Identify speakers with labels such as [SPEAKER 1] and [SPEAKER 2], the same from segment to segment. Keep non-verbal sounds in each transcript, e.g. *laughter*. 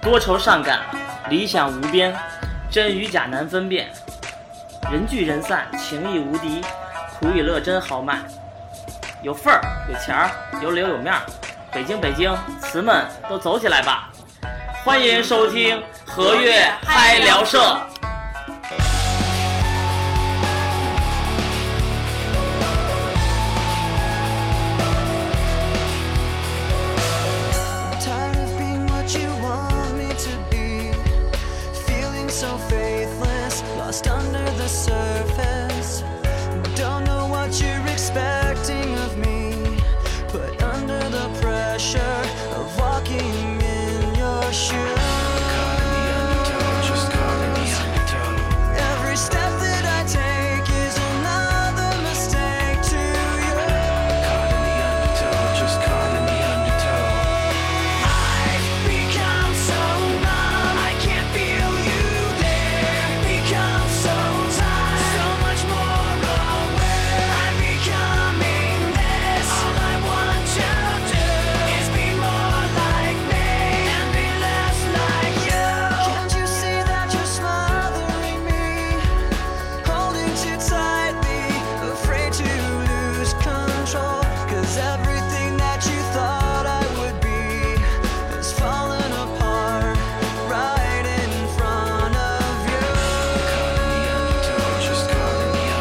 [SPEAKER 1] 多愁善感，理想无边，真与假难分辨。人聚人散，情谊无敌，苦与乐真豪迈。有份儿，有钱儿，有脸有面儿。北京，北京，词们都走起来吧！欢迎收听和悦嗨聊社。
[SPEAKER 2] Tired of being what you want me to be. Feeling so faithless, lost under the surface. Don't know what you're expecting of me. But under the pressure of walking in your shoes. Every step that I take is another mistake to you. I've become so numb, I can't feel you there. Become so tired, so much more aware. I'm becoming this. All I want to do is be more like me and be less like you. Can't you see that you're smothering me? holding too tightly, afraid to lose control. Cause everything that you thought I would be has fallen apart right in front of you.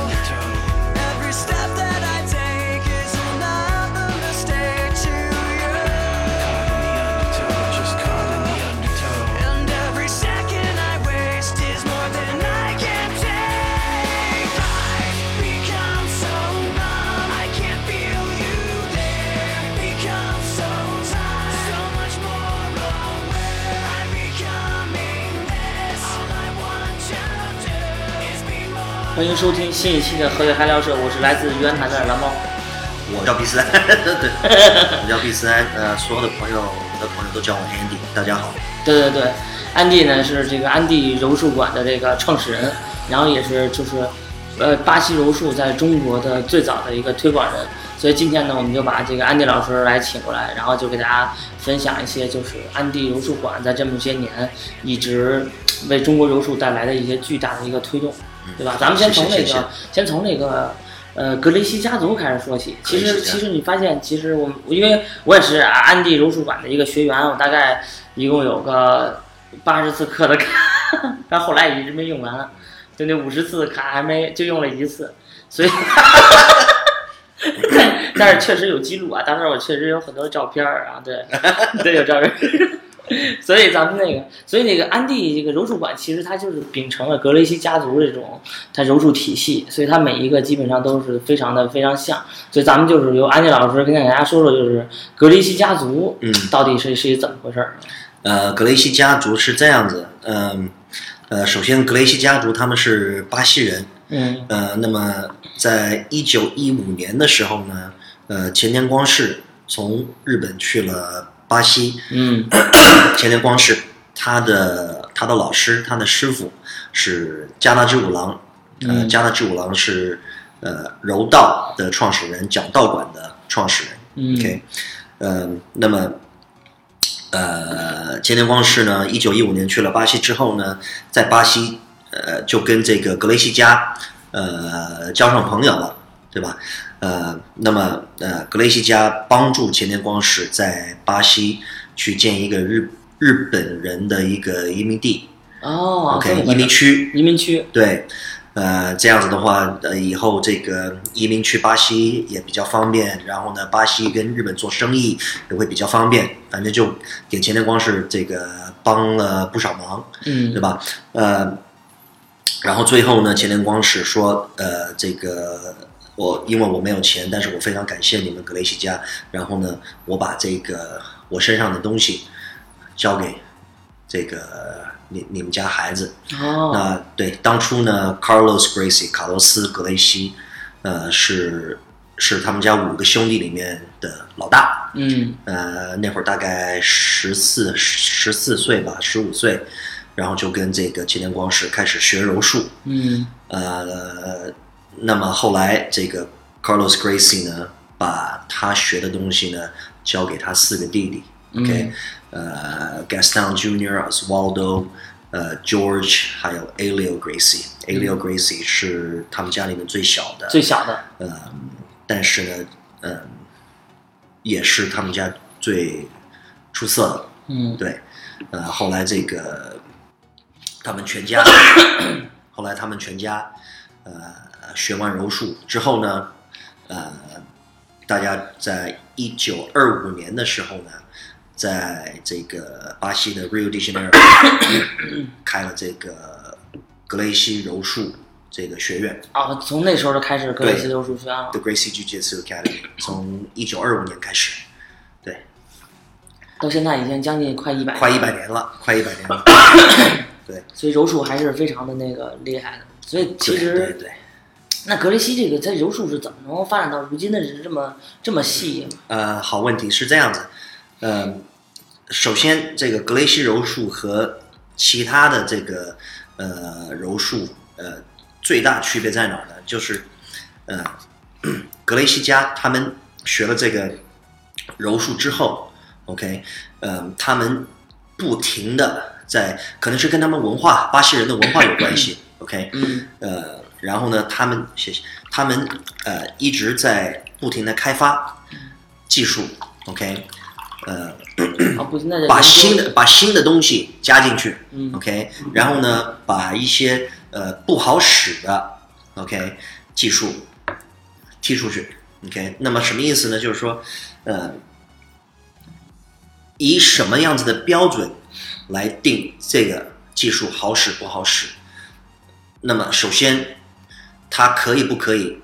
[SPEAKER 2] Every step that I take is another mistake to you. And every second I waste is more than I can take. I've become so numb, I can't feel you there. Become so tired, so much more aware. I'm becoming this. All I want to do is be more.
[SPEAKER 1] 欢迎收听新一期的和悦嗨聊社，我是来自于渊潭的蓝猫。
[SPEAKER 3] 我叫毕思安，对，我叫毕思安。呃，所有的朋友，我的朋友都叫我 Andy。大家好，
[SPEAKER 1] 对对对，安迪呢是这个安迪柔术馆的这个创始人，然后也是就是，呃，巴西柔术在中国的最早的一个推广人。所以今天呢，我们就把这个安迪老师来请过来，然后就给大家分享一些就是安迪柔术馆在这么些年一直为中国柔术带来的一些巨大的一个推动，对吧？咱们先从那
[SPEAKER 3] 谢
[SPEAKER 1] 个
[SPEAKER 3] 谢谢谢
[SPEAKER 1] 先从那个。呃，格雷西家族开始说起。其
[SPEAKER 3] 格
[SPEAKER 1] 实，
[SPEAKER 3] 雷西家
[SPEAKER 1] 其实你发现，其实我们因为我也是啊安迪柔术馆的一个学员，我大概一共有个八十次课的卡，但后来也一直没用完，就那五十次卡还没就用了一次，所以， *laughs* 但是确实有记录啊，当时我确实有很多照片儿啊，对， *laughs* 对，有照片儿。 *laughs* 所以咱们那个，所以那个安迪这个柔术馆，其实它就是秉承了格雷西家族这种它柔术体系，所以它每一个基本上都是非常的非常像。所以咱们就是由安迪老师跟大家说说，就是格雷西家族，
[SPEAKER 3] 嗯
[SPEAKER 1] 到底是是一怎么回事儿？
[SPEAKER 3] 呃，格雷西家族是这样子，嗯、呃，首先格雷西家族他们是巴西人，
[SPEAKER 1] 嗯
[SPEAKER 3] 呃，那么在一九一五年的时候呢，呃，前田光世从日本去了巴西，
[SPEAKER 1] 嗯
[SPEAKER 3] 前田光世，他的他的老师，他的师傅是加纳之五郎，呃，
[SPEAKER 1] 嗯
[SPEAKER 3] 加纳之五郎是呃柔道的创始人，讲道馆的创始人。
[SPEAKER 1] 嗯
[SPEAKER 3] OK，呃，那么呃，前田光世呢，一九一五年去了巴西之后呢，在巴西呃就跟这个格雷西加呃交上朋友了，对吧？呃，那么呃，格雷西加帮助前田光世在巴西去建一个日日本人的一个移民地
[SPEAKER 1] 哦这
[SPEAKER 3] ，OK，
[SPEAKER 1] 么回事
[SPEAKER 3] 移民
[SPEAKER 1] 儿
[SPEAKER 3] 区，
[SPEAKER 1] 移民区，
[SPEAKER 3] 对，呃，这样子的话，呃，以后这个移民去巴西也比较方便，然后呢，巴西跟日本做生意也会比较方便，反正就给前田光是这个帮了不少忙，
[SPEAKER 1] 嗯
[SPEAKER 3] 对吧？呃，然后最后呢，前田光是说，呃，这个我因为我没有钱，但是我非常感谢你们格雷西家，然后呢，我把这个我身上的东西交给这个你你们家孩子，
[SPEAKER 1] 哦，
[SPEAKER 3] 那对当初呢，Carlos Gracie 卡洛斯·格雷西，呃，是是他们家五个兄弟里面的老大。
[SPEAKER 1] 嗯
[SPEAKER 3] 呃，那会儿大概十四十四岁吧，十五岁，然后就跟这个前田光世开始学柔术。
[SPEAKER 1] 嗯
[SPEAKER 3] 呃，那么后来这个 Carlos Gracie 呢，把他学的东西呢交给他四个弟弟。OK，、呃，Gaston Junior、Oswaldo、呃 George，还有 Alio Gracie。Alio Gracie 是他们家里面最小的，
[SPEAKER 1] 最小的，
[SPEAKER 3] 呃，但是呢，嗯，也是他们家最出色的。
[SPEAKER 1] 嗯
[SPEAKER 3] 对，呃，后来这个他们全家，后来他们全家，呃，学完柔术之后呢，呃，大家在一九二五年的时候呢，在这个巴西的 Rio de Janeiro 开了这个格雷西柔术这个学院
[SPEAKER 1] 啊，从那时候就开始格雷西
[SPEAKER 3] 对
[SPEAKER 1] 柔术学院了
[SPEAKER 3] （The。Gracie Jiu-Jitsu Academy），从一九二五年开始，对，
[SPEAKER 1] 到现在已经将近快一百，
[SPEAKER 3] 快一百，年了，快一百年了，对，
[SPEAKER 1] 所以柔术还是非常的那个厉害的。所以其
[SPEAKER 3] 对对
[SPEAKER 1] 实
[SPEAKER 3] 对。
[SPEAKER 1] 那格雷西这个在柔术是怎么能发展到如今的是这么这么细？啊
[SPEAKER 3] *clears throat* 呃，好问题是这样子，呃，首先这个格雷西柔术和其他的这个呃柔术呃最大区别在哪儿呢？就是呃格雷西家他们学了这个柔术之后，OK，呃，他们不停的在，可能是跟他们文化巴西人的文化有关系，OK，
[SPEAKER 1] 嗯
[SPEAKER 3] 呃，然后呢，他们谢谢，他们呃一直在不停的开发技术，OK，呃，
[SPEAKER 1] 啊，不，那
[SPEAKER 3] 把新的把新的东西加进去
[SPEAKER 1] 嗯
[SPEAKER 3] ，OK，然后呢，把一些呃不好使的 OK 技术踢出去，OK，那么什么意思呢？就是说，呃，以什么样子的标准来定这个技术好使不好使？那么首先，他可以不可以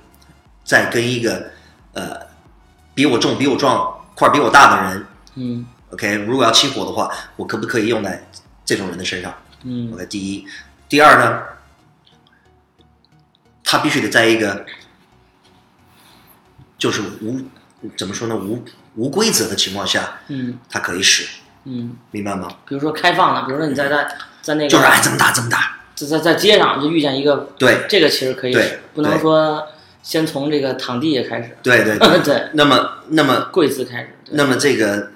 [SPEAKER 3] 再跟一个呃比我重、比我壮、块儿比我大的人
[SPEAKER 1] 嗯
[SPEAKER 3] OK，如果要起火的话，我可不可以用在这种人的身上
[SPEAKER 1] 嗯
[SPEAKER 3] ？OK，第一，第二呢，他必须得在一个就是无怎么说呢无无规则的情况下，
[SPEAKER 1] 嗯
[SPEAKER 3] 他可以使，
[SPEAKER 1] 嗯，
[SPEAKER 3] 明白吗？
[SPEAKER 1] 比如说开放了，比如说你在在在那个
[SPEAKER 3] 就是哎，这么打这么打，
[SPEAKER 1] 在在在街上就遇见一个，
[SPEAKER 3] 对
[SPEAKER 1] 这个其实可以
[SPEAKER 3] 对
[SPEAKER 1] 使，不能
[SPEAKER 3] 对
[SPEAKER 1] 说先从这个躺地也开
[SPEAKER 3] *laughs*
[SPEAKER 1] 始，*laughs*
[SPEAKER 3] 对对对。
[SPEAKER 1] 对，
[SPEAKER 3] 那么，那么，
[SPEAKER 1] 跪姿开始，对
[SPEAKER 3] 那么这个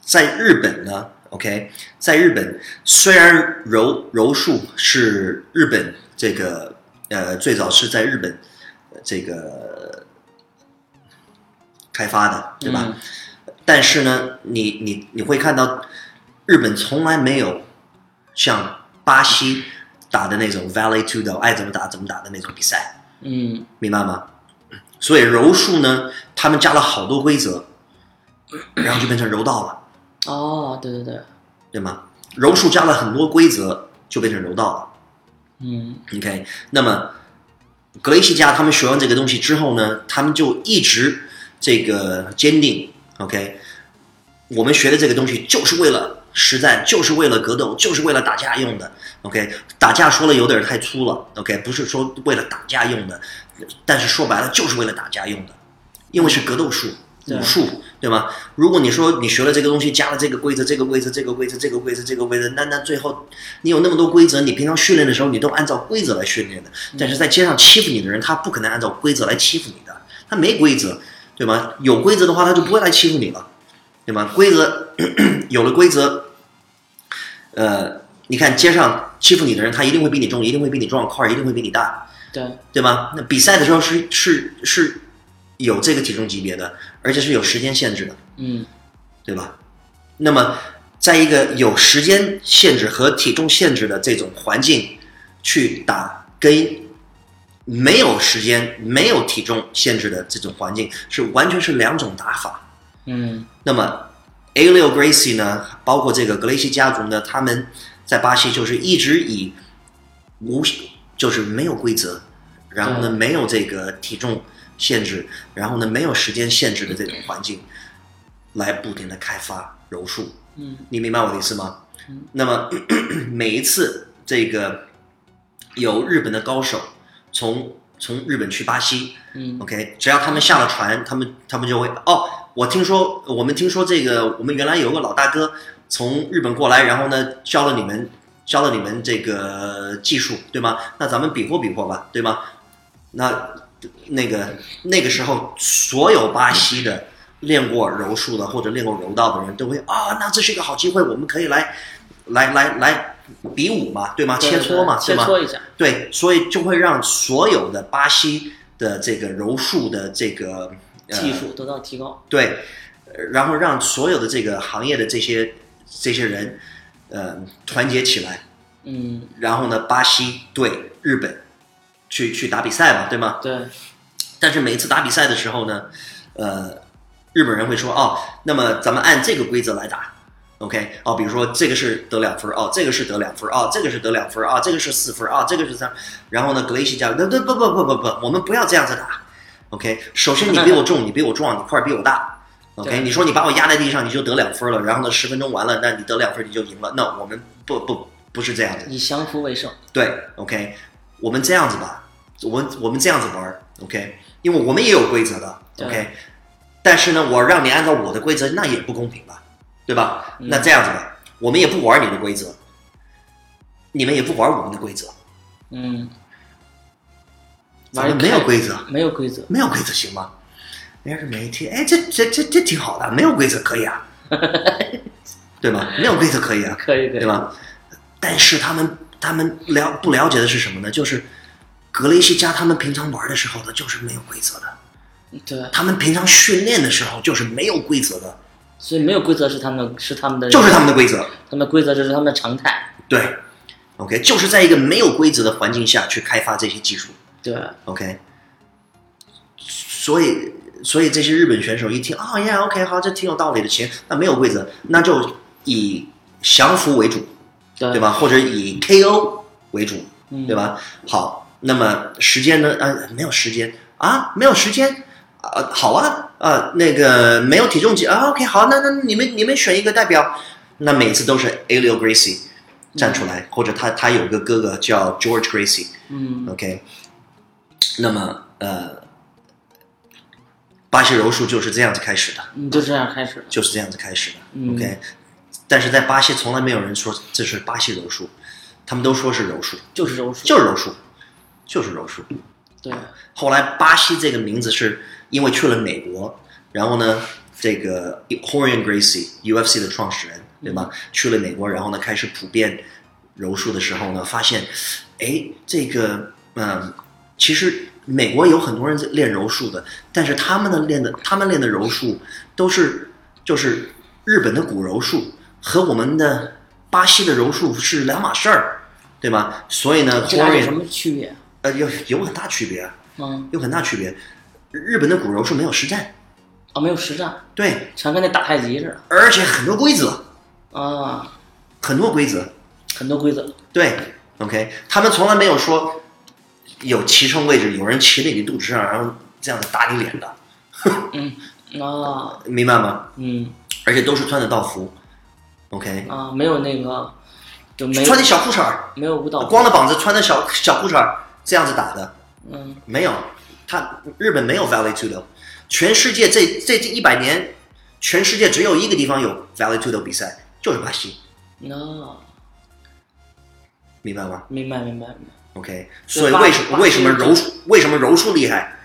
[SPEAKER 3] 在日本呢？OK，在日本虽然柔柔术是日本这个呃最早是在日本呃这个开发的，对
[SPEAKER 1] 嗯
[SPEAKER 3] 吧？但是呢，你你你会看到日本从来没有像巴西打的那种 Valley to the 爱怎么打怎么打的那种比赛，
[SPEAKER 1] 嗯
[SPEAKER 3] 明白吗？所以柔术呢，他们加了好多规则，然后就变成柔道了，
[SPEAKER 1] 哦，对对对，
[SPEAKER 3] 对吗？柔术加了很多规则，就变成柔道了。
[SPEAKER 1] 嗯
[SPEAKER 3] OK，那么格雷西家他们学完这个东西之后呢，他们就一直这个坚定，OK，我们学的这个东西就是为了实战，就是为了格斗，就是为了打架用的，OK，打架说了有点太粗了，OK，不是说为了打架用的，但是说白了就是为了打架用的，因为是格斗术。
[SPEAKER 1] 对
[SPEAKER 3] 武术对吗？如果你说你学了这个东西，加了这个规则、这个规则、这个规则、这个规则、这个规则，那那最后你有那么多规则，你平常训练的时候你都按照规则来训练的，但是在街上欺负你的人，他不可能按照规则来欺负你的，他没规则，对吗？有规则的话，他就不会来欺负你了，对吗？规则 *coughs* 有了规则，呃，你看街上欺负你的人，他一定会比你重，一定会比你壮，块儿一定会比你大，
[SPEAKER 1] 对，
[SPEAKER 3] 对吧？那比赛的时候是是是有这个体重级别的，而且是有时间限制的，
[SPEAKER 1] 嗯
[SPEAKER 3] 对吧？那么，在一个有时间限制和体重限制的这种环境去打，跟没有时间、没有体重限制的这种环境是完全是两种打法。
[SPEAKER 1] 嗯
[SPEAKER 3] 那么 A 六 Gracie 呢，包括这个格雷西家族呢，他们在巴西就是一直以无就是没有规则，然后呢
[SPEAKER 1] 对
[SPEAKER 3] 没有这个体重限制，然后呢没有时间限制的这种环境，来不停的开发柔术。
[SPEAKER 1] 嗯
[SPEAKER 3] 你明白我的意思吗
[SPEAKER 1] 嗯？
[SPEAKER 3] 那么 *coughs* 每一次这个有日本的高手从从日本去巴西，
[SPEAKER 1] 嗯
[SPEAKER 3] OK，只要他们下了船，他们他们就会哦，我听说我们听说这个，我们原来有个老大哥从日本过来，然后呢教了你们教了你们这个技术，对吗？那咱们比划比划吧，对吗？那那个那个时候，所有巴西的练过柔术的或者练过柔道的人都会啊，那这是一个好机会，我们可以来来来来比武嘛，对吗？
[SPEAKER 1] 对
[SPEAKER 3] 切磋嘛，
[SPEAKER 1] 切
[SPEAKER 3] 对吗？
[SPEAKER 1] 磋一下，
[SPEAKER 3] 对，所以就会让所有的巴西的这个柔术的这个、呃、
[SPEAKER 1] 技术得到提高。
[SPEAKER 3] 对，呃然后让所有的这个行业的这些这些人，呃，团结起来，
[SPEAKER 1] 嗯，
[SPEAKER 3] 然后呢，巴西对日本去去打比赛嘛，对吗？
[SPEAKER 1] 对，
[SPEAKER 3] 但是每一次打比赛的时候呢，呃，日本人会说哦，那么咱们按这个规则来打，OK？哦，比如说这个是得两分，哦，这个是得两分，哦，这个是得两分，哦，这个是四分，哦，这个是三。然后呢，格雷西加，那那不不不不不，我们不要这样子打，OK？首先你比我重，你比我壮，你块儿比我大。OK，
[SPEAKER 1] 对
[SPEAKER 3] 你说你把我压在地上，你就得两分了。然后呢，十分钟完了，那你得两分你就赢了。那我们不不不是这样的，
[SPEAKER 1] 以降服为胜。
[SPEAKER 3] 对，OK，我们这样子吧，我们我们这样子玩儿，OK，因为我们也有规则的
[SPEAKER 1] 对
[SPEAKER 3] ，OK，但是呢，我让你按照我的规则，那也不公平吧，对吧？
[SPEAKER 1] 嗯
[SPEAKER 3] 那这样子吧，我们也不玩你的规则，你们也不玩我们的规则，
[SPEAKER 1] 嗯，
[SPEAKER 3] 咱
[SPEAKER 1] 玩一
[SPEAKER 3] 们
[SPEAKER 1] 个
[SPEAKER 3] 没有规则，
[SPEAKER 1] 没有规则，
[SPEAKER 3] 没有规则行吗？人家是没听，哎，这这这这挺好的，没有规则可
[SPEAKER 1] *laughs*
[SPEAKER 3] 以啊，对吧？没有规则可以啊，
[SPEAKER 1] 可以可以
[SPEAKER 3] 对？吧？但是他们他们了不了解的是什么呢？就是格雷西加他们平常玩的时候呢，就是没有规则的；
[SPEAKER 1] 对，
[SPEAKER 3] 他们平常训练的时候就是没有规则的，
[SPEAKER 1] 所以没有规则是他们是他们的，
[SPEAKER 3] 就是他们的规则。
[SPEAKER 1] 他们的规则就是他们的常态。
[SPEAKER 3] 对，OK，就是在一个没有规则的环境下去开发这些技术
[SPEAKER 1] 对，
[SPEAKER 3] ，OK。所以，所以这些日本选手一听啊、呀 o k 好，这挺有道理的，行，那没有规则，那就以降服为主，
[SPEAKER 1] 对
[SPEAKER 3] 对？吧？或者以 KO 为主，
[SPEAKER 1] 嗯
[SPEAKER 3] 对？吧？好，那么时间呢？呃，没有时间啊，没有时间啊，好啊，啊，那个没有体重级啊，OK，好，那那你们你们选一个代表，那每次都是 Alio Gracie
[SPEAKER 1] 嗯
[SPEAKER 3] 站出来，或者他他有个哥哥叫 George Gracie，OK，、
[SPEAKER 1] 嗯，
[SPEAKER 3] 那么呃，巴西柔术就是这样子开始的，
[SPEAKER 1] 你嗯就这样开始了。
[SPEAKER 3] 就是这样子开始的、
[SPEAKER 1] 嗯
[SPEAKER 3] o k 但是在巴西从来没有人说这是巴西柔术，他们都说是柔术，
[SPEAKER 1] 就是柔术，
[SPEAKER 3] 就是柔术，就是柔术。
[SPEAKER 1] 对，
[SPEAKER 3] 后来巴西这个名字是因为去了美国，然后呢，这个 Horian Gracie UFC 的创始人对吧？去了美国，然后呢开始普遍柔术的时候呢，发现，哎，这个嗯、呃其实美国有很多人在练柔术的，但是他们的练的他们练的柔术都是就是日本的古柔术和我们的巴西的柔术是两码事儿，对吧？所以呢
[SPEAKER 1] 这俩有什
[SPEAKER 3] ，Horian
[SPEAKER 1] 么区别？
[SPEAKER 3] 呃有有很大区别啊。
[SPEAKER 1] 嗯，
[SPEAKER 3] 有很大区别。日本的骨柔术没有实战，
[SPEAKER 1] 啊，没有实战，
[SPEAKER 3] 对，
[SPEAKER 1] 全跟那打太极似的
[SPEAKER 3] 而且很多规则，
[SPEAKER 1] 啊，
[SPEAKER 3] 很多规则，
[SPEAKER 1] 很多规则。
[SPEAKER 3] 对，OK，他们从来没有说有骑乘位置，有人骑在你肚子上，然后这样子打你脸的，
[SPEAKER 1] 嗯，啊，
[SPEAKER 3] 明白吗？
[SPEAKER 1] 嗯
[SPEAKER 3] 而且都是穿的道服，OK，
[SPEAKER 1] 啊，没有那个，就没有
[SPEAKER 3] 穿的小裤衩儿，
[SPEAKER 1] 没有舞蹈，
[SPEAKER 3] 光着膀子，穿的小小裤衩儿这样子打的，
[SPEAKER 1] 嗯，
[SPEAKER 3] 没有，他日本没有 Valley Tudo，全世界这这这一百年，全世界只有一个地方有 Valley Tudo 比赛，就是巴西，
[SPEAKER 1] 那
[SPEAKER 3] 明白吗？
[SPEAKER 1] 啊明白明白明白，
[SPEAKER 3] OK，所以
[SPEAKER 1] 八
[SPEAKER 3] 为什么
[SPEAKER 1] 八
[SPEAKER 3] 为什么
[SPEAKER 1] 十
[SPEAKER 3] 柔术为什么柔术厉害？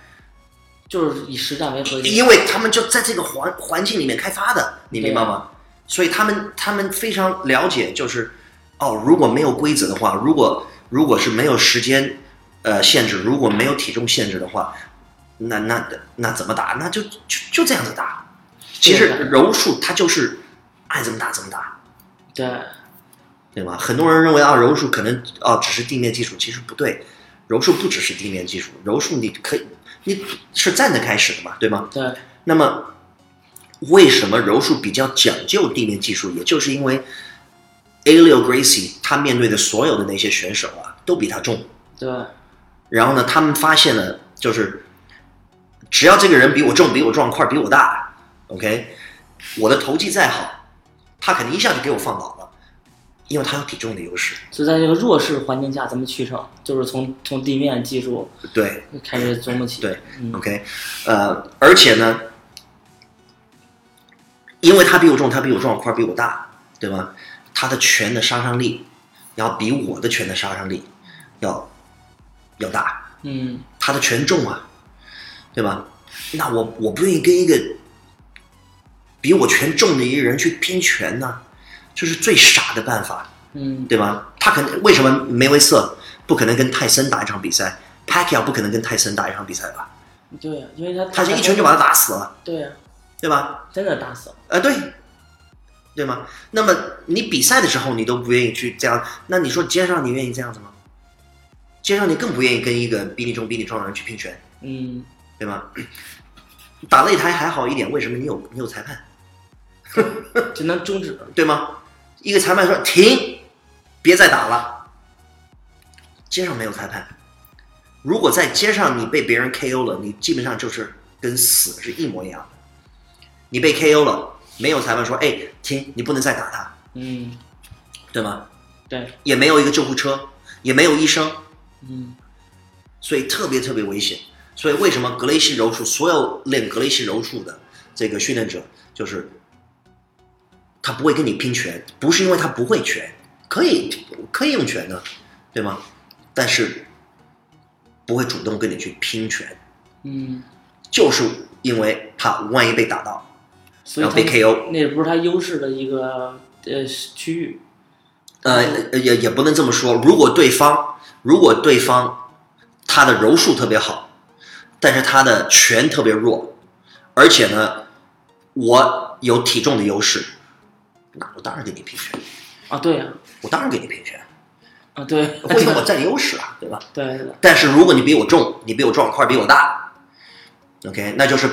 [SPEAKER 1] 就是以实战为核心。
[SPEAKER 3] 因为他们就在这个环环境里面开发的，你明白吗？所以他们他们非常了解，就是哦，如果没有规则的话，如果如果是没有时间呃限制，如果没有体重限制的话，那那那怎么打？那就就就这样子打。其实柔术它就是爱怎么打怎么打，
[SPEAKER 1] 对，
[SPEAKER 3] 对吗？很多人认为啊，柔术可能啊只是地面技术，其实不对，柔术不只是地面技术，柔术你可以你是站着开始的嘛，对吗？
[SPEAKER 1] 对，
[SPEAKER 3] 那么为什么柔术比较讲究地面技术？也就是因为 Alio Gracie 他面对的所有的那些选手啊，都比他重，
[SPEAKER 1] 对，
[SPEAKER 3] 然后呢，他们发现了就是只要这个人比我重、比我壮、块儿比我大，OK，我的投技再好，他肯定一下就给我放倒了，因为他有体重的优势。
[SPEAKER 1] 就在这个弱势环境下怎么取胜，就是从从地面技术
[SPEAKER 3] 对
[SPEAKER 1] 开始琢磨起。
[SPEAKER 3] 对
[SPEAKER 1] 嗯，
[SPEAKER 3] ，OK，呃，而且呢，因为他比我重，他比我壮，块儿比我大，对吧？他的拳的杀伤力要比我的拳的杀伤力要要大，
[SPEAKER 1] 嗯，
[SPEAKER 3] 他的拳重啊，对吧？那我我不愿意跟一个比我拳重的一个人去拼拳呐，这是最傻的办法，
[SPEAKER 1] 嗯
[SPEAKER 3] 对吧？他可能为什么梅威瑟不可能跟泰森打一场比赛？Pacquiao 不可能跟泰森打一场比赛吧？
[SPEAKER 1] 对呀、因为他
[SPEAKER 3] 他是一拳就把他打死了，
[SPEAKER 1] 对呀、
[SPEAKER 3] 对吧？
[SPEAKER 1] 真的打死了。
[SPEAKER 3] 呃，对，对吗？那么你比赛的时候你都不愿意去这样，那你说街上你愿意这样子吗？街上你更不愿意跟一个比你重、比你壮的人去拼拳，
[SPEAKER 1] 嗯，
[SPEAKER 3] 对吗？ *clears throat* 打擂台还好一点，为什么你有你有裁判，
[SPEAKER 1] 只能终止。
[SPEAKER 3] 对吗？一个裁判说停，别再打了。街上没有裁判，如果在街上你被别人 KO 了，你基本上就是跟死是一模一样的。你被 KO 了，没有裁判说哎停，你不能再打他，
[SPEAKER 1] 嗯，
[SPEAKER 3] 对吗？
[SPEAKER 1] 对，
[SPEAKER 3] 也没有一个救护车，也没有医生，
[SPEAKER 1] 嗯
[SPEAKER 3] 所以特别特别危险。所以为什么格雷西柔术所有练格雷西柔术的这个训练者，就是他不会跟你拼拳，不是因为他不会拳，可以可以用拳的，对吗？但是不会主动跟你去拼拳，
[SPEAKER 1] 嗯，
[SPEAKER 3] 就是因为怕万一被打到，
[SPEAKER 1] 所以
[SPEAKER 3] 然
[SPEAKER 1] 他
[SPEAKER 3] 后被 KO。
[SPEAKER 1] 那也不是他优势的一个呃区域。
[SPEAKER 3] 呃，也也不能这么说。如果对方如果对方他的柔术特别好，但是他的拳特别弱，而且呢，我有体重的优势，那我当然给你拼拳，
[SPEAKER 1] 啊，对呀、
[SPEAKER 3] 我当然给你拼拳，
[SPEAKER 1] 啊，对，
[SPEAKER 3] 会有我占优势啊，对吧？
[SPEAKER 1] 对对
[SPEAKER 3] 但是如果你比我重，你比我壮块，比我大，OK，那就是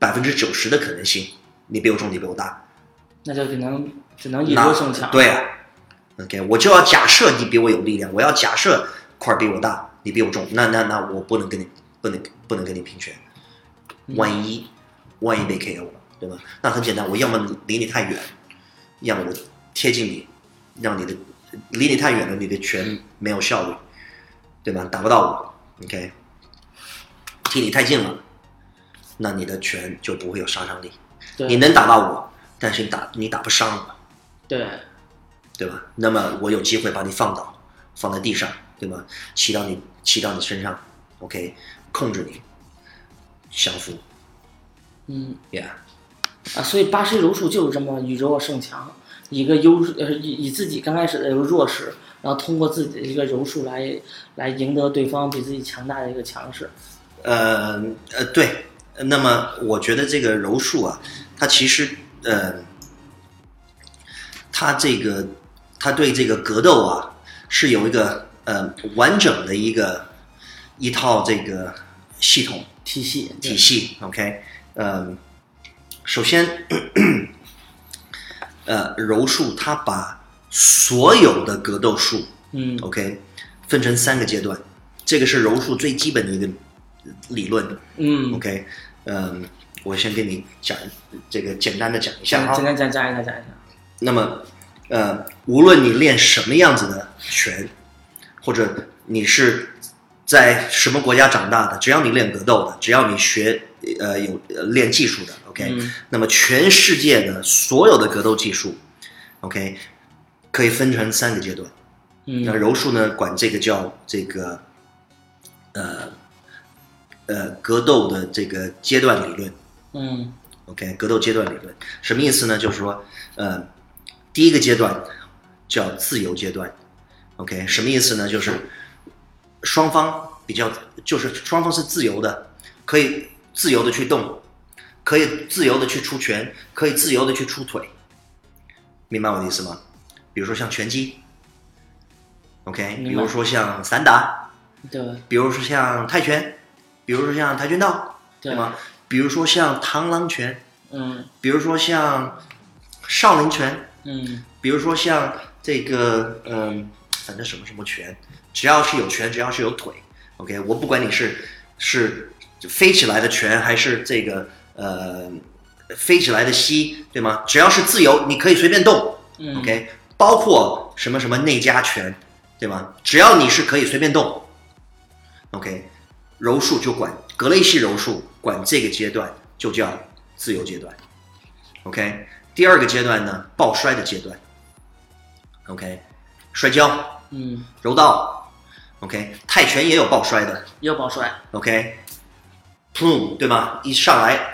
[SPEAKER 3] 百分之九十的可能性，你比我重，你比我大，
[SPEAKER 1] 那就只能只能以
[SPEAKER 3] 那
[SPEAKER 1] 弱胜强。
[SPEAKER 3] 对啊，OK，我就要假设你比我有力量，我要假设块儿比我大，你比我重，那那那我不能跟你不能不能跟你平权，
[SPEAKER 1] 嗯
[SPEAKER 3] 万一万一被 KO 了，对吧？那很简单，我要么离你太远，要么我贴近你，让你的离你太远了，你的拳没有效率，对吧？打不到我，OK，离你太近了，那你的拳就不会有杀伤力。
[SPEAKER 1] 对
[SPEAKER 3] 你能打到我，但是你打你打不伤我。
[SPEAKER 1] 对，
[SPEAKER 3] 对吧？那么我有机会把你放倒，放在地上，对吗？骑到你骑到你身上，OK，控制你，降服
[SPEAKER 1] 嗯
[SPEAKER 3] ，Yeah，
[SPEAKER 1] 啊，所以巴西柔术就是这么以弱胜强，一个优势呃以以自己刚开始的一个弱势，然后通过自己的一个柔术来来赢得对方比自己强大的一个强势。
[SPEAKER 3] 呃呃，对。那么我觉得这个柔术啊，它其实呃，它这个它对这个格斗啊是有一个呃完整的一个一套这个系统，
[SPEAKER 1] 体系，
[SPEAKER 3] 体系。OK，嗯，首先，呃，柔术它把所有的格斗术
[SPEAKER 1] 嗯
[SPEAKER 3] OK 分成三个阶段，这个是柔术最基本的一个理论。
[SPEAKER 1] 嗯，
[SPEAKER 3] OK，嗯，我先跟你讲这个简单的讲一下
[SPEAKER 1] 讲
[SPEAKER 3] 啊
[SPEAKER 1] 嗯简。单讲讲一下讲一下，
[SPEAKER 3] 那么，呃，无论你练什么样子的拳，或者你是在什么国家长大的，只要你练格斗的，只要你学呃有呃练技术的，OK，、
[SPEAKER 1] 嗯
[SPEAKER 3] 那么全世界的所有的格斗技术，OK，可以分成三个阶段。
[SPEAKER 1] 嗯
[SPEAKER 3] 那柔术呢，管这个叫这个呃呃格斗的这个阶段理论。
[SPEAKER 1] 嗯
[SPEAKER 3] OK，格斗阶段理论什么意思呢？就是说，呃，第一个阶段叫自由阶段。OK，什么意思呢？就是双方比较，就是双方是自由的，可以自由的去动，可以自由的去出拳，可以自由的去出腿，明白我的意思吗？比如说像拳击，OK，
[SPEAKER 1] 明白
[SPEAKER 3] 比如说像散打，
[SPEAKER 1] 对
[SPEAKER 3] 比如说像泰拳，比如说像跆拳道，
[SPEAKER 1] 对
[SPEAKER 3] 对吗？？比如说像螳螂拳。
[SPEAKER 1] 嗯
[SPEAKER 3] 比如说像少林拳，
[SPEAKER 1] 嗯
[SPEAKER 3] 比如说像这个嗯，反正什么什么拳，只要是有拳，只要是有腿，OK，我不管你是是飞起来的拳还是这个呃飞起来的膝，对吗？只要是自由，你可以随便动
[SPEAKER 1] 嗯
[SPEAKER 3] ，OK，包括什么什么内家拳，对吗？只要你是可以随便动，OK，柔术就管格雷西柔术管这个阶段就叫自由阶段。OK，第二个阶段呢，抱摔的阶段。OK，摔跤、
[SPEAKER 1] 嗯，
[SPEAKER 3] 柔道，OK，泰拳也有抱摔的
[SPEAKER 1] 要保帅，
[SPEAKER 3] ，OK， ，plum 对吗？一上来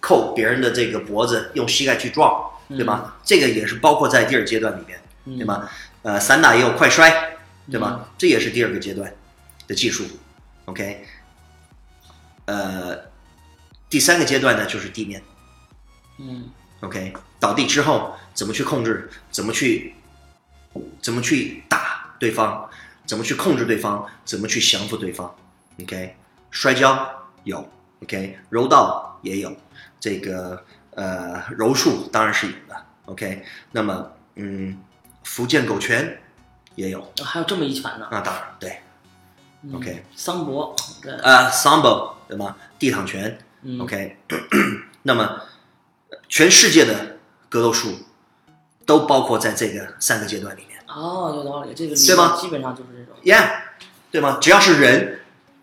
[SPEAKER 3] 扣别人的这个脖子，用膝盖去撞，对吗？这个也是包括在第二阶段里面，对吗？呃，散打也有快摔，对吧？这也是第二个阶段的技术。OK，呃，第三个阶段呢就是地面。
[SPEAKER 1] 嗯
[SPEAKER 3] OK，倒地之后怎么去控制，怎么去，怎么去打对方，怎么去控制对方，怎么去降服对方。OK，摔跤有，OK，柔道也有，这个呃柔术当然是有的。OK，那么嗯，福建狗拳也有，
[SPEAKER 1] 还有这么一拳呢。
[SPEAKER 3] 那当然对。
[SPEAKER 1] 嗯
[SPEAKER 3] OK
[SPEAKER 1] 桑博，对，
[SPEAKER 3] 呃，sambo 对吗？地躺拳
[SPEAKER 1] 嗯
[SPEAKER 3] ，OK *clears throat* 那么，全世界的格斗术都包括在这个三个阶段里面
[SPEAKER 1] 哦，有道理，这个理
[SPEAKER 3] 对吗
[SPEAKER 1] 基本上就是这种。
[SPEAKER 3] ，Yeah，对吗？只要是人，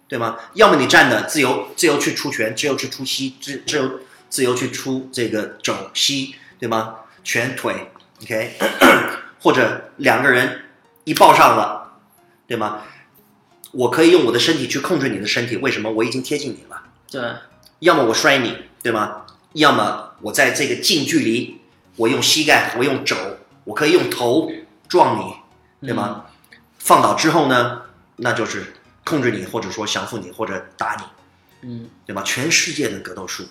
[SPEAKER 3] 对吗？要么你站的自由，自由去出拳，自由去出膝，自自由自由去出这个肘膝，对吗？拳腿，OK，或 *coughs* 者两个人一抱上了，对吗？我可以用我的身体去控制你的身体，为什么？我已经贴近你了。
[SPEAKER 1] 对，
[SPEAKER 3] 要么我摔你，对吗？要么我在这个近距离，我用膝盖，我用肘，我可以用头撞你，对吗？放倒之后呢，那就是控制你，或者说降服你，或者打你，
[SPEAKER 1] 嗯
[SPEAKER 3] 对吗？全世界的格斗术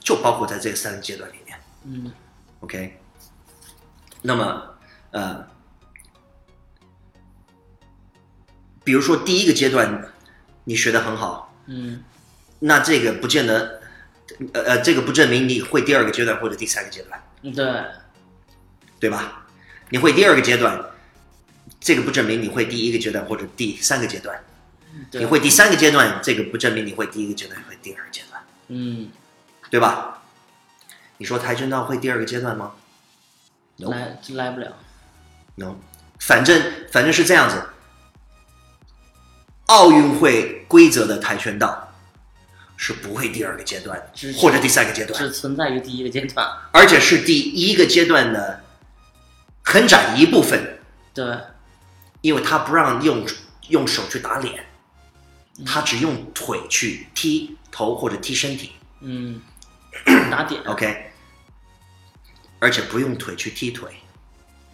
[SPEAKER 3] 就包括在这三个阶段里面。
[SPEAKER 1] 嗯
[SPEAKER 3] OK，那么呃，比如说第一个阶段你学的很好，
[SPEAKER 1] 嗯
[SPEAKER 3] 那这个不见得，呃呃，这个不证明你会第二个阶段或者第三个阶段，
[SPEAKER 1] 嗯，对，
[SPEAKER 3] 对吧？你会第二个阶段，这个不证明你会第一个阶段或者第三个阶段。
[SPEAKER 1] 对
[SPEAKER 3] 你会第三个阶段，这个不证明你会第一个阶段或者第二个阶段，
[SPEAKER 1] 嗯，
[SPEAKER 3] 对吧？你说跆拳道会第二个阶段吗？No
[SPEAKER 1] 来来不了。
[SPEAKER 3] No，反正反正是这样子。奥运会规则的跆拳道是不会第二个阶段
[SPEAKER 1] 只
[SPEAKER 3] 或者第三个阶段，
[SPEAKER 1] 只存在于第一个阶段。
[SPEAKER 3] 而且是第一个阶段的很窄一部分，
[SPEAKER 1] 对，
[SPEAKER 3] 因为他不让用用手去打脸，他只用腿去踢头或者踢身体
[SPEAKER 1] 嗯，打点。
[SPEAKER 3] ，OK，而且不用腿去踢腿，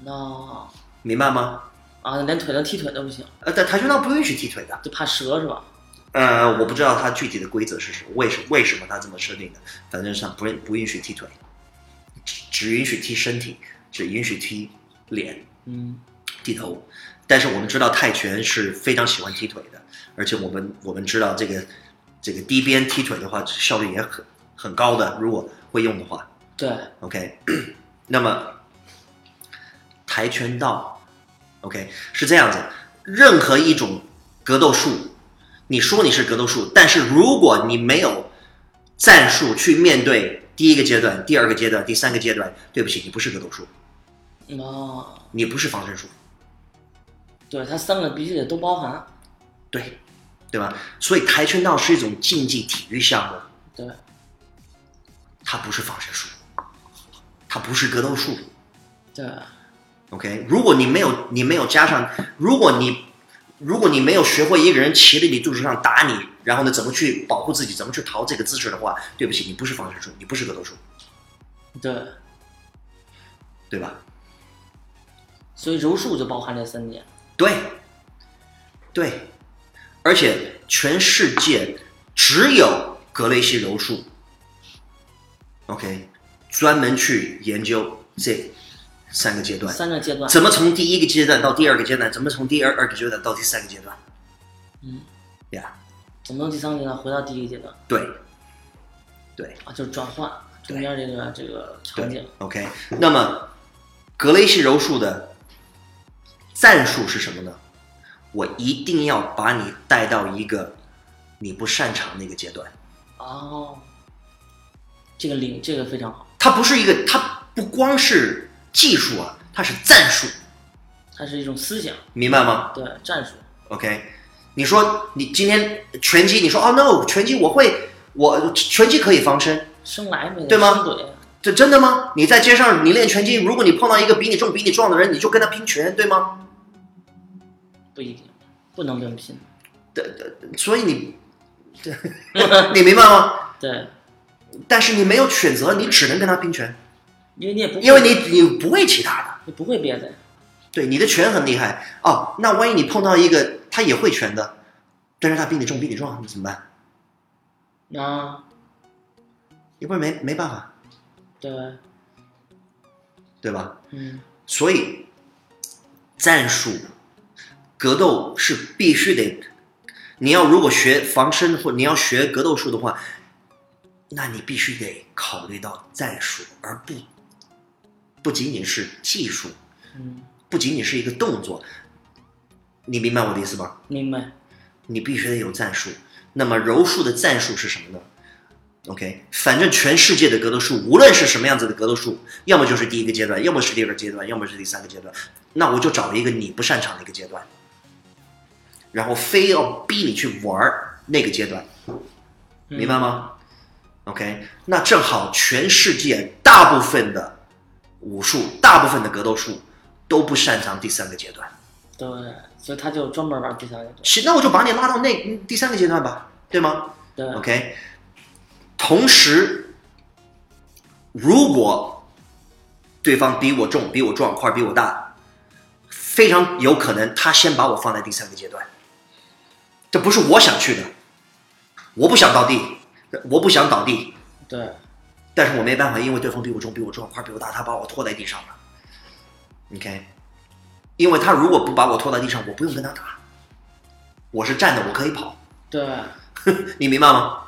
[SPEAKER 1] 那
[SPEAKER 3] 明白吗？
[SPEAKER 1] 啊，连腿都踢腿都不行，
[SPEAKER 3] 呃，但跆拳道不允许踢腿的，
[SPEAKER 1] 就怕折是吧？
[SPEAKER 3] 呃，我不知道它具体的规则是什么，为什为什么它这么设定的，反正上不允不允许踢腿，只只允许踢身体，只允许踢脸，
[SPEAKER 1] 嗯
[SPEAKER 3] 剃头。但是我们知道泰拳是非常喜欢踢腿的，而且我们我们知道这个这个低边踢腿的话效率也很很高的，如果会用的话
[SPEAKER 1] 对，
[SPEAKER 3] ，OK。那 *clears throat* 么跆拳道，OK 是这样子，任何一种格斗术，你说你是格斗术，但是如果你没有战术去面对第一个阶段、第二个阶段、第三个阶段，对不起，你不是格斗术，
[SPEAKER 1] 哦，
[SPEAKER 3] 你不是防身术。
[SPEAKER 1] 对，它三个必须得都包含。
[SPEAKER 3] 对，对吧？所以跆拳道是一种竞技体育项目，
[SPEAKER 1] 对，
[SPEAKER 3] 它不是防身术，它不是格斗术。
[SPEAKER 1] 对，
[SPEAKER 3] OK，如果你没有你没有加上，如果你如果你没有学会一个人骑在你肚子上打你，然后呢怎么去保护自己，怎么去逃这个姿势的话，对不起，你不是防身术，你不是格斗术，
[SPEAKER 1] 对，
[SPEAKER 3] 对吧？
[SPEAKER 1] 所以柔术就包含这三点。
[SPEAKER 3] 对，对，而且全世界只有格雷西柔术，OK，专门去研究这三个阶段，
[SPEAKER 1] 三个阶段。
[SPEAKER 3] 怎么从第一个阶段到第二个阶段，怎么从第二二个阶段到第三个阶段，
[SPEAKER 1] 嗯，
[SPEAKER 3] 呀、
[SPEAKER 1] 怎么从第三个阶段回到第一个阶段
[SPEAKER 3] 对，对，
[SPEAKER 1] 啊？就是转换中间这个这个场景
[SPEAKER 3] 对。，OK，那么格雷西柔术的战术是什么呢？我一定要把你带到一个你不擅长那个阶段。
[SPEAKER 1] 哦，这个领这个非常好，
[SPEAKER 3] 它不是一个，它不光是技术啊，它是战术，
[SPEAKER 1] 它是一种思想，
[SPEAKER 3] 明白吗
[SPEAKER 1] 对战术。
[SPEAKER 3] ？OK，你说你今天拳击，你说哦 no，拳击我会，我拳击可以防身，
[SPEAKER 1] 生来没得
[SPEAKER 3] 对吗
[SPEAKER 1] 生怼，
[SPEAKER 3] 这真的吗？你在街上你练拳击，如果你碰到一个比你重比你壮的人，你就跟他拼拳，对吗？
[SPEAKER 1] 不一定，不能这么拼。
[SPEAKER 3] 所以你 *laughs* 你明白吗？
[SPEAKER 1] 对，
[SPEAKER 3] 但是你没有选择，你只能跟他拼拳，
[SPEAKER 1] 因为你也不
[SPEAKER 3] 因为你你不会其他的。
[SPEAKER 1] 你不会别的，
[SPEAKER 3] 对，你的拳很厉害哦，那万一你碰到一个他也会拳的，但是他比你重，比你壮，你怎么办？
[SPEAKER 1] 啊，
[SPEAKER 3] 你不是没没办法，
[SPEAKER 1] 对，
[SPEAKER 3] 对吧？
[SPEAKER 1] 嗯，
[SPEAKER 3] 所以，战术、格斗是必须得。你要如果学防身或你要学格斗术的话，那你必须得考虑到战术，而不不仅仅是技术，
[SPEAKER 1] 嗯，
[SPEAKER 3] 不仅仅是一个动作。你明白我的意思吧？
[SPEAKER 1] 明白，
[SPEAKER 3] 你必须得有战术。那么柔术的战术是什么呢？OK，反正全世界的格斗术，无论是什么样子的格斗术，要么就是第一个阶段，要么是第二个阶段，要么是第三个阶段。那我就找了一个你不擅长的一个阶段，然后非要逼你去玩儿那个阶段，
[SPEAKER 1] 嗯
[SPEAKER 3] 明白吗、o k 那正好全世界大部分的武术，大部分的格斗术都不擅长第三个阶段。
[SPEAKER 1] 对，所以他就专门玩第三个，
[SPEAKER 3] 行，那我就把你拉到那嗯第三个阶段吧，对吗？
[SPEAKER 1] 对，
[SPEAKER 3] OK，同时，如果对方比我重、比我壮、块儿比我大，非常有可能他先把我放在第三个阶段。这不是我想去的，我不想倒地，我不想倒地，
[SPEAKER 1] 对，
[SPEAKER 3] 但是我没办法，因为对方比我重、比我壮、块儿比我大，他把我拖在地上了。OK，因为他如果不把我拖在地上，我不用跟他打，我是站的，我可以跑。
[SPEAKER 1] 对，
[SPEAKER 3] 你明白吗？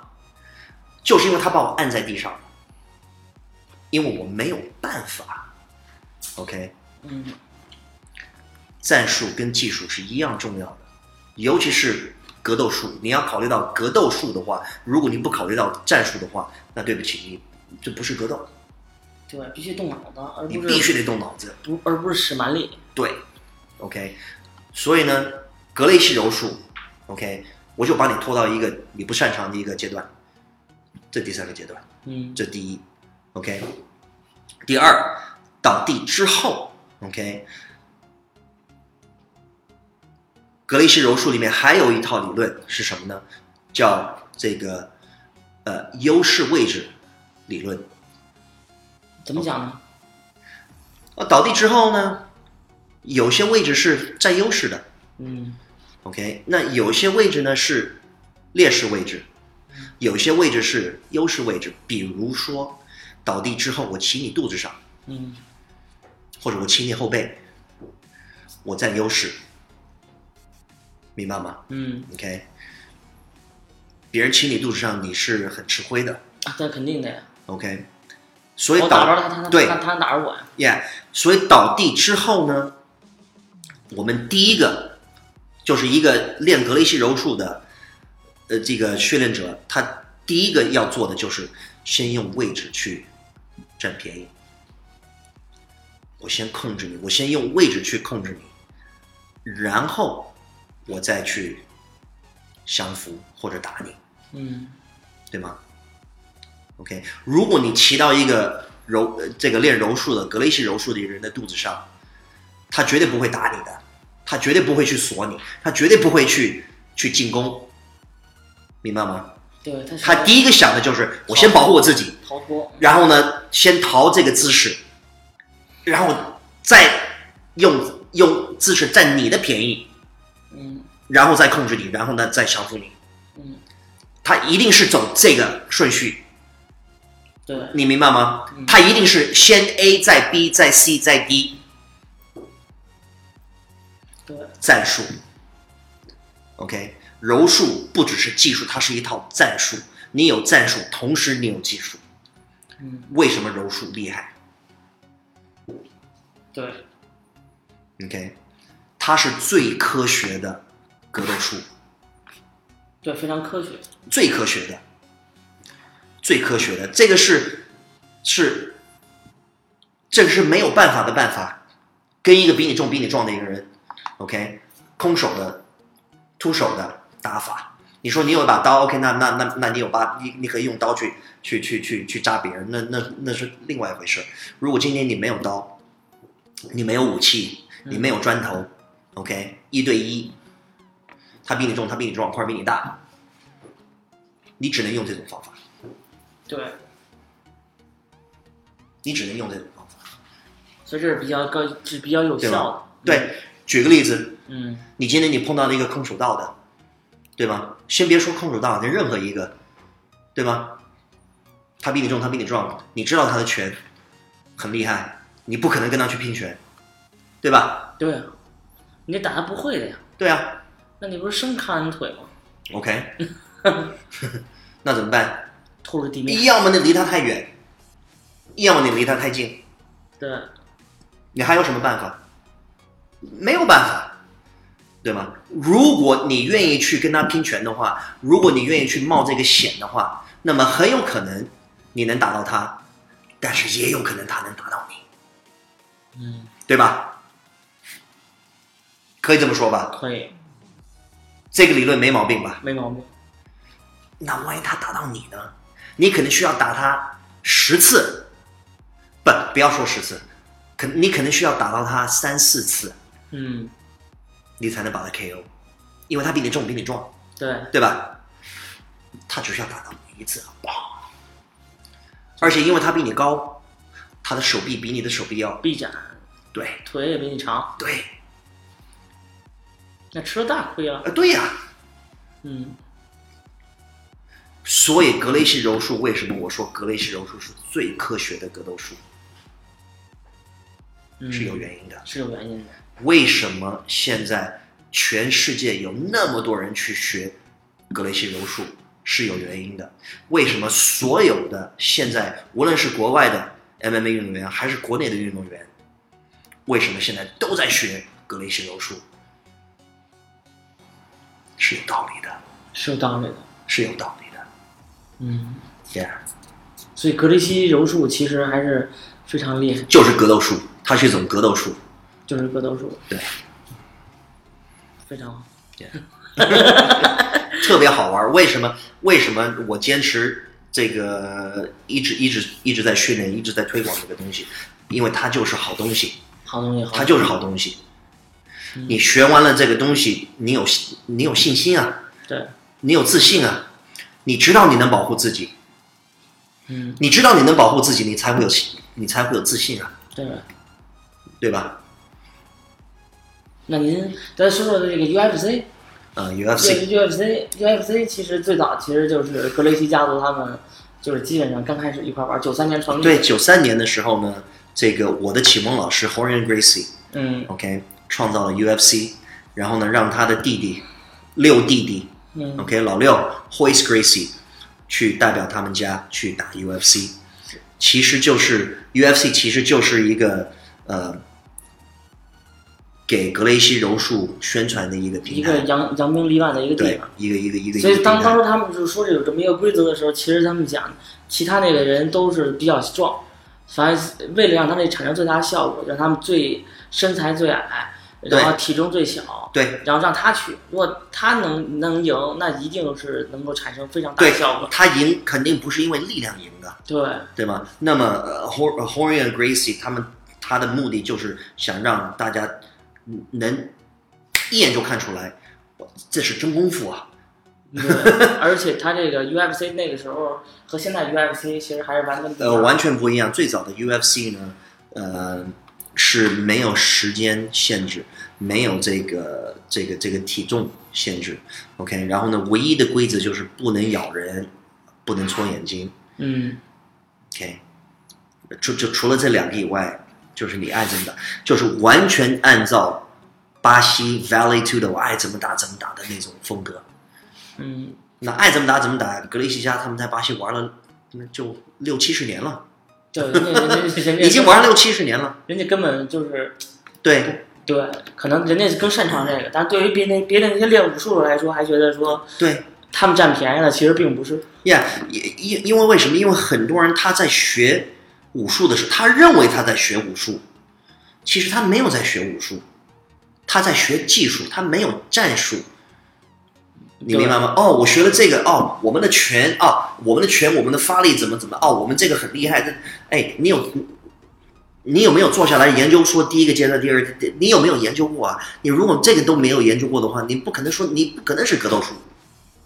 [SPEAKER 3] 就是因为他把我按在地上，因为我没有办法。OK，
[SPEAKER 1] 嗯，
[SPEAKER 3] 战术跟技术是一样重要的，尤其是格斗术。你要考虑到格斗术的话，如果你不考虑到战术的话，那对不起，你这不是格斗，
[SPEAKER 1] 对，必须动脑子，而
[SPEAKER 3] 你
[SPEAKER 1] 不
[SPEAKER 3] 必须
[SPEAKER 1] 是
[SPEAKER 3] 得动脑子。
[SPEAKER 1] 不而不是使蛮力，
[SPEAKER 3] 对，OK，所以呢，格雷西柔术，OK，我就把你拖到一个你不擅长的一个阶段，这第三个阶段。
[SPEAKER 1] 嗯，
[SPEAKER 3] 这第一，OK。第二，倒地之后，OK。格雷西柔术里面还有一套理论是什么呢？叫这个呃优势位置理论。
[SPEAKER 1] 怎么讲呢？
[SPEAKER 3] 呃，倒地之后呢，有些位置是占优势的
[SPEAKER 1] 嗯，
[SPEAKER 3] ，OK。那有些位置呢是劣势位置，有些位置是优势位置。比如说，倒地之后我骑你肚子上。
[SPEAKER 1] 嗯，
[SPEAKER 3] 或者我亲你后背，我占优势，明白吗
[SPEAKER 1] 嗯，
[SPEAKER 3] ？OK，别人亲你肚子上，你是很吃亏的。
[SPEAKER 1] 啊，那肯定的呀，
[SPEAKER 3] OK，所以
[SPEAKER 1] 我打着他，他
[SPEAKER 3] 倒
[SPEAKER 1] 他
[SPEAKER 3] 对
[SPEAKER 1] 他他打着我呀，
[SPEAKER 3] ，Yeah，所以倒地之后呢，我们第一个就是一个练格雷西柔术的，呃，这个训练者，他第一个要做的就是先用位置去占便宜。我先控制你，我先用位置去控制你，然后我再去降服或者打你。
[SPEAKER 1] 嗯，
[SPEAKER 3] 对吗？OK，如果你骑到一个柔呃这个练柔术的格雷西柔术的一个人的肚子上，他绝对不会打你的，他绝对不会去锁你，他绝对不会去去进攻，明白吗？
[SPEAKER 1] 对，他是
[SPEAKER 3] 他第一个想的就是我先保护我自己，
[SPEAKER 1] 逃脱，
[SPEAKER 3] 然后呢先逃这个姿势，然后再用用姿势占你的便宜，
[SPEAKER 1] 嗯
[SPEAKER 3] 然后再控制你，然后呢再降服你。
[SPEAKER 1] 嗯，
[SPEAKER 3] 他一定是走这个顺序，
[SPEAKER 1] 对，
[SPEAKER 3] 你明白吗
[SPEAKER 1] 嗯？
[SPEAKER 3] 他一定是先 A 再 B 再 C 再 D
[SPEAKER 1] 对，
[SPEAKER 3] 战术。OK，柔术不只是技术，它是一套战术。你有战术，同时你有技术。
[SPEAKER 1] 嗯，
[SPEAKER 3] 为什么柔术厉害
[SPEAKER 1] 对，
[SPEAKER 3] ？OK，它是最科学的格斗术，
[SPEAKER 1] 对，非常科学，
[SPEAKER 3] 最科学的，最科学的。这个是是这个是没有办法的办法，跟一个比你重、比你壮的一个人，OK，空手的、徒手的打法。你说你有一把刀，OK，那那那那你有把你你可以用刀去去去去去扎别人，那那那是另外一回事。如果今天你没有刀，你没有武器，你没有砖头、o k 一对一，他比你重，他比你壮，块儿比你大你只能用这种方法，
[SPEAKER 1] 对，
[SPEAKER 3] 你只能用这种方法。
[SPEAKER 1] 所以这是比较高，是比较有效的。
[SPEAKER 3] 对，举个例子，
[SPEAKER 1] 嗯，
[SPEAKER 3] 你今天你碰到了一个空手道的，对吧？先别说空手道，那任何一个，对吧？他比你重，他比你壮，你知道他的拳很厉害，你不可能跟他去拼拳，对吧？
[SPEAKER 1] 对啊，你得打他不会的呀，
[SPEAKER 3] 对啊
[SPEAKER 1] 那你不是生砍人腿吗？
[SPEAKER 3] ，OK，那怎么办？
[SPEAKER 1] 透着地面，
[SPEAKER 3] 要么你离他太远，要么你离他太近，
[SPEAKER 1] 对，
[SPEAKER 3] 你还有什么办法？没有办法，对吗？如果你愿意去跟他拼拳的话，如果你愿意去冒这个险的话，那么很有可能你能打到他，但是也有可能他能打到你，
[SPEAKER 1] 嗯，
[SPEAKER 3] 对吧？可以这么说吧，
[SPEAKER 1] 可以，
[SPEAKER 3] 这个理论没毛病吧？
[SPEAKER 1] 没毛病。
[SPEAKER 3] 那万一他打到你呢？你可能需要打他十次，不，不要说十次，可你可能需要打到他三四次，
[SPEAKER 1] 嗯，
[SPEAKER 3] 你才能把他 KO，因为他比你重，比你壮，
[SPEAKER 1] 对，
[SPEAKER 3] 对吧？他只需要打到你一次，砰！而且因为他比你高，他的手臂比你的手臂要
[SPEAKER 1] 臂展，
[SPEAKER 3] 对
[SPEAKER 1] 腿也比你长，
[SPEAKER 3] 对
[SPEAKER 1] 那吃了大亏了。
[SPEAKER 3] 呃对呀、
[SPEAKER 1] 嗯，
[SPEAKER 3] 所以格雷西柔术为什么我说格雷西柔术是最科学的格斗术，
[SPEAKER 1] 嗯
[SPEAKER 3] 是有原因的。
[SPEAKER 1] 是有原因的。
[SPEAKER 3] 为什么现在全世界有那么多人去学格雷西柔术是有原因的？为什么所有的现在无论是国外的 MMA 运动员还是国内的运动员，为什么现在都在学格雷西柔术？是有道理的，
[SPEAKER 1] 是有道理的。
[SPEAKER 3] 是有道理的。
[SPEAKER 1] 嗯，
[SPEAKER 3] 这样
[SPEAKER 1] 所以格雷西柔术其实还是非常厉害，
[SPEAKER 3] 就是格斗术，它是一种格斗术。
[SPEAKER 1] 就是格斗术
[SPEAKER 3] 对，
[SPEAKER 1] 非常好。
[SPEAKER 3] 特别好玩儿。为什么？为什么我坚持这个一直一直一直在训练，一直在推广这个东西？因为它就是好东西，
[SPEAKER 1] 好东西好，
[SPEAKER 3] 它就是好东西。你学完了这个东西，你有信你有信心啊，
[SPEAKER 1] 对，
[SPEAKER 3] 你有自信啊，你知道你能保护自己，
[SPEAKER 1] 嗯，
[SPEAKER 3] 你知道你能保护自己，你才会有信你才会有自信啊，
[SPEAKER 1] 对。
[SPEAKER 3] 对吧？
[SPEAKER 1] 那您再说说这个 UFC，
[SPEAKER 3] 呃
[SPEAKER 1] 这
[SPEAKER 3] ，UFC，
[SPEAKER 1] 个 UFC UFC 其实最早其实就是格雷西家族他们就是基本上刚开始一块玩，九三年成立。
[SPEAKER 3] 对，，九三年的时候呢，这个我的启蒙老师 Horan Gracie，
[SPEAKER 1] 嗯
[SPEAKER 3] OK，创造了 UFC，然后呢，让他的弟弟六弟弟
[SPEAKER 1] 嗯
[SPEAKER 3] OK 老六 Hoist Gracie 去代表他们家去打 UFC，其实就是 UFC 其实就是一个呃给格雷西柔术宣传的一个
[SPEAKER 1] 一
[SPEAKER 3] 平
[SPEAKER 1] 个
[SPEAKER 3] 台，
[SPEAKER 1] 扬扬名立万的一个地
[SPEAKER 3] 对
[SPEAKER 1] 方。，
[SPEAKER 3] 一个一个一个一
[SPEAKER 1] 所以
[SPEAKER 3] 个平
[SPEAKER 1] 当当
[SPEAKER 3] 台，
[SPEAKER 1] 时他们就说这有这么一个规则的时候，其实他们讲其他那个人都是比较壮，反正为了让他们产生最大的效果，让他们最身材最矮，然后
[SPEAKER 3] 对
[SPEAKER 1] 体重最小，
[SPEAKER 3] 对
[SPEAKER 1] 然后让他去，如果他能能赢，那一定是能够产生非常大的
[SPEAKER 3] 对
[SPEAKER 1] 效果，。
[SPEAKER 3] 他赢肯定不是因为力量赢的，
[SPEAKER 1] 对，
[SPEAKER 3] 对吗？那么呃 Hor Horian Gracie 他们他的目的就是想让大家嗯能一眼就看出来，哇这是真功夫啊！
[SPEAKER 1] *laughs* 对嗯而且他这个 UFC 那个时候和现在 UFC 其实还是完全不一样
[SPEAKER 3] 呃，完全不一样。最早的 UFC 呢，呃，是没有时间限制，没有这个这个这个体重限制。OK，然后呢，唯一的规则就是不能咬人，不能戳眼睛。
[SPEAKER 1] 嗯，
[SPEAKER 3] OK，除就除了这两个以外，就是你爱怎么打，就是完全按照巴西 Valley Two 的我爱怎么打怎么打的那种风格。
[SPEAKER 1] 嗯，
[SPEAKER 3] 那爱怎么打怎么打，格雷西加他们在巴西玩了那就六七十年了，
[SPEAKER 1] 对，人家人家人家
[SPEAKER 3] *laughs* 已经玩了六七十年了。
[SPEAKER 1] 人家根本就是
[SPEAKER 3] 对
[SPEAKER 1] 对，可能人家更擅长这个，但对于别那别的那些练武术的来说，还觉得说
[SPEAKER 3] 对
[SPEAKER 1] 他们占便宜了，其实并不是。
[SPEAKER 3] ，Yeah，因因因为为什么？因为很多人他在学武术的时候，他认为他在学武术，其实他没有在学武术，他在学技术，他没有战术。你明白吗？哦，我学了这个哦，我们的拳哦，我们的拳，我们的发力怎么怎么哦，我们这个很厉害。这哎，你有你有没有坐下来研究说第一个阶段、第二个阶段？你有没有研究过啊？你如果这个都没有研究过的话，你不可能说你不可能是格斗术，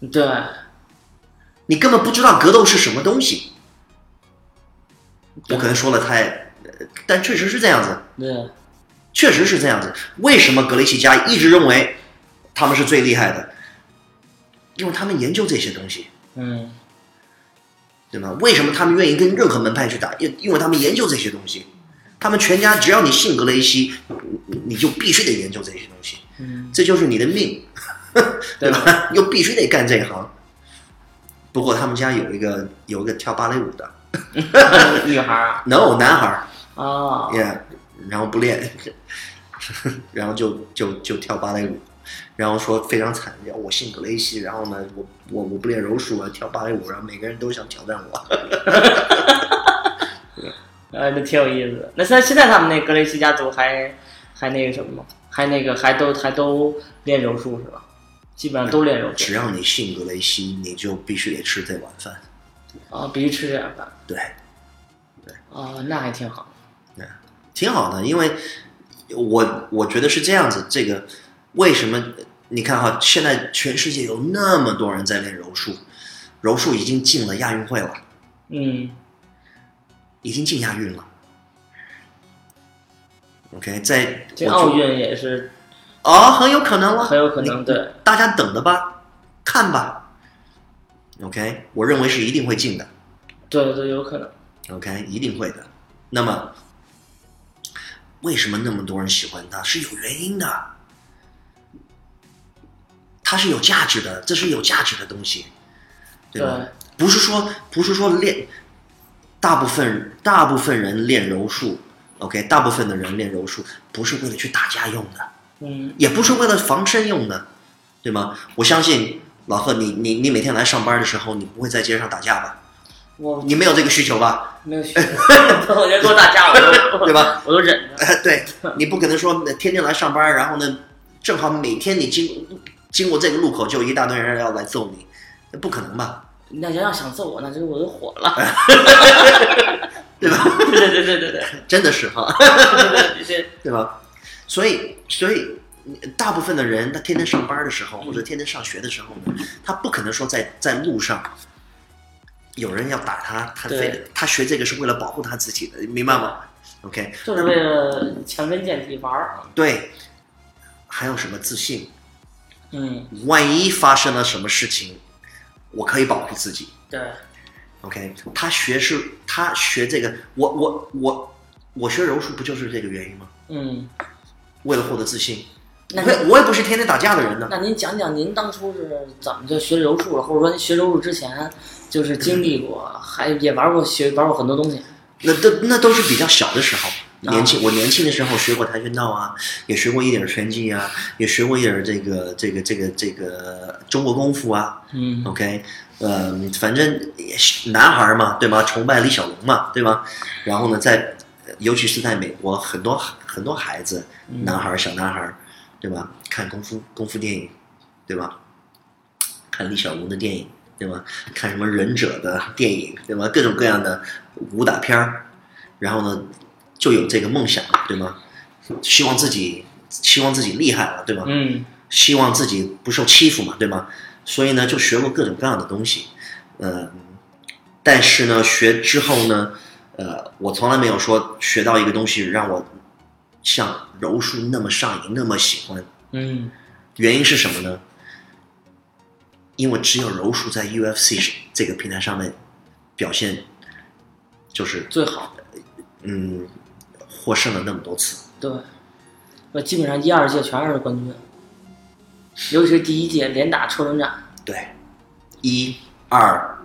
[SPEAKER 1] 对，
[SPEAKER 3] 你根本不知道格斗是什么东西。我可能说了太，呃但确实是这样子，
[SPEAKER 1] 对，
[SPEAKER 3] 确实是这样子。为什么格雷西加一直认为他们是最厉害的？因为他们研究这些东西，
[SPEAKER 1] 嗯，
[SPEAKER 3] 对吗？为什么他们愿意跟任何门派去打？因因为他们研究这些东西，他们全家只要你信格雷西，你你就必须得研究这些东西，
[SPEAKER 1] 嗯，
[SPEAKER 3] 这就是你的命， *laughs* 对吧？又必须得干这一行。不过他们家有一个有一个跳芭蕾舞的
[SPEAKER 1] *laughs* 女孩儿啊，
[SPEAKER 3] ，no 男孩儿
[SPEAKER 1] 哦，
[SPEAKER 3] ，yeah，然后不练， *laughs* 然后就就就跳芭蕾舞，然后说非常惨，我信格雷西，然后呢，我我我不练柔术，我跳芭蕾舞，然后每个人都想挑战我。
[SPEAKER 1] 呃，那挺有意思的。那现在现在他们那格雷西家族还还那个什么吗？还那个还都还都练柔术是吧？基本上都练柔术
[SPEAKER 3] 只要你信格雷西，你就必须得吃这碗饭。
[SPEAKER 1] 啊，必须吃这样饭
[SPEAKER 3] 对，
[SPEAKER 1] 啊，那还挺好。
[SPEAKER 3] 挺好的，因为我我觉得是这样子。这个为什么？你看哈，现在全世界有那么多人在练柔术，柔术已经进了亚运会了，
[SPEAKER 1] 嗯，
[SPEAKER 3] 已经进亚运了。OK，在
[SPEAKER 1] 这
[SPEAKER 3] 我
[SPEAKER 1] 奥
[SPEAKER 3] 觉
[SPEAKER 1] 运也是
[SPEAKER 3] 哦，很有可能了，
[SPEAKER 1] 很有可能
[SPEAKER 3] 你 *laughs*
[SPEAKER 1] 对，
[SPEAKER 3] 大家等着吧，看吧。OK，我认为是一定会进的。
[SPEAKER 1] 对对有可能。
[SPEAKER 3] OK，一定会的。那么，为什么那么多人喜欢它？是有原因的，它是有价值的，这是有价值的东西，对吧？
[SPEAKER 1] 对
[SPEAKER 3] 不是说不是说练，大部分大部分人练柔术，OK，大部分的人练柔术不是为了去打架用的，
[SPEAKER 1] 嗯，
[SPEAKER 3] 也不是为了防身用的，对吗？我相信老贺，你你你每天来上班的时候，你不会在街上打架吧？
[SPEAKER 1] 我
[SPEAKER 3] 你没有这个需求吧？ *laughs*
[SPEAKER 1] 没有学，我觉得给我打架我都
[SPEAKER 3] 对吧？
[SPEAKER 1] 我都忍着。
[SPEAKER 3] 哎，对你不可能说呃天天来上班，然后呢，正好每天你经经过这个路口就有一大堆人要来揍你，那不可能吧？
[SPEAKER 1] 那要要想揍我，那这我就火了。
[SPEAKER 3] *laughs* 对吧？
[SPEAKER 1] *laughs* 对对对对对对
[SPEAKER 3] 真的是哈，
[SPEAKER 1] 对对对，
[SPEAKER 3] 对吧？所以，所以你大部分的人，他天天上班的时候，或者天天上学的时候呢，他不可能说在在路上。有人要打他，他
[SPEAKER 1] 对
[SPEAKER 3] 非他学这个是为了保护他自己的，明白吗？OK，
[SPEAKER 1] 就是为了强身健体玩儿。啊
[SPEAKER 3] 对，还有什么自信？
[SPEAKER 1] 嗯，
[SPEAKER 3] 万一发生了什么事情，我可以保护自己。
[SPEAKER 1] 对，
[SPEAKER 3] OK，他学是，他学这个，我我我我学柔术不就是这个原因吗？
[SPEAKER 1] 嗯。
[SPEAKER 3] 为了获得自信。
[SPEAKER 1] 那
[SPEAKER 3] 我也我也不是天天打架的人呢。
[SPEAKER 1] 那您讲讲您当初是怎么就学柔术了，或者说您学柔术之前就是经历过，还也玩过学玩过很多东西。
[SPEAKER 3] 那都那都是比较小的时候，年轻、我年轻的时候学过跆拳道啊，也学过一点儿拳击啊，也学过一点儿这个这个这个这个中国功夫啊。
[SPEAKER 1] 嗯
[SPEAKER 3] OK，呃，反正也是男孩儿嘛，对吗？崇拜李小龙嘛，对吗？然后呢，在尤其是在美国，很多很多孩子，男孩儿、小男孩儿，对吧？看功夫功夫电影，对吧？看李小龙的电影，对吧？看什么忍者的电影，对吧？各种各样的武打片儿，然后呢，就有这个梦想，对吗？希望自己希望自己厉害了，对吗？
[SPEAKER 1] 嗯
[SPEAKER 3] 希望自己不受欺负嘛，对吗？所以呢，就学过各种各样的东西，嗯，但是呢，学之后呢，呃，我从来没有说学到一个东西让我像柔术那么上瘾，那么喜欢。
[SPEAKER 1] 嗯
[SPEAKER 3] 原因是什么呢？因为只有柔术在 UFC 这个平台上面表现，就是
[SPEAKER 1] 最好
[SPEAKER 3] 嗯，获胜了那么多次。
[SPEAKER 1] 对，我基本上一二届全是冠军，尤其是第一届连打抽人战
[SPEAKER 3] 对，一二，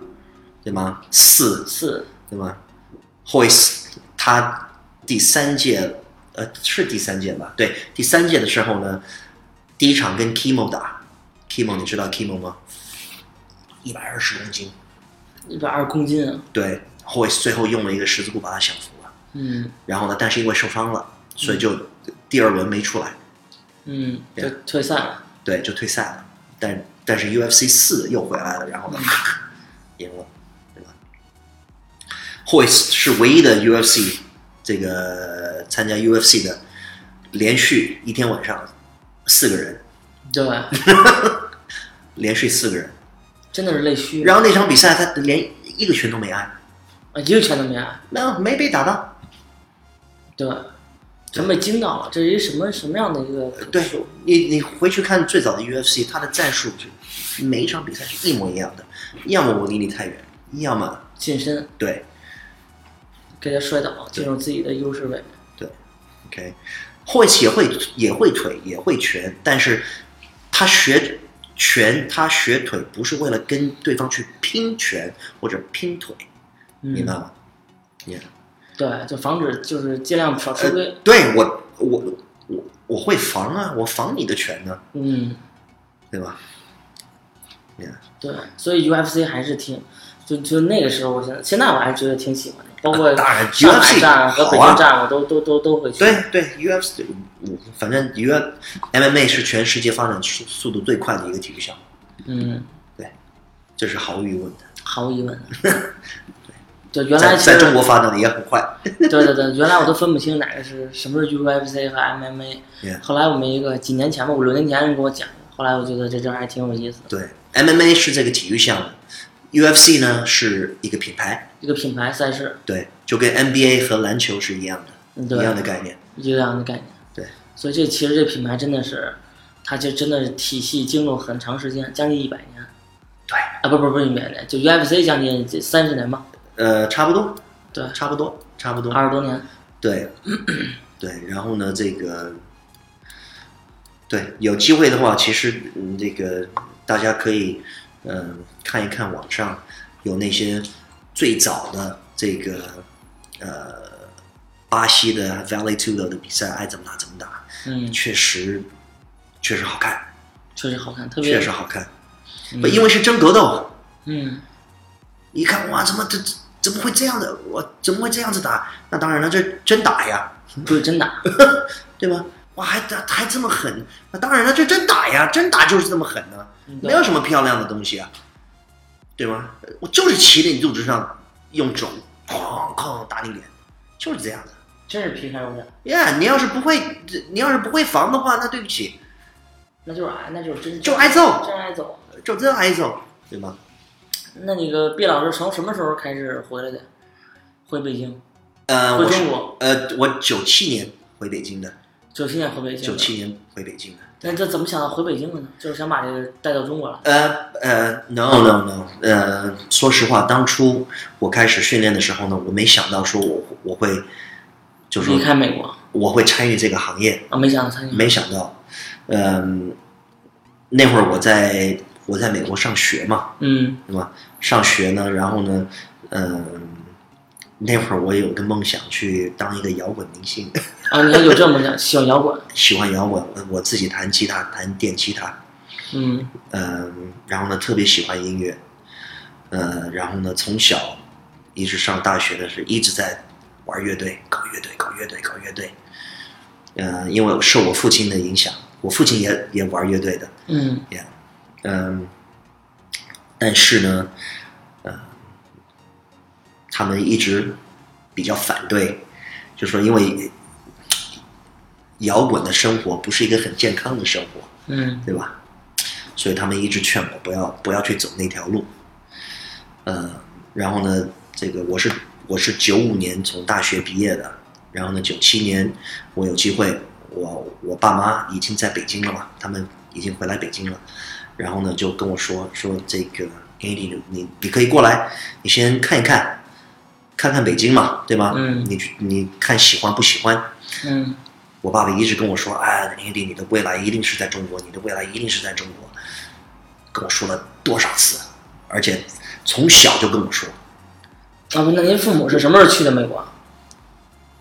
[SPEAKER 3] 对吗？四
[SPEAKER 1] 四，
[SPEAKER 3] 对吗？后卫斯他第三届，呃，是第三届吧？对，第三届的时候呢，第一场跟 Kimo 打，Kimo 你知道 Kimo 吗？一百二十公斤，
[SPEAKER 1] 一百二十公斤啊。
[SPEAKER 3] 对，后卫斯最后用了一个十字固把他降服了，
[SPEAKER 1] 嗯
[SPEAKER 3] 然后呢，但是因为受伤了，所以就第二轮没出来，
[SPEAKER 1] 嗯，就
[SPEAKER 3] Yeah
[SPEAKER 1] 退赛了。
[SPEAKER 3] 对，就退赛了。但但是 UFC 四又回来了，然后呢， *laughs* 赢了，对吧？霍维斯是唯一的 UFC 这个参加 UFC 的，连续一
[SPEAKER 1] *laughs*
[SPEAKER 3] 天晚上四个人，
[SPEAKER 1] 对，
[SPEAKER 3] 连续四个人
[SPEAKER 1] 真的是累虚了，
[SPEAKER 3] 然后那场比赛他连一个拳都没挨，
[SPEAKER 1] 啊一个拳都没挨，
[SPEAKER 3] 没有没被打到。
[SPEAKER 1] 对吧？全被惊到了，这是一什么什么样的一个
[SPEAKER 3] 对你，你回去看最早的 UFC，他的战术就每一场比赛是一模一样的，要么我离你太远，要么
[SPEAKER 1] 近身
[SPEAKER 3] 对
[SPEAKER 1] 给他摔倒，进入自己的优势位？
[SPEAKER 3] 对，OK，会也会也会腿也会拳，但是他学拳他学腿不是为了跟对方去拼拳或者拼腿，明
[SPEAKER 1] 嗯
[SPEAKER 3] 白，吗？Yeah.
[SPEAKER 1] 对，就防止就是尽量少吃亏
[SPEAKER 3] 呃，，对我我我我会防啊，我防你的拳呢、
[SPEAKER 1] 嗯，
[SPEAKER 3] 对吧？Yeah.
[SPEAKER 1] 对，所以 UFC 还是挺，就就那个时候，我现在现在我还是觉得挺喜欢的，包括
[SPEAKER 3] 啊当然
[SPEAKER 1] 上海
[SPEAKER 3] UFC
[SPEAKER 1] 站和北
[SPEAKER 3] 好啊
[SPEAKER 1] 京站，我都都都都会去。
[SPEAKER 3] 对对，UFC，嗯反正 U MMA 是全世界发展速速度最快的一个体育项目，
[SPEAKER 1] 嗯，
[SPEAKER 3] 这是毫无疑问的。
[SPEAKER 1] 毫无疑问。
[SPEAKER 3] *laughs*
[SPEAKER 1] 对，原来
[SPEAKER 3] 在
[SPEAKER 1] 其
[SPEAKER 3] 在
[SPEAKER 1] 实
[SPEAKER 3] 中国发展的也很快。
[SPEAKER 1] 对对对，原来我都分不清哪个是什么是 UFC 和 MMA。
[SPEAKER 3] *laughs* Yeah
[SPEAKER 1] 后来我们一个几年前吧，五六年前人给我讲过，后来我觉得这这还挺有意思的，
[SPEAKER 3] 对，MMA 是这个体育项目，UFC 呢是一个品牌，
[SPEAKER 1] 一个品牌赛事，
[SPEAKER 3] 对，就跟 NBA 和篮球是一样
[SPEAKER 1] 嗯
[SPEAKER 3] 的，一样
[SPEAKER 1] 对，
[SPEAKER 3] 的概念。
[SPEAKER 1] 一个样的概念。
[SPEAKER 3] 对，
[SPEAKER 1] 所以这其实这品牌真的是，它就真的是体系经过很长时间，将近一百年。
[SPEAKER 3] 对，
[SPEAKER 1] 啊，不不不是一百年，就 UFC 将近三十年吧，
[SPEAKER 3] 呃，差不多，
[SPEAKER 1] 对
[SPEAKER 3] 差不多，差不多。
[SPEAKER 1] 二十多年。
[SPEAKER 3] 对，对，然后呢，这个，对，有机会的话，其实嗯，这个大家可以嗯、呃看一看网上有那些最早的这个呃巴西的 Valley Tudo 的比赛，爱怎么打怎么打，
[SPEAKER 1] 嗯，
[SPEAKER 3] 确实确实好看，
[SPEAKER 1] 确实好看，特别
[SPEAKER 3] 确实好看，不因为是真格斗，
[SPEAKER 1] 嗯，
[SPEAKER 3] 一看哇，怎么这这怎么会这样的？我怎么会这样子打？那当然了，这真打呀。
[SPEAKER 1] 不是真打，
[SPEAKER 3] 对吧？哇，还打还这么狠？那当然了，这真打呀，真打就是这么狠呢、
[SPEAKER 1] 嗯
[SPEAKER 3] 没有什么漂亮的东西啊，对吗？呃我就是骑在你肚子上，用肘哐哐打你脸，就是这样的。
[SPEAKER 1] 真是皮开肉绽，
[SPEAKER 3] 呀、你要是不会，你要是不会防的话，那对不起，
[SPEAKER 1] 那就是挨，那就是真
[SPEAKER 3] 就挨揍
[SPEAKER 1] 真挨揍。
[SPEAKER 3] 就真挨揍，对吗？
[SPEAKER 1] 那那个毕老师从什么时候开始回来的？回北京，
[SPEAKER 3] 呃，
[SPEAKER 1] 回
[SPEAKER 3] 我是
[SPEAKER 1] 中国，
[SPEAKER 3] 呃，我九七年回北京的，
[SPEAKER 1] 九七年回北京。
[SPEAKER 3] 九。七年回北京的。
[SPEAKER 1] 那这怎么想到回北京的呢？就是想把这个带到中国来。
[SPEAKER 3] 呃呃，no no no，呃，说实话，当初我开始训练的时候呢，我没想到说我我会，就
[SPEAKER 1] 离
[SPEAKER 3] 是
[SPEAKER 1] 开美国
[SPEAKER 3] 我会参与这个行业，
[SPEAKER 1] 啊，没想到参加。
[SPEAKER 3] 没想到，嗯、那会儿我在我在美国上学嘛，
[SPEAKER 1] 嗯
[SPEAKER 3] 对吧？上学呢，然后呢，嗯、那会儿我有个梦想去当一个摇滚明星，
[SPEAKER 1] 啊，你还有这么想喜欢摇滚？
[SPEAKER 3] 喜欢摇滚，我我自己弹吉他，弹电吉他，
[SPEAKER 1] 嗯
[SPEAKER 3] 嗯，然后呢，特别喜欢音乐，呃，然后呢，从小一直上大学的时候，一直在玩乐队，搞乐队，搞乐队，搞乐队。呃，因为受我父亲的影响，我父亲也也玩乐队的，
[SPEAKER 1] 嗯
[SPEAKER 3] 嗯，但是呢，呃，他们一直比较反对，就说因为摇滚的生活不是一个很健康的生活，
[SPEAKER 1] 嗯
[SPEAKER 3] 对吧？所以他们一直劝我不要不要去走那条路。呃，然后呢，这个我是我是九五年从大学毕业的，然后呢，九七年我有机会，我我爸妈已经在北京了嘛，他们已经回来北京了，然后呢就跟我说说这个 Andy，你你可以过来，你先看一看，看看北京嘛，对吧？
[SPEAKER 1] 嗯
[SPEAKER 3] 你去你看喜欢不喜欢？
[SPEAKER 1] 嗯
[SPEAKER 3] 我爸爸一直跟我说：“哎，Andy，你的未来一定是在中国，你的未来一定是在中国。”跟我说了多少次，而且从小就跟我说，
[SPEAKER 1] 啊不，那您父母是什么时候去的美国？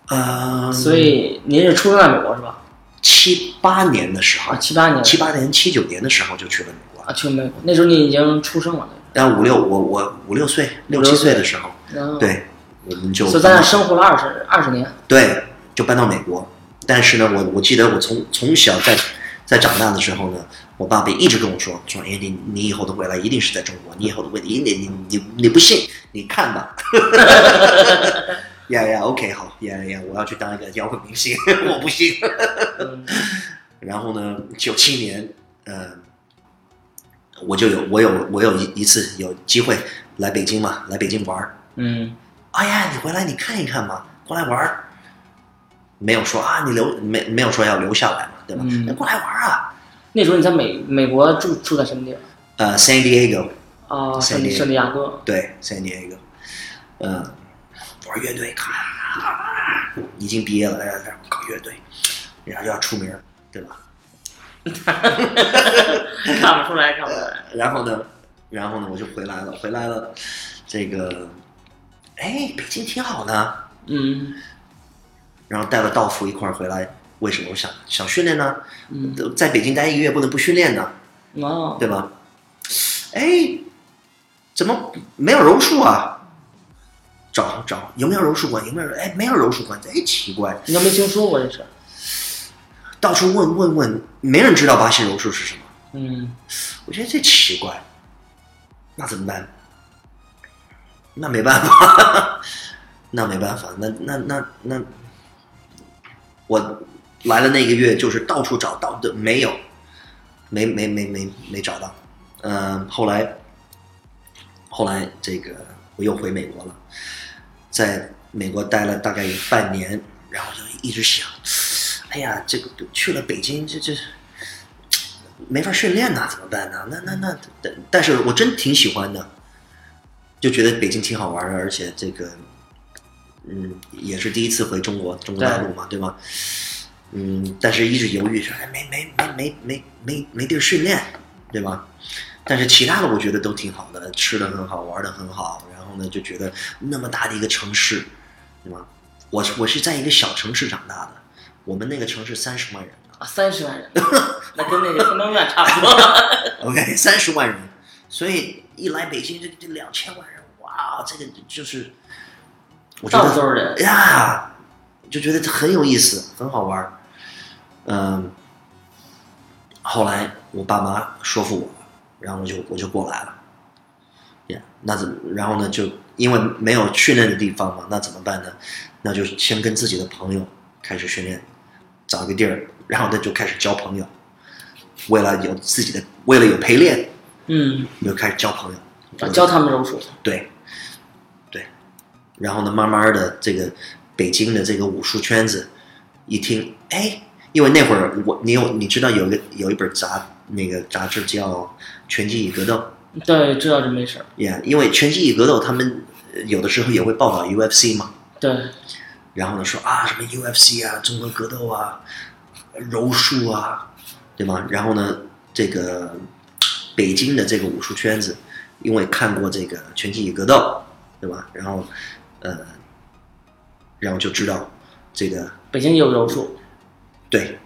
[SPEAKER 3] 呃，
[SPEAKER 1] 所以您是出生在美国是吧？
[SPEAKER 3] 七八年的时候
[SPEAKER 1] 啊，，七八年
[SPEAKER 3] 七八年、七九年的时候就去了美国。
[SPEAKER 1] 啊，去美国那时候你已经出生了，
[SPEAKER 3] 然后五六，我我五六岁、六
[SPEAKER 1] 五六
[SPEAKER 3] 七
[SPEAKER 1] 岁
[SPEAKER 3] 岁的时候，
[SPEAKER 1] 然后，
[SPEAKER 3] 对，我们就
[SPEAKER 1] 所以咱俩生活了二十二十
[SPEAKER 3] *laughs*
[SPEAKER 1] 年。
[SPEAKER 3] 对，就搬到美国。但是呢，我我记得我从从小在在长大的时候呢，我爸爸一直跟我说说，哎，你你以后的未来一定是在中国，你以后的未来一定你你你不信，你看吧。 *laughs* 呀呀，OK，好，呀呀，我要去当一个摇滚明星， *laughs* 我不信。
[SPEAKER 1] 嗯
[SPEAKER 3] 然后呢，九七年，呃，我就有我有我有一一次有机会来北京嘛，来北京玩儿，
[SPEAKER 1] 嗯
[SPEAKER 3] 哎呀，你回来你看一看嘛，过来玩儿。没有说啊，你留没没有说要留下来嘛，对吧？
[SPEAKER 1] 嗯
[SPEAKER 3] 那过来玩儿啊。
[SPEAKER 1] 那时候你在美美国住住在什么地方？
[SPEAKER 3] 呃，San Diego，
[SPEAKER 1] 啊，圣
[SPEAKER 3] 圣地
[SPEAKER 1] 圣地亚哥。
[SPEAKER 3] 对，San Diego，嗯、玩乐队，咔，已经毕业了，哎，哎搞乐队，然后要出名儿，对吧？
[SPEAKER 1] 看不出来，看不出来。
[SPEAKER 3] 然后呢，然后呢，我就回来了，回来了，这个，哎，北京挺好的，
[SPEAKER 1] 嗯
[SPEAKER 3] 然后带了道夫一块儿回来。为什么我想想训练呢？
[SPEAKER 1] 嗯，
[SPEAKER 3] 在北京待一个月不能不训练呢，
[SPEAKER 1] 哦，
[SPEAKER 3] 对吧？哎，怎么没有柔术啊？找找有没有柔术馆？有没有？哎，没有柔术馆。哎，奇怪，
[SPEAKER 1] 你都没听说过这事儿。
[SPEAKER 3] 到处问问问，没人知道巴西柔术是什么。 *laughs*
[SPEAKER 1] 嗯
[SPEAKER 3] 我觉得这奇怪，那怎么办？那没办法， *laughs* 那没办法，那那那那，我来了那个月就是到处找，到的没有，没没没没没找到。嗯、后来后来这个我又回美国了，在美国待了大概有半年，然后就一直想，哎呀，这个去了北京，这这没法训练呐、怎么办呢、那那那，但但是我真挺喜欢的，就觉得北京挺好玩的，而且这个，嗯，也是第一次回中国中国大陆嘛，对吧？嗯，但是一直犹豫说，哎，没没没没没没没地儿训练，对吧？但是其他的我觉得都挺好的，吃的很好，玩的很好，然后呢就觉得那么大的一个城市，对吧？我是我是在一个小城市长大的，我们那个城市三十万人
[SPEAKER 1] 啊，
[SPEAKER 3] 啊。
[SPEAKER 1] 三十万人，那跟那个天通苑差不多。
[SPEAKER 3] OK，三 *laughs* 十万人，所以一来北京就就两千万人，哇，这个就是， *laughs* 我觉
[SPEAKER 1] 到处
[SPEAKER 3] 得
[SPEAKER 1] 都是人。
[SPEAKER 3] 哎呀，就觉得这很有意思，很好玩儿。嗯，后来我爸妈说服我了，然后我就我就过来了。呀，那怎么？然后呢，就因为没有训练的地方嘛，那怎么办呢？那就先跟自己的朋友开始训练，找个地儿，然后呢就开始交朋友。为了有自己的，为了有陪练，
[SPEAKER 1] 嗯，啊
[SPEAKER 3] 就开始交朋友，
[SPEAKER 1] 教他们柔术。
[SPEAKER 3] 对，对，然后呢，慢慢的，这个北京的这个武术圈子一听，哎，因为那会儿我你有你知道有一个有一本杂那个杂志叫《拳击与格斗》
[SPEAKER 1] 对，知道这没事儿。
[SPEAKER 3] ，Yeah，因为拳击与格斗他们呃有的时候也会报道 UFC 嘛，
[SPEAKER 1] 对，
[SPEAKER 3] 然后呢说啊什么 UFC 啊，中国格斗啊，柔术啊，对吗？然后呢，这个北京的这个武术圈子，因为看过这个拳击与格斗，对吧？然后呃，然后就知道这个
[SPEAKER 1] 北京也有柔术。
[SPEAKER 3] 对，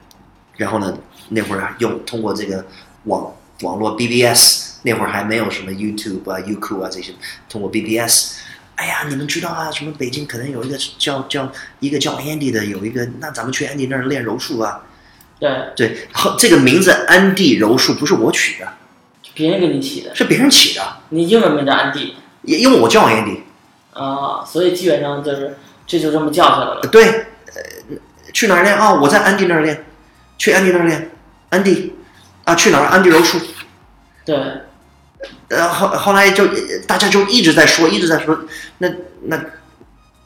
[SPEAKER 3] 然后呢，那会儿用通过这个网网络 BBS，那会儿还没有什么 YouTube 啊、Youku 啊这些，通过 BBS，哎呀，你们知道啊，什么北京可能有一个叫叫一个叫 Andy 的，有一个，那咱们去 Andy 那儿练柔术啊。
[SPEAKER 1] 对，
[SPEAKER 3] 对，然后这个名字安迪柔术不是我取的，
[SPEAKER 1] 别人给你起的。
[SPEAKER 3] 是别人起的，
[SPEAKER 1] 你英文名叫安迪
[SPEAKER 3] 也因为我叫 Andy。
[SPEAKER 1] 啊，所以基本上就是这就这么叫下来了。
[SPEAKER 3] 对，呃，去哪儿练？哦，我在安迪那儿练，去安迪那儿练，安迪啊，去哪儿？安迪柔术。
[SPEAKER 1] 对，
[SPEAKER 3] 呃，后后来就大家就一直在说，一直在说，那那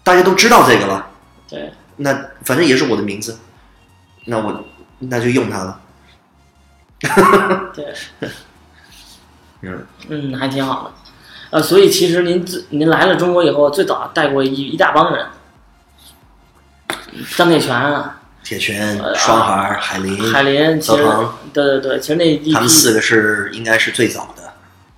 [SPEAKER 3] 大家都知道这个了，
[SPEAKER 1] 对，
[SPEAKER 3] 那反正也是我的名字，那我那就用它了。
[SPEAKER 1] 对。
[SPEAKER 3] *laughs* 嗯，
[SPEAKER 1] 嗯，还挺好的。呃，所以其实您自您来了中国以后，最早带过一一大帮人，张铁拳啊，
[SPEAKER 3] 铁拳、双孩、海林、
[SPEAKER 1] 海林，其实
[SPEAKER 3] 何鹏
[SPEAKER 1] 对对对，其实那一
[SPEAKER 3] 嗯他们四
[SPEAKER 1] 批
[SPEAKER 3] 个是应该是最早的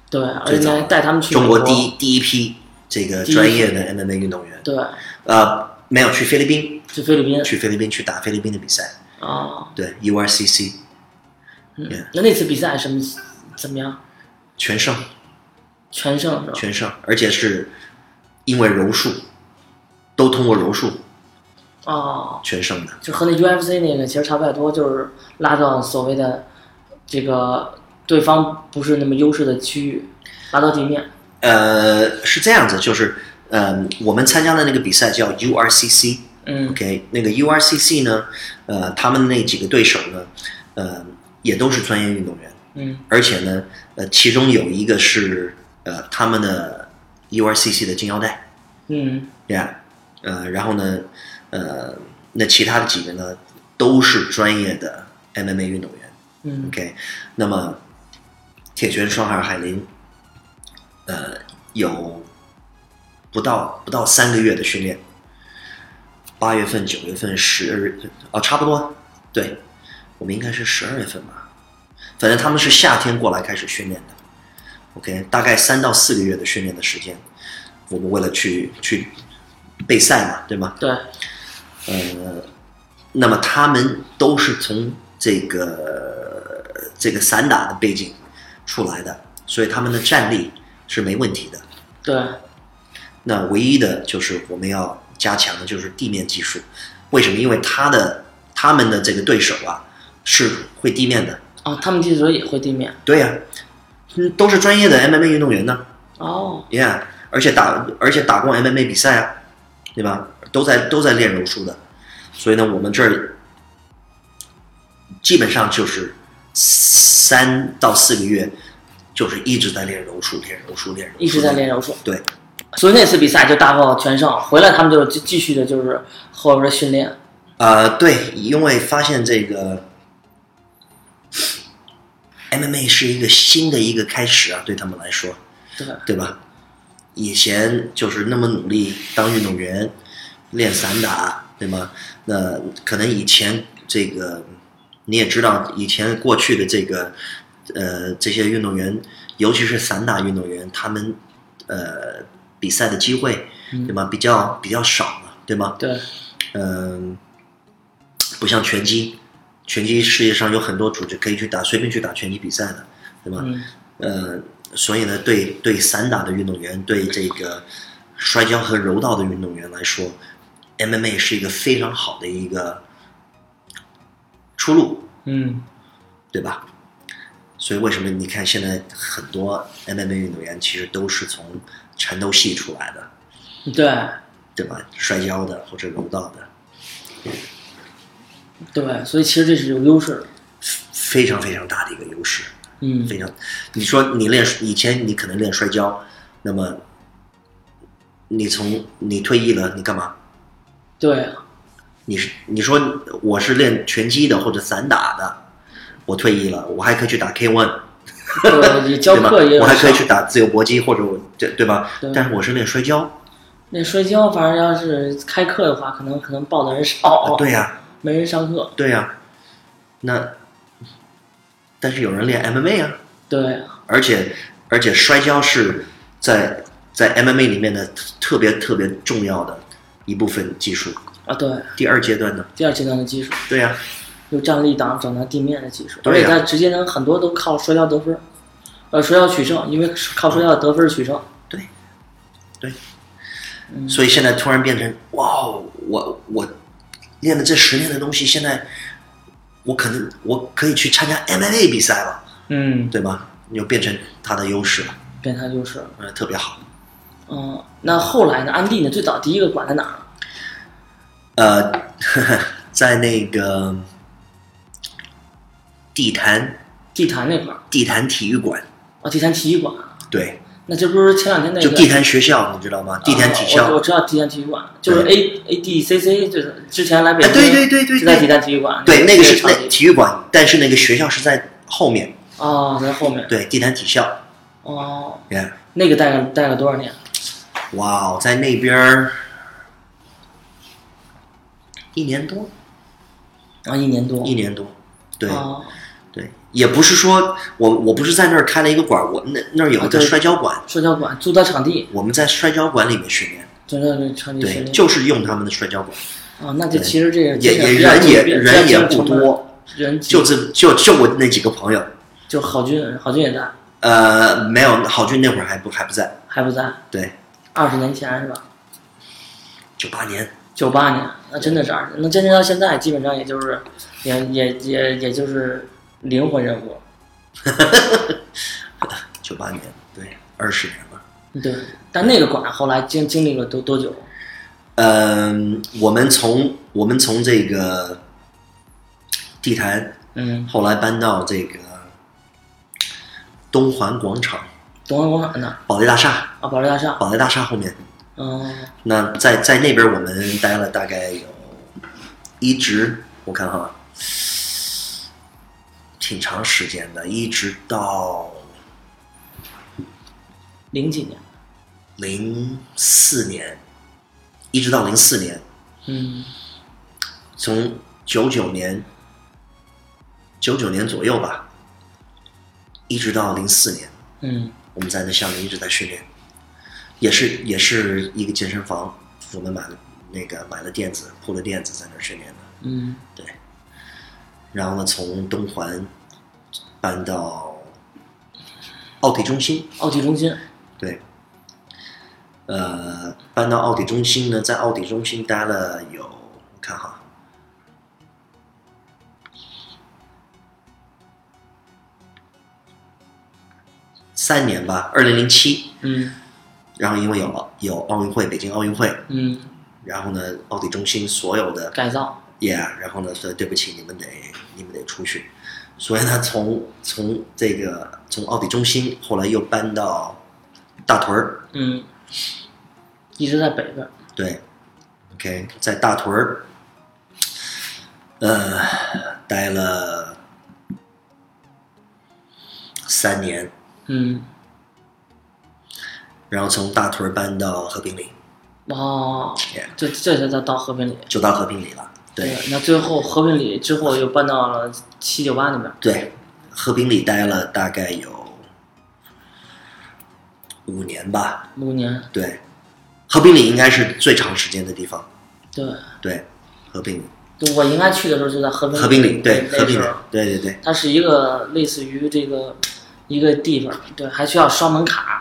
[SPEAKER 1] 对，而
[SPEAKER 3] 最
[SPEAKER 1] 且
[SPEAKER 3] 早
[SPEAKER 1] 呢带他们去
[SPEAKER 3] 中
[SPEAKER 1] 美
[SPEAKER 3] 国
[SPEAKER 1] 国
[SPEAKER 3] 第一第一批这个
[SPEAKER 1] 第一批
[SPEAKER 3] 专业的 MMA 运动员。
[SPEAKER 1] 对，呃
[SPEAKER 3] 呃，没有去菲律宾，
[SPEAKER 1] 去菲律宾
[SPEAKER 3] 去菲律宾去打菲律宾的比赛，
[SPEAKER 1] 啊，
[SPEAKER 3] 对 URCC
[SPEAKER 1] 嗯
[SPEAKER 3] Yeah，
[SPEAKER 1] 那那次比赛什么怎么样？
[SPEAKER 3] 全胜
[SPEAKER 1] 全胜是吧？
[SPEAKER 3] 全胜，而且是因为柔术，都通过柔术
[SPEAKER 1] 哦，
[SPEAKER 3] 全胜的。
[SPEAKER 1] 就和那 UFC 那个其实差不太多，就是拉到所谓的这个对方不是那么优势的区域，拉到地面。
[SPEAKER 3] 呃，是这样子，就是嗯、我们参加的那个比赛叫 URCC，
[SPEAKER 1] 嗯
[SPEAKER 3] OK，那个 URCC 呢，呃，他们那几个对手呢，呃，也都是专业运动员，
[SPEAKER 1] 嗯
[SPEAKER 3] 而且呢，呃，其中有一个是呃他们的 URCC 的金腰带，
[SPEAKER 1] 嗯
[SPEAKER 3] 呀，呃，然后呢，呃，那其他的几个呢都是专业的 MMA 运动员
[SPEAKER 1] 嗯
[SPEAKER 3] ，OK，那么铁拳双海海林，呃，有不到不到三个月的训练，八月份、九月份、十哦，差不多，对，我们应该是十二月份吧，反正他们是夏天过来开始训练的，OK，大概三到四个月的训练的时间，我们为了去去备赛嘛，对吗？
[SPEAKER 1] 对，
[SPEAKER 3] 呃，那么他们都是从这个这个散打的背景出来的，所以他们的战力是没问题的。
[SPEAKER 1] 对，
[SPEAKER 3] 那唯一的就是我们要加强的就是地面技术。为什么？因为他的他们的这个对手啊是会地面的，
[SPEAKER 1] 哦，他们踢球也会地面
[SPEAKER 3] 对呀、嗯，都是专业的 MMA 运动员呢
[SPEAKER 1] 哦，
[SPEAKER 3] ，Yeah，而且打而且打过 MMA 比赛啊，对吧？都在都在练柔术的，所以呢，我们这儿基本上就是三到四个月，就是一直在练柔术，练柔术，练柔术，
[SPEAKER 1] 一直在练。柔术，
[SPEAKER 3] 对，
[SPEAKER 1] 所以那次比赛就大获全胜，回来他们就继继续的就是后边的训练，
[SPEAKER 3] 呃，对，因为发现这个 MMA 是一个新的一个开始啊，对他们来说，
[SPEAKER 1] 对吧？
[SPEAKER 3] 对吧？以前就是那么努力当运动员，练散打，对吗？那可能以前这个你也知道，以前过去的这个呃这些运动员，尤其是散打运动员，他们呃比赛的机会，对吗？比较比较少嘛，对吗？
[SPEAKER 1] 对，
[SPEAKER 3] 嗯，不像拳击，拳击世界上有很多组织可以去打，随便去打拳击比赛的，对吧？
[SPEAKER 1] 嗯
[SPEAKER 3] 呃，所以呢，对对散打的运动员，对这个摔跤和柔道的运动员来说，MMA 是一个非常好的一个出路，
[SPEAKER 1] 嗯，
[SPEAKER 3] 对吧？所以为什么你看现在很多 MMA 运动员其实都是从缠斗系出来的，
[SPEAKER 1] 对
[SPEAKER 3] 对吧？摔跤的或者柔道的，
[SPEAKER 1] 对，所以其实这是有优势的，
[SPEAKER 3] 非常非常大的一个优势。
[SPEAKER 1] 嗯
[SPEAKER 3] 非常，你说你练以前你可能练摔跤，那么你从你退役了，你干嘛？
[SPEAKER 1] 对
[SPEAKER 3] *laughs*
[SPEAKER 1] 啊，
[SPEAKER 3] 你是你说我是练拳击的或者散打的，我退役了，我还可以去打 K one，
[SPEAKER 1] 对，也教
[SPEAKER 3] 对吧
[SPEAKER 1] 课也？有
[SPEAKER 3] 我还可以
[SPEAKER 1] 上
[SPEAKER 3] 去打自由搏击或者我对对吧？
[SPEAKER 1] 对
[SPEAKER 3] 但是我是练摔跤，
[SPEAKER 1] 那摔跤，反正要是开课的话，可能可能报的人
[SPEAKER 3] 啊
[SPEAKER 1] 少，
[SPEAKER 3] 对呀、
[SPEAKER 1] 没人上课。
[SPEAKER 3] 对呀、那但是有人练 MMA 啊，
[SPEAKER 1] 对，
[SPEAKER 3] 而且而且摔跤是在在 MMA 里面的特别特别重要的一部分技术。
[SPEAKER 1] 啊对，
[SPEAKER 3] 第二阶段呢？
[SPEAKER 1] 第二阶段的技术
[SPEAKER 3] 对啊呀、
[SPEAKER 1] 有站立挡、转到地面的技术，而
[SPEAKER 3] 对
[SPEAKER 1] 且
[SPEAKER 3] 呀
[SPEAKER 1] 它直接能很多都靠摔跤得分，呃，摔跤取胜，因为靠摔跤得分取胜。
[SPEAKER 3] 对，对。所以现在突然变成哇哦，我我练了这十年的东西，现在我可能我可以去参加 MMA 比赛了，
[SPEAKER 1] 嗯，
[SPEAKER 3] 对吧？又变成他的优势了，
[SPEAKER 1] 变态就是，
[SPEAKER 3] 呃，特别好。
[SPEAKER 1] 嗯，那后来呢？安迪呢？最早第一个馆在哪儿？
[SPEAKER 3] 呃， *laughs* 在那个地坛
[SPEAKER 1] 地坛那块儿，
[SPEAKER 3] 地坛体育馆，
[SPEAKER 1] 啊，地坛体育馆。
[SPEAKER 3] 对，
[SPEAKER 1] 那这不是前两天那个
[SPEAKER 3] 就地坛学校，你知道吗？地坛体
[SPEAKER 1] 啊我我
[SPEAKER 3] 校，
[SPEAKER 1] 知道地坛体育馆，就是
[SPEAKER 3] 对
[SPEAKER 1] A A D C C，就是之前来北京，
[SPEAKER 3] 哎对对对对
[SPEAKER 1] 就在地
[SPEAKER 3] 对
[SPEAKER 1] 坛体育馆，
[SPEAKER 3] 对，那个是
[SPEAKER 1] 场
[SPEAKER 3] 那
[SPEAKER 1] 地
[SPEAKER 3] 体育馆，但是那个学校是在后面，
[SPEAKER 1] 哦，在后面，
[SPEAKER 3] 对，地坛体校，
[SPEAKER 1] 哦，
[SPEAKER 3] 你看。
[SPEAKER 1] 那个待了待了多少年？
[SPEAKER 3] 哇，在那边儿一年多，
[SPEAKER 1] 啊，一年多，
[SPEAKER 3] 一年多，对、
[SPEAKER 1] 哦，
[SPEAKER 3] 对，也不是说我我不是在那儿开了一个馆儿，我那那儿有
[SPEAKER 1] 啊
[SPEAKER 3] 一个
[SPEAKER 1] 对
[SPEAKER 3] 摔跤馆，
[SPEAKER 1] 摔跤馆租的场地，
[SPEAKER 3] 我们在摔跤馆里面训练，
[SPEAKER 1] 真正的场地
[SPEAKER 3] 对
[SPEAKER 1] 训，练，
[SPEAKER 3] 就是用他们的摔跤馆，
[SPEAKER 1] 哦，那就其实这个
[SPEAKER 3] 也
[SPEAKER 1] 这个
[SPEAKER 3] 也
[SPEAKER 1] 比较
[SPEAKER 3] 人也
[SPEAKER 1] 比较
[SPEAKER 3] 人也
[SPEAKER 1] 比较成
[SPEAKER 3] 不
[SPEAKER 1] 本
[SPEAKER 3] 多，
[SPEAKER 1] 人
[SPEAKER 3] 就
[SPEAKER 1] 几
[SPEAKER 3] 这就就我那几个朋友，
[SPEAKER 1] 就郝军，郝军也在，
[SPEAKER 3] 呃，没有郝俊那会儿还不还不在，
[SPEAKER 1] 还不在，
[SPEAKER 3] 对，
[SPEAKER 1] 二十年前是吧？
[SPEAKER 3] 九八年，
[SPEAKER 1] 九八年，那真的是二十，那真正到现在，基本上也就是，也也也也就是灵魂人物，
[SPEAKER 3] 九八年，对，二十年了。
[SPEAKER 1] 对，但那个馆后来经经历了多多久？
[SPEAKER 3] 嗯，我们从我们从这个地坛
[SPEAKER 1] 嗯
[SPEAKER 3] 后来搬到这个东环广场、
[SPEAKER 1] 东方广场那儿
[SPEAKER 3] 保利大厦、
[SPEAKER 1] 啊，保利大厦，
[SPEAKER 3] 保利大厦后面。
[SPEAKER 1] 嗯，
[SPEAKER 3] 那在在那边我们待了大概有一直我看哈，挺长时间的，一直到
[SPEAKER 1] 零几年，
[SPEAKER 3] 零四年，一直到零四年，
[SPEAKER 1] 嗯
[SPEAKER 3] 从九九年九九年左右吧，一直到零四年，
[SPEAKER 1] 嗯
[SPEAKER 3] 我们在那校园一直在训练，也是也是一个健身房，我们买了那个买了垫子铺了垫子在那儿训练的。
[SPEAKER 1] 嗯
[SPEAKER 3] 对，然后呢，从东环搬到奥体中心，
[SPEAKER 1] 奥体中心，
[SPEAKER 3] 对，呃，搬到奥体中心呢，在奥体中心待了有，我看哈，三年吧，二零零七，
[SPEAKER 1] 嗯
[SPEAKER 3] 然后因为有有奥运会，北京奥运会，
[SPEAKER 1] 嗯，
[SPEAKER 3] 然后呢，奥体中心所有的
[SPEAKER 1] 改造，
[SPEAKER 3] ，Yeah，然后呢说对不起，你们得你们得出去，所以呢从从这个从奥体中心后来又搬到大屯儿，
[SPEAKER 1] 嗯，一直在北边儿，
[SPEAKER 3] 对，OK，在大屯儿，呃，待了三年，
[SPEAKER 1] 嗯，
[SPEAKER 3] 然后从大屯儿搬到和平里
[SPEAKER 1] 哦，
[SPEAKER 3] ，Yeah，
[SPEAKER 1] 这这才到到和平里，
[SPEAKER 3] 就到和平里了，对，
[SPEAKER 1] 那最后和平里之后又搬到了七九八那边儿，
[SPEAKER 3] 对，和平里待了大概有五年吧，
[SPEAKER 1] 五年，
[SPEAKER 3] 对，和平里应该是最长时间的地方。
[SPEAKER 1] 对，
[SPEAKER 3] 对，和平里，
[SPEAKER 1] 就我应该去的时候就在和平里
[SPEAKER 3] 和平里，对，
[SPEAKER 1] 那
[SPEAKER 3] 和平
[SPEAKER 1] 时
[SPEAKER 3] 里
[SPEAKER 1] 候，
[SPEAKER 3] 对对对，
[SPEAKER 1] 它是一个类似于这个一个地方，对，还需要刷门卡。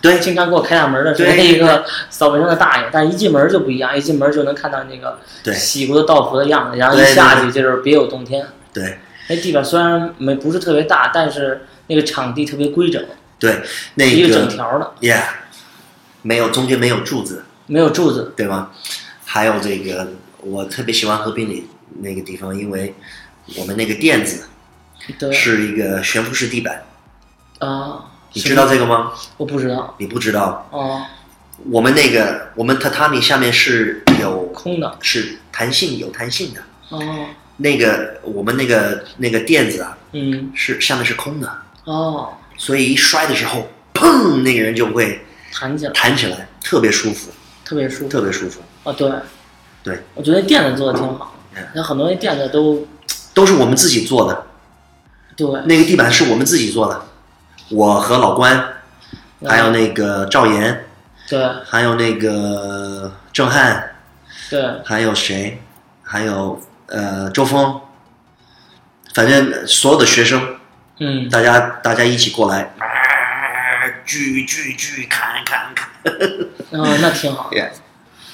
[SPEAKER 3] 对
[SPEAKER 1] 经常给我开大门的是
[SPEAKER 3] 对
[SPEAKER 1] 那一个扫卫生的大爷，但一进门就不一样，一进门就能看到那个
[SPEAKER 3] 对
[SPEAKER 1] 洗过的道服的样子，然后一
[SPEAKER 3] 对对
[SPEAKER 1] 下去就是别有洞天。
[SPEAKER 3] 对
[SPEAKER 1] 那地方虽然没不是特别大，但是那个场地特别规整，
[SPEAKER 3] 对，
[SPEAKER 1] 一
[SPEAKER 3] 那
[SPEAKER 1] 个整
[SPEAKER 3] 个
[SPEAKER 1] 条的，
[SPEAKER 3] ，yeah，没有中间没有柱子，
[SPEAKER 1] 没有柱子。
[SPEAKER 3] 对吗？还有这个，我特别喜欢和平里那个地方，因为我们那个垫子
[SPEAKER 1] 对
[SPEAKER 3] 是一个悬浮式地板，
[SPEAKER 1] 啊，
[SPEAKER 3] 你
[SPEAKER 1] 是
[SPEAKER 3] 知
[SPEAKER 1] 吗
[SPEAKER 3] 道这个吗？
[SPEAKER 1] 我不知道
[SPEAKER 3] 你不知道，
[SPEAKER 1] 哦，
[SPEAKER 3] 我们那个我们榻榻米下面是有
[SPEAKER 1] 空的
[SPEAKER 3] 是弹性有弹性的，
[SPEAKER 1] 哦，
[SPEAKER 3] 那个我们那个那个垫子啊
[SPEAKER 1] 嗯
[SPEAKER 3] 是下面是空的，
[SPEAKER 1] 哦，
[SPEAKER 3] 所以一摔的时候，砰，那个人就会
[SPEAKER 1] 弹起来
[SPEAKER 3] 弹起来，特别舒服，
[SPEAKER 1] 特别舒服。
[SPEAKER 3] 特别舒服。
[SPEAKER 1] 啊，对，
[SPEAKER 3] 对，
[SPEAKER 1] 我觉得垫子做的挺好
[SPEAKER 3] 嗯，
[SPEAKER 1] 那很多那垫子都
[SPEAKER 3] 都是我们自己做的，
[SPEAKER 1] 对，
[SPEAKER 3] 那个地板是我们自己做的，我和老关，
[SPEAKER 1] 嗯
[SPEAKER 3] 还有那个赵岩，
[SPEAKER 1] 对
[SPEAKER 3] 还有那个郑汉，
[SPEAKER 1] 嗯对，
[SPEAKER 3] 还有谁，还有呃周峰，反正所有的学生，
[SPEAKER 1] 嗯，
[SPEAKER 3] 大家大家一起过来，啊，锯锯锯，砍砍砍，
[SPEAKER 1] 嗯，那挺好。
[SPEAKER 3] Yeah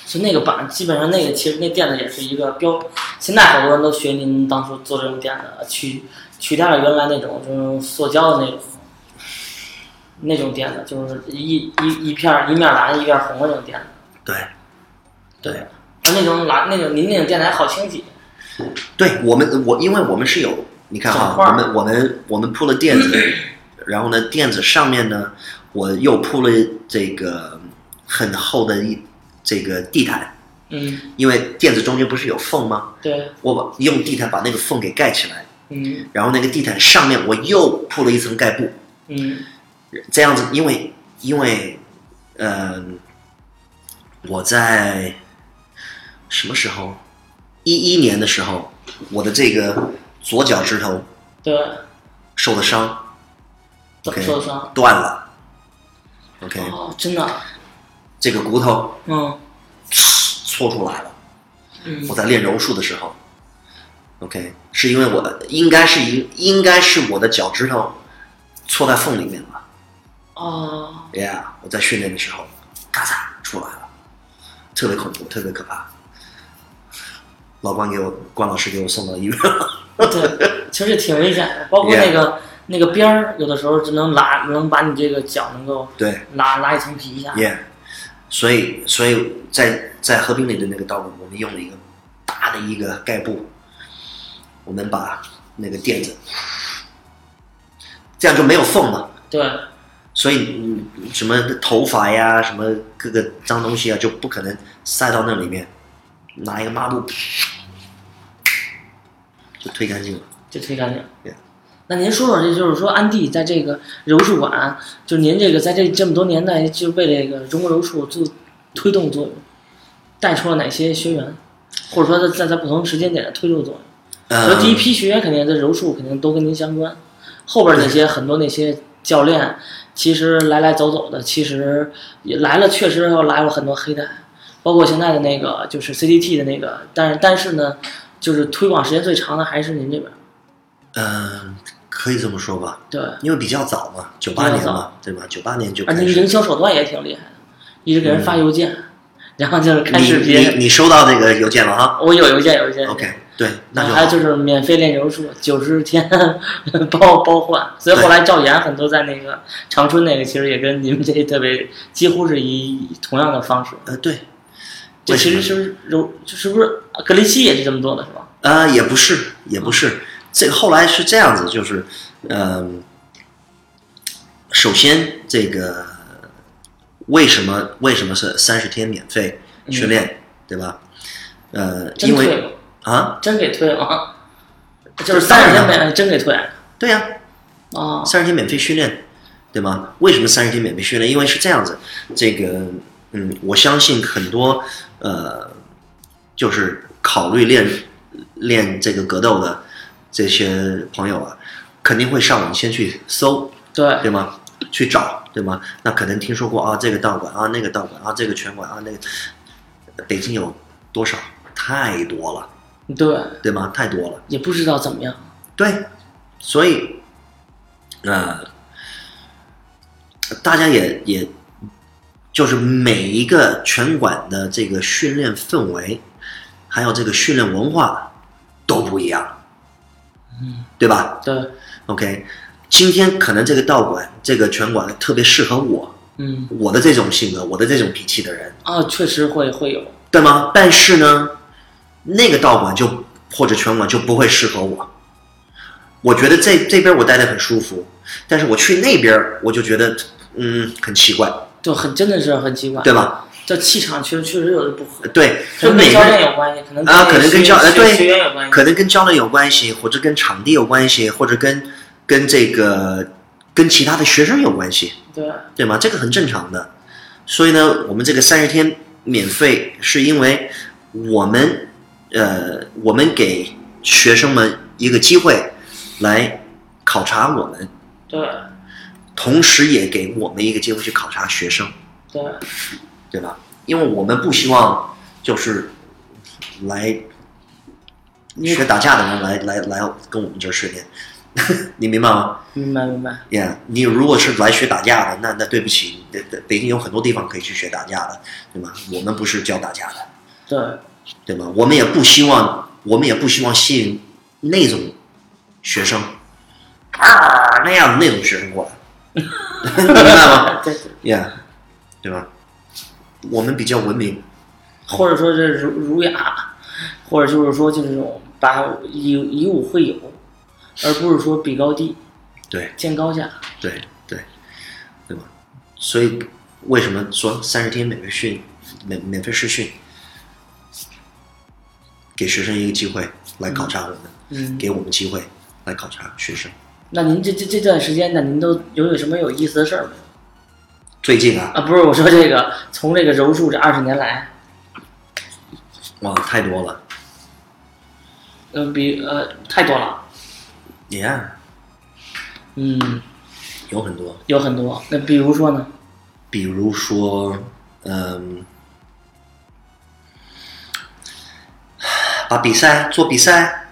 [SPEAKER 1] 就那个板，基本上那个其实那垫子也是一个标，现在好多人都学您当初做这种垫子，取取代了原来那种就是塑胶的那种那种垫子，就是一一一片儿一面蓝一面红的那种垫子。
[SPEAKER 3] 对
[SPEAKER 1] 对，那种蓝那种您那种垫子还好清洗，
[SPEAKER 3] 对我们，我因为我们是有，你看哈
[SPEAKER 1] 小，块儿
[SPEAKER 3] 我们我们我们铺了垫子，
[SPEAKER 1] *clears throat*
[SPEAKER 3] 然后呢，垫子上面呢，我又铺了这个很厚的一这个地毯，
[SPEAKER 1] 嗯，
[SPEAKER 3] 因为垫子中间不是有缝吗？
[SPEAKER 1] 对，
[SPEAKER 3] 我把用地毯把那个缝给盖起来，
[SPEAKER 1] 嗯
[SPEAKER 3] 然后那个地毯上面我又铺了一层盖布，
[SPEAKER 1] 嗯
[SPEAKER 3] 这样子，因为因为，嗯、我在什么时候？一一年的时候，我的这个左脚趾头
[SPEAKER 1] 对，
[SPEAKER 3] 受的伤
[SPEAKER 1] 怎么
[SPEAKER 3] ，OK，
[SPEAKER 1] 受伤？
[SPEAKER 3] 断了，OK，、
[SPEAKER 1] 哦，真的，
[SPEAKER 3] 这个骨头
[SPEAKER 1] 嗯
[SPEAKER 3] 搓出来了。
[SPEAKER 1] 嗯
[SPEAKER 3] 我在练柔术的时候，OK，是因为我应该是应应该是我的脚趾头搓在缝里面了
[SPEAKER 1] 哦，
[SPEAKER 3] ，Yeah，我在训练的时候，咔嚓出来了，特别恐怖，特别可怕。老关给我，关老师给我送到医院 *laughs* 了。
[SPEAKER 1] *laughs* 对，其实挺危险的，包括
[SPEAKER 3] Yeah
[SPEAKER 1] 那个那个边儿，有的时候就能拉，能把你这个脚能够
[SPEAKER 3] 对
[SPEAKER 1] 拉拉一层皮下。
[SPEAKER 3] ，Yeah，所以所以在在和平里的那个道路，我们用了一个大的一个盖布，我们把那个垫子，这样就没有缝了。
[SPEAKER 1] 对，
[SPEAKER 3] 所以嗯什么头发呀，什么各个脏东西啊，就不可能塞到那里面，拿一个抹布就推干净了。
[SPEAKER 1] 就推干净
[SPEAKER 3] Yeah。
[SPEAKER 1] 那您说说，这就是说安迪在这个柔术馆，就您这个在这这么多年来，就为这个中国柔术做推动作用，带出了哪些学员，或者说在在不同时间点的推动作用？
[SPEAKER 3] 呃
[SPEAKER 1] 说，第一批学员肯定这柔术肯定都跟您相关，后边那些很多那些教练，其实来来走走的，其实也来了，确实来了很多黑带，包括现在的那个就是 CDT 的那个，但是但是呢，就是推广时间最长的还是您这边，
[SPEAKER 3] 嗯，可以这么说吧，
[SPEAKER 1] 对，
[SPEAKER 3] 因为比较早嘛，九八
[SPEAKER 1] 比
[SPEAKER 3] 年
[SPEAKER 1] 较
[SPEAKER 3] 嘛
[SPEAKER 1] 早，
[SPEAKER 3] 对吧？九八年就
[SPEAKER 1] 而
[SPEAKER 3] 开
[SPEAKER 1] 且
[SPEAKER 3] 始
[SPEAKER 1] 营。销手段也挺厉害的，一直给人发邮件，然后就是看
[SPEAKER 3] 嗯你
[SPEAKER 1] 视
[SPEAKER 3] 你
[SPEAKER 1] 频，
[SPEAKER 3] 你收到这个邮件了哈
[SPEAKER 1] 我有邮件有邮件
[SPEAKER 3] ？OK，对，那
[SPEAKER 1] 然
[SPEAKER 3] 就
[SPEAKER 1] 后还有
[SPEAKER 3] 好。
[SPEAKER 1] 就是免费练柔术，九十天 *laughs* 包包换，所以后来赵岩很多在那个长春那个，其实也跟你们这特别几乎是以同样的方式。
[SPEAKER 3] 呃，对，
[SPEAKER 1] 这
[SPEAKER 3] 为什
[SPEAKER 1] 其
[SPEAKER 3] 么
[SPEAKER 1] 实是不是柔，就是不是格雷西也是这么做的，是吧？
[SPEAKER 3] 呃，也不是，也不是。这后来是这样子，就是，嗯、首先这个为什么为什么是三十天免费训练，对吧？呃，
[SPEAKER 1] 真
[SPEAKER 3] 因
[SPEAKER 1] 退了
[SPEAKER 3] 为，啊，
[SPEAKER 1] 真给退
[SPEAKER 3] *laughs*
[SPEAKER 1] 了，就是三十天没真给退
[SPEAKER 3] 对呀、
[SPEAKER 1] 啊，
[SPEAKER 3] 三十天免费训练，对吗？为什么三十天免费训练？因为是这样子，这个，嗯，我相信很多呃，就是考虑练练这个格斗的这些朋友啊，肯定会上网先去搜，
[SPEAKER 1] 对
[SPEAKER 3] 对吗？去找，对吗？那可能听说过啊，这个道馆啊，那个道馆啊，这个拳馆啊，那个北京有多少？太多了，
[SPEAKER 1] 对，
[SPEAKER 3] 对吗？太多了。
[SPEAKER 1] 也不知道怎么样，
[SPEAKER 3] 对，所以，呃，大家也也，就是每一个拳馆的这个训练氛围，还有这个训练文化都不一样，嗯，对吧
[SPEAKER 1] 对，
[SPEAKER 3] ？OK，今天可能这个道馆、这个拳馆特别适合我，
[SPEAKER 1] 嗯，
[SPEAKER 3] 我的这种性格、我的这种脾气的人，
[SPEAKER 1] 啊，确实会会有，
[SPEAKER 3] 对吗？但是呢，那个道馆就或者拳馆就不会适合我。我觉得这这边我待得很舒服，但是我去那边儿我就觉得嗯很奇怪，
[SPEAKER 1] 就很真的是很奇怪，
[SPEAKER 3] 对吧？
[SPEAKER 1] 这气场确实确实有的不合，
[SPEAKER 3] 对，
[SPEAKER 1] 可能
[SPEAKER 3] 每
[SPEAKER 1] 跟教练
[SPEAKER 3] 个
[SPEAKER 1] 有关系，可能
[SPEAKER 3] 啊，可能跟教
[SPEAKER 1] 学
[SPEAKER 3] 呃
[SPEAKER 1] 学学员有
[SPEAKER 3] 对，
[SPEAKER 1] 关系，
[SPEAKER 3] 可能跟教练有关系，或者跟场地有关系，或者跟跟这个跟其他的学生有关系。
[SPEAKER 1] 对
[SPEAKER 3] 对吗？这个很正常的。所以呢，我们这个三十天免费，是因为我们呃，我们给学生们一个机会来考察我们，
[SPEAKER 1] 对
[SPEAKER 3] 同时也给我们一个机会去考察学生，
[SPEAKER 1] 对
[SPEAKER 3] 对吧？因为我们不希望就是来
[SPEAKER 1] 你
[SPEAKER 3] 学打架的人来来来跟我们这儿训练， *laughs* 你明白吗？
[SPEAKER 1] 明白明白，
[SPEAKER 3] Yeah，你如果是来学打架的，那那对不起，北北北京有很多地方可以去学打架的，对吗？我们不是教打架的，
[SPEAKER 1] 对
[SPEAKER 3] 对吗？我们也不希望，我们也不希望吸引那种学生啊那样的那种学生过来， *laughs* 明白吗
[SPEAKER 1] 啊对，
[SPEAKER 3] ？Yeah，对吧？我们比较文明，
[SPEAKER 1] 或者说这儒儒雅，或者就是说就是这种把以以武会友，而不是说比高低
[SPEAKER 3] 对
[SPEAKER 1] 见高下，
[SPEAKER 3] 对对，对吧？所以为什么说三十天免费训免免费试训，给学生一个机会来考察我们，
[SPEAKER 1] 嗯，
[SPEAKER 3] 给我们机会来考察学生。
[SPEAKER 1] 那您这这这段时间呢，您都有有什么有意思的事儿没有？
[SPEAKER 3] 最近啊，
[SPEAKER 1] 啊，不是我说这个，从这个柔术这二十年来，
[SPEAKER 3] 哇，太多了
[SPEAKER 1] 嗯，比呃太多了，
[SPEAKER 3] ，Yeah，
[SPEAKER 1] 嗯，
[SPEAKER 3] 啊有很多，
[SPEAKER 1] 有很多。那比如说呢？
[SPEAKER 3] 比如说，嗯，把比赛做比赛，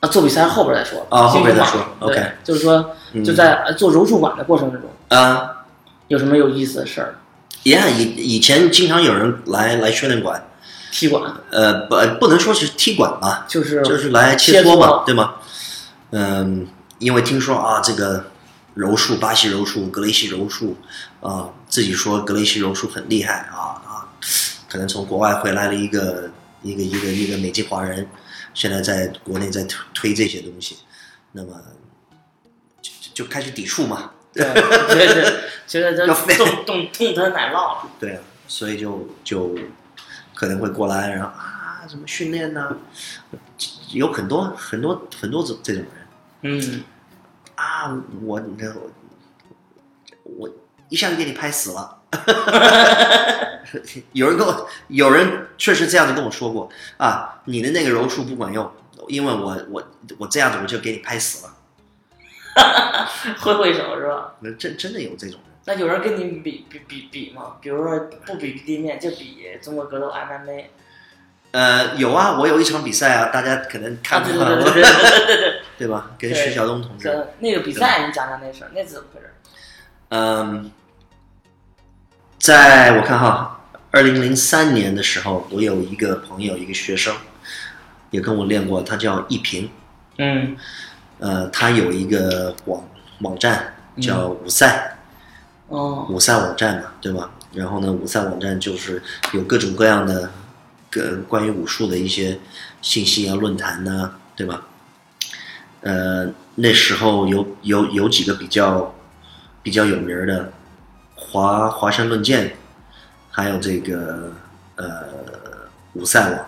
[SPEAKER 1] 啊，做比赛后边再说
[SPEAKER 3] 啊
[SPEAKER 1] 先
[SPEAKER 3] 后边再
[SPEAKER 1] 说
[SPEAKER 3] 说
[SPEAKER 1] 嘛
[SPEAKER 3] OK
[SPEAKER 1] 对就是说
[SPEAKER 3] 嗯
[SPEAKER 1] 就在呃做柔术馆的过程之中，
[SPEAKER 3] 啊、
[SPEAKER 1] 有什么有意思的事儿？
[SPEAKER 3] yeah，以啊以前经常有人来来训练馆，
[SPEAKER 1] 踢馆
[SPEAKER 3] 呃，不不能说是踢馆吧，
[SPEAKER 1] 就是
[SPEAKER 3] 就是来
[SPEAKER 1] 切
[SPEAKER 3] 切磋嘛，
[SPEAKER 1] 磋
[SPEAKER 3] 对吗？嗯，因为听说啊，这个柔术、巴西柔术、格雷西柔术，啊、自己说格雷西柔术很厉害啊啊，可能从国外回来了一个一个一个一个美籍华人，现在在国内在推推这些东西，那么就就就开始抵触嘛，
[SPEAKER 1] 对，觉得
[SPEAKER 3] *laughs*
[SPEAKER 1] 觉得
[SPEAKER 3] 要
[SPEAKER 1] 他
[SPEAKER 3] 废
[SPEAKER 1] 动动动他奶酪了。
[SPEAKER 3] 对啊，所以就就可能会过来，然后啊，怎么训练呢、有很多很多很多这这种人 *laughs*
[SPEAKER 1] 嗯，
[SPEAKER 3] 啊，我你看我我一下就给你拍死了。 *laughs* 有人跟我，有人确实这样子跟我说过啊，你的那个柔术不管用，因为我我我这样子我就给你拍死了。
[SPEAKER 1] 挥挥手是吧？
[SPEAKER 3] 那真真的有这种人，
[SPEAKER 1] 那有人跟你比比比比吗？比如说不比地面，就比中国格斗 MMA。
[SPEAKER 3] 呃，有啊，我有一场比赛啊，大家可能
[SPEAKER 1] 啊，
[SPEAKER 3] 看
[SPEAKER 1] 对
[SPEAKER 3] 不
[SPEAKER 1] 对
[SPEAKER 3] 到，
[SPEAKER 1] 对对对对对
[SPEAKER 3] *laughs* 对吧？跟
[SPEAKER 1] 对
[SPEAKER 3] 徐晓东同志，
[SPEAKER 1] 对，那个比赛你讲讲那事儿，那怎么回事？
[SPEAKER 3] 嗯，在我看哈，二零零三年的时候，我有一个朋友，一个学生，也跟我练过，他叫一平，
[SPEAKER 1] 嗯
[SPEAKER 3] 呃，他有一个网网站叫五赛，
[SPEAKER 1] 哦
[SPEAKER 3] 五赛网站嘛，对吧？然后呢，五赛网站就是有各种各样的各关于武术的一些信息啊、论坛呐、对吧？呃，那时候有有有几个比较比较有名儿的华华山论剑，还有这个呃五赛网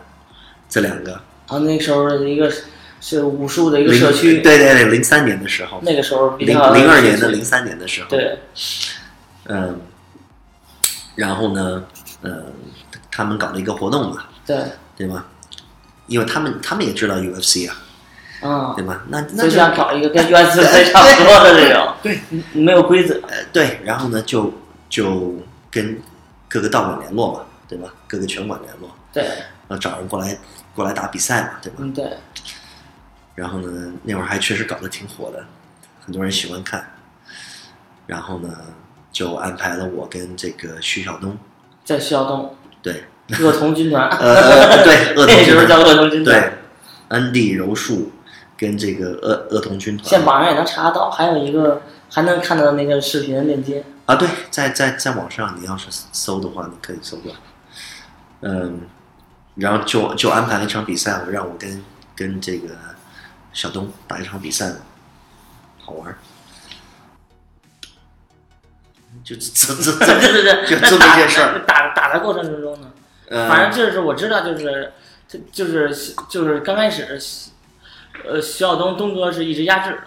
[SPEAKER 3] 这两个
[SPEAKER 1] 啊，那时候的一个是武术的一个
[SPEAKER 3] 零
[SPEAKER 1] 社区，
[SPEAKER 3] 对对对，零三年的时候，
[SPEAKER 1] 那个时候比
[SPEAKER 3] 零
[SPEAKER 1] 较
[SPEAKER 3] 零二年的零三年的时候，
[SPEAKER 1] 对，
[SPEAKER 3] 嗯，然后呢，呃，他们搞了一个活动嘛，
[SPEAKER 1] 对，
[SPEAKER 3] 对吧？因为他们他们也知道 UFC 啊，
[SPEAKER 1] 嗯，
[SPEAKER 3] 对吧？那那
[SPEAKER 1] 就
[SPEAKER 3] 就
[SPEAKER 1] 想搞一个跟 UFC 差不多的这种，
[SPEAKER 3] *laughs* 对，
[SPEAKER 1] 没有规则，
[SPEAKER 3] 呃对，然后呢就就跟各个道馆联络嘛，对吧？各个拳馆联络，
[SPEAKER 1] 对，
[SPEAKER 3] 然后找人过来过来打比赛嘛，对吧？
[SPEAKER 1] 嗯对，
[SPEAKER 3] 然后呢，那会儿还确实搞得挺火的，很多人喜欢看。然后呢，就安排了我跟这个徐晓东，
[SPEAKER 1] 在徐晓东
[SPEAKER 3] 对，
[SPEAKER 1] 恶童军团， *laughs*
[SPEAKER 3] 呃，呃对，恶
[SPEAKER 1] 那
[SPEAKER 3] 童
[SPEAKER 1] 时候
[SPEAKER 3] 军
[SPEAKER 1] 叫
[SPEAKER 3] 团，
[SPEAKER 1] 恶童军
[SPEAKER 3] 对
[SPEAKER 1] 团，，
[SPEAKER 3] 安迪柔术跟这个恶恶童军
[SPEAKER 1] 现在
[SPEAKER 3] 团
[SPEAKER 1] 网上也能查到，还有一个还能看到那个视频链
[SPEAKER 3] *laughs*
[SPEAKER 1] 接，
[SPEAKER 3] 啊，对，在在在网上，你要是搜的话，你可以搜到。嗯，然后就就安排了一场比赛，我让我跟跟这个小东打一场比赛嘛，好玩儿。就这这这
[SPEAKER 1] 对对对，那
[SPEAKER 3] 就这么
[SPEAKER 1] 打
[SPEAKER 3] 一件事儿。
[SPEAKER 1] 打打的过程之中呢，
[SPEAKER 3] 呃，
[SPEAKER 1] 反正就是我知道，就是他就是就是刚开始，呃，徐晓东东哥是一直压制，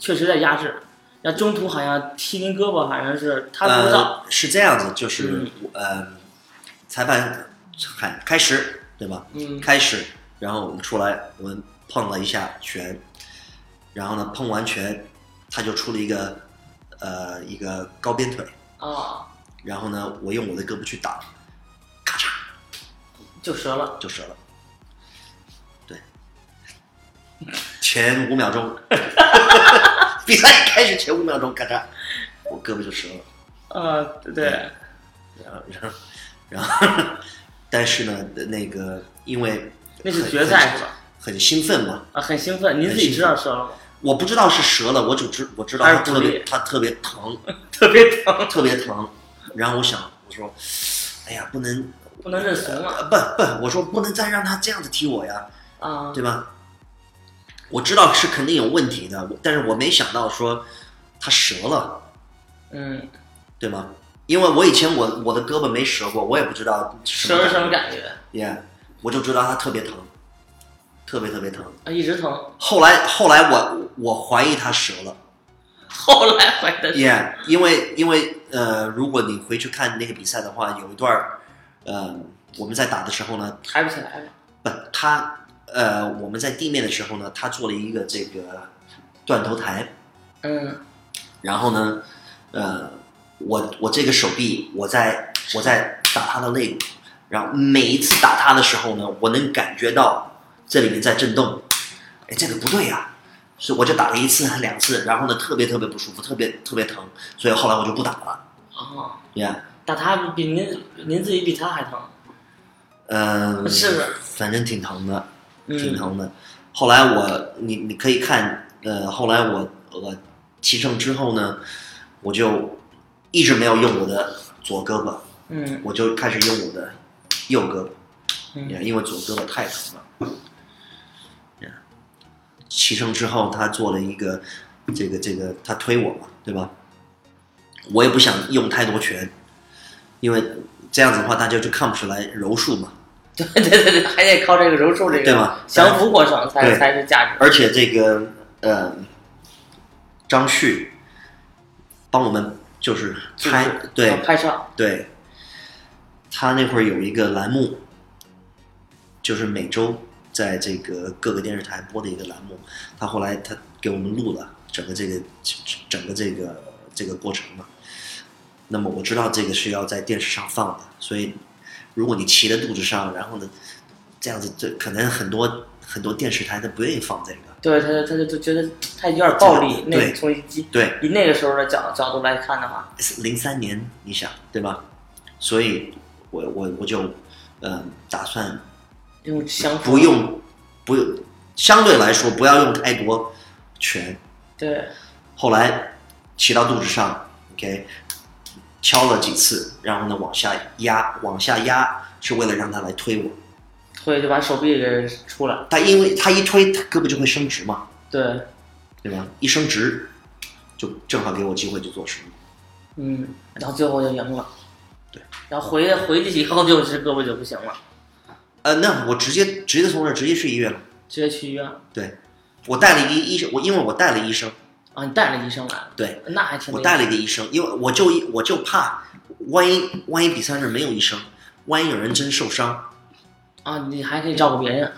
[SPEAKER 1] 确实在压制，那中途好像踢您胳膊，反正是他不知道，
[SPEAKER 3] 呃、是这样子，就是、
[SPEAKER 1] 嗯
[SPEAKER 3] 呃，裁判喊开始，对吧？
[SPEAKER 1] 嗯
[SPEAKER 3] 开始，然后我们出来，我们碰了一下拳，然后呢，碰完拳，他就出了一个呃一个高鞭腿，
[SPEAKER 1] 啊，
[SPEAKER 3] 然后呢，我用我的胳膊去打，咔嚓
[SPEAKER 1] 就折了，
[SPEAKER 3] 就折了，对，前五秒钟， *laughs* 比赛开始前五秒钟，咔嚓，我胳膊就折了。
[SPEAKER 1] 呃，对，
[SPEAKER 3] 然后，然后，然后，但是呢，那个因为
[SPEAKER 1] 那是
[SPEAKER 3] 很
[SPEAKER 1] 决赛是吧？
[SPEAKER 3] 很兴奋嘛，
[SPEAKER 1] 啊，很兴奋，您自己知道折了吗？
[SPEAKER 3] 我不知道是折了，我只知我知道
[SPEAKER 1] 还是
[SPEAKER 3] 它特
[SPEAKER 1] 骨
[SPEAKER 3] 别
[SPEAKER 1] 裂
[SPEAKER 3] 它特别疼，
[SPEAKER 1] 特别疼，
[SPEAKER 3] *laughs* 特别疼。然后我想，我说，哎呀，不能，
[SPEAKER 1] 不能认怂啊
[SPEAKER 3] 呃，不不，我说不能再让他这样子踢我呀，
[SPEAKER 1] 啊，
[SPEAKER 3] 对吧？我知道是肯定有问题的，我但是我没想到说他折了。
[SPEAKER 1] 嗯，
[SPEAKER 3] 对吗？因为我以前我我的胳膊没折过，我也不知道什
[SPEAKER 1] 折
[SPEAKER 3] 么
[SPEAKER 1] 是什么感觉？
[SPEAKER 3] yeah，我就知道它特别疼，特别特别疼。
[SPEAKER 1] 啊，一直疼， *laughs*
[SPEAKER 3] 后来后来我我怀疑它折了
[SPEAKER 1] 后来怀的，
[SPEAKER 3] ，yeah，因为因为呃，如果你回去看那个比赛的话，有一段儿，呃，我们在打的时候呢，
[SPEAKER 1] 抬不起来了，
[SPEAKER 3] 不，他呃，我们在地面的时候呢，他做了一个这个断头台，
[SPEAKER 1] 嗯，
[SPEAKER 3] 然后呢，呃，我我这个手臂，我在我在打他的肋骨，然后每一次打他的时候呢，我能感觉到这里面在震动，哎，这个不对呀、所以我就打了一次两次，然后呢，特别特别不舒服，特别特别疼，所以后来我就不打了，
[SPEAKER 1] 啊。
[SPEAKER 3] 你看，
[SPEAKER 1] 打他比您您自己比他还疼，
[SPEAKER 3] 嗯、
[SPEAKER 1] 是
[SPEAKER 3] 反正挺疼的，
[SPEAKER 1] 嗯
[SPEAKER 3] 挺疼的。后来我，你你可以看，呃，后来我我骑乘之后呢，我就一直没有用我的左胳膊，
[SPEAKER 1] 嗯 *laughs*
[SPEAKER 3] 我就开始用我的右胳膊，
[SPEAKER 1] 嗯
[SPEAKER 3] 因为左胳膊太疼了。骑乘之后，他做了一个这个这个，他推我嘛，对吧？我也不想用太多拳，因为这样子的话大家就看不出来柔术嘛。
[SPEAKER 1] 对对对对，还得靠这个柔术这个
[SPEAKER 3] 对吧
[SPEAKER 1] 降服过程才
[SPEAKER 3] 对
[SPEAKER 1] 才是价值。
[SPEAKER 3] 而且这个呃，张旭帮我们就是拍
[SPEAKER 1] 就是
[SPEAKER 3] 对
[SPEAKER 1] 要拍照，
[SPEAKER 3] 对，他那会儿有一个栏目，就是每周在这个各个电视台播的一个栏目。他后来他给我们录了整个这个整个这个这个过程嘛。那么我知道这个是要在电视上放的，所以如果你骑在肚子上，然后呢，这样子，这可能很多很多电视台他不愿意放这个。
[SPEAKER 1] 对他他就就觉得他有点暴力。那
[SPEAKER 3] 对
[SPEAKER 1] 从以
[SPEAKER 3] 对，
[SPEAKER 1] 以那个时候的角角度来看的话，
[SPEAKER 3] 零三年，你想对吧？所以我我我就嗯打算
[SPEAKER 1] 用降服
[SPEAKER 3] 不用不用，相对来说不要用太多拳。
[SPEAKER 1] 对
[SPEAKER 3] 后来骑到肚子上，OK，敲了几次，然后呢往下压，往下压是为了让他来推我。
[SPEAKER 1] 推就把手臂给出来，
[SPEAKER 3] 他因为他一推，他胳膊就会伸直嘛，
[SPEAKER 1] 对，
[SPEAKER 3] 对吧？一伸直，就正好给我机会就做实力。
[SPEAKER 1] 嗯，然后最后就赢了。
[SPEAKER 3] 对，
[SPEAKER 1] 然后回回去以后就是胳膊就不行了，
[SPEAKER 3] 呃，那我直接直接从那儿直接去医院了。
[SPEAKER 1] 直接去医院
[SPEAKER 3] 对，我带了一医生，我因为我带了医生，
[SPEAKER 1] 啊！你带着医生来了，
[SPEAKER 3] 对
[SPEAKER 1] 那还挺
[SPEAKER 3] 我
[SPEAKER 1] 厉害。
[SPEAKER 3] 带了一个医生，因为我就我就怕，万一万一比赛那儿没有医生，万一有人真受伤，
[SPEAKER 1] 啊，你还可以照顾别人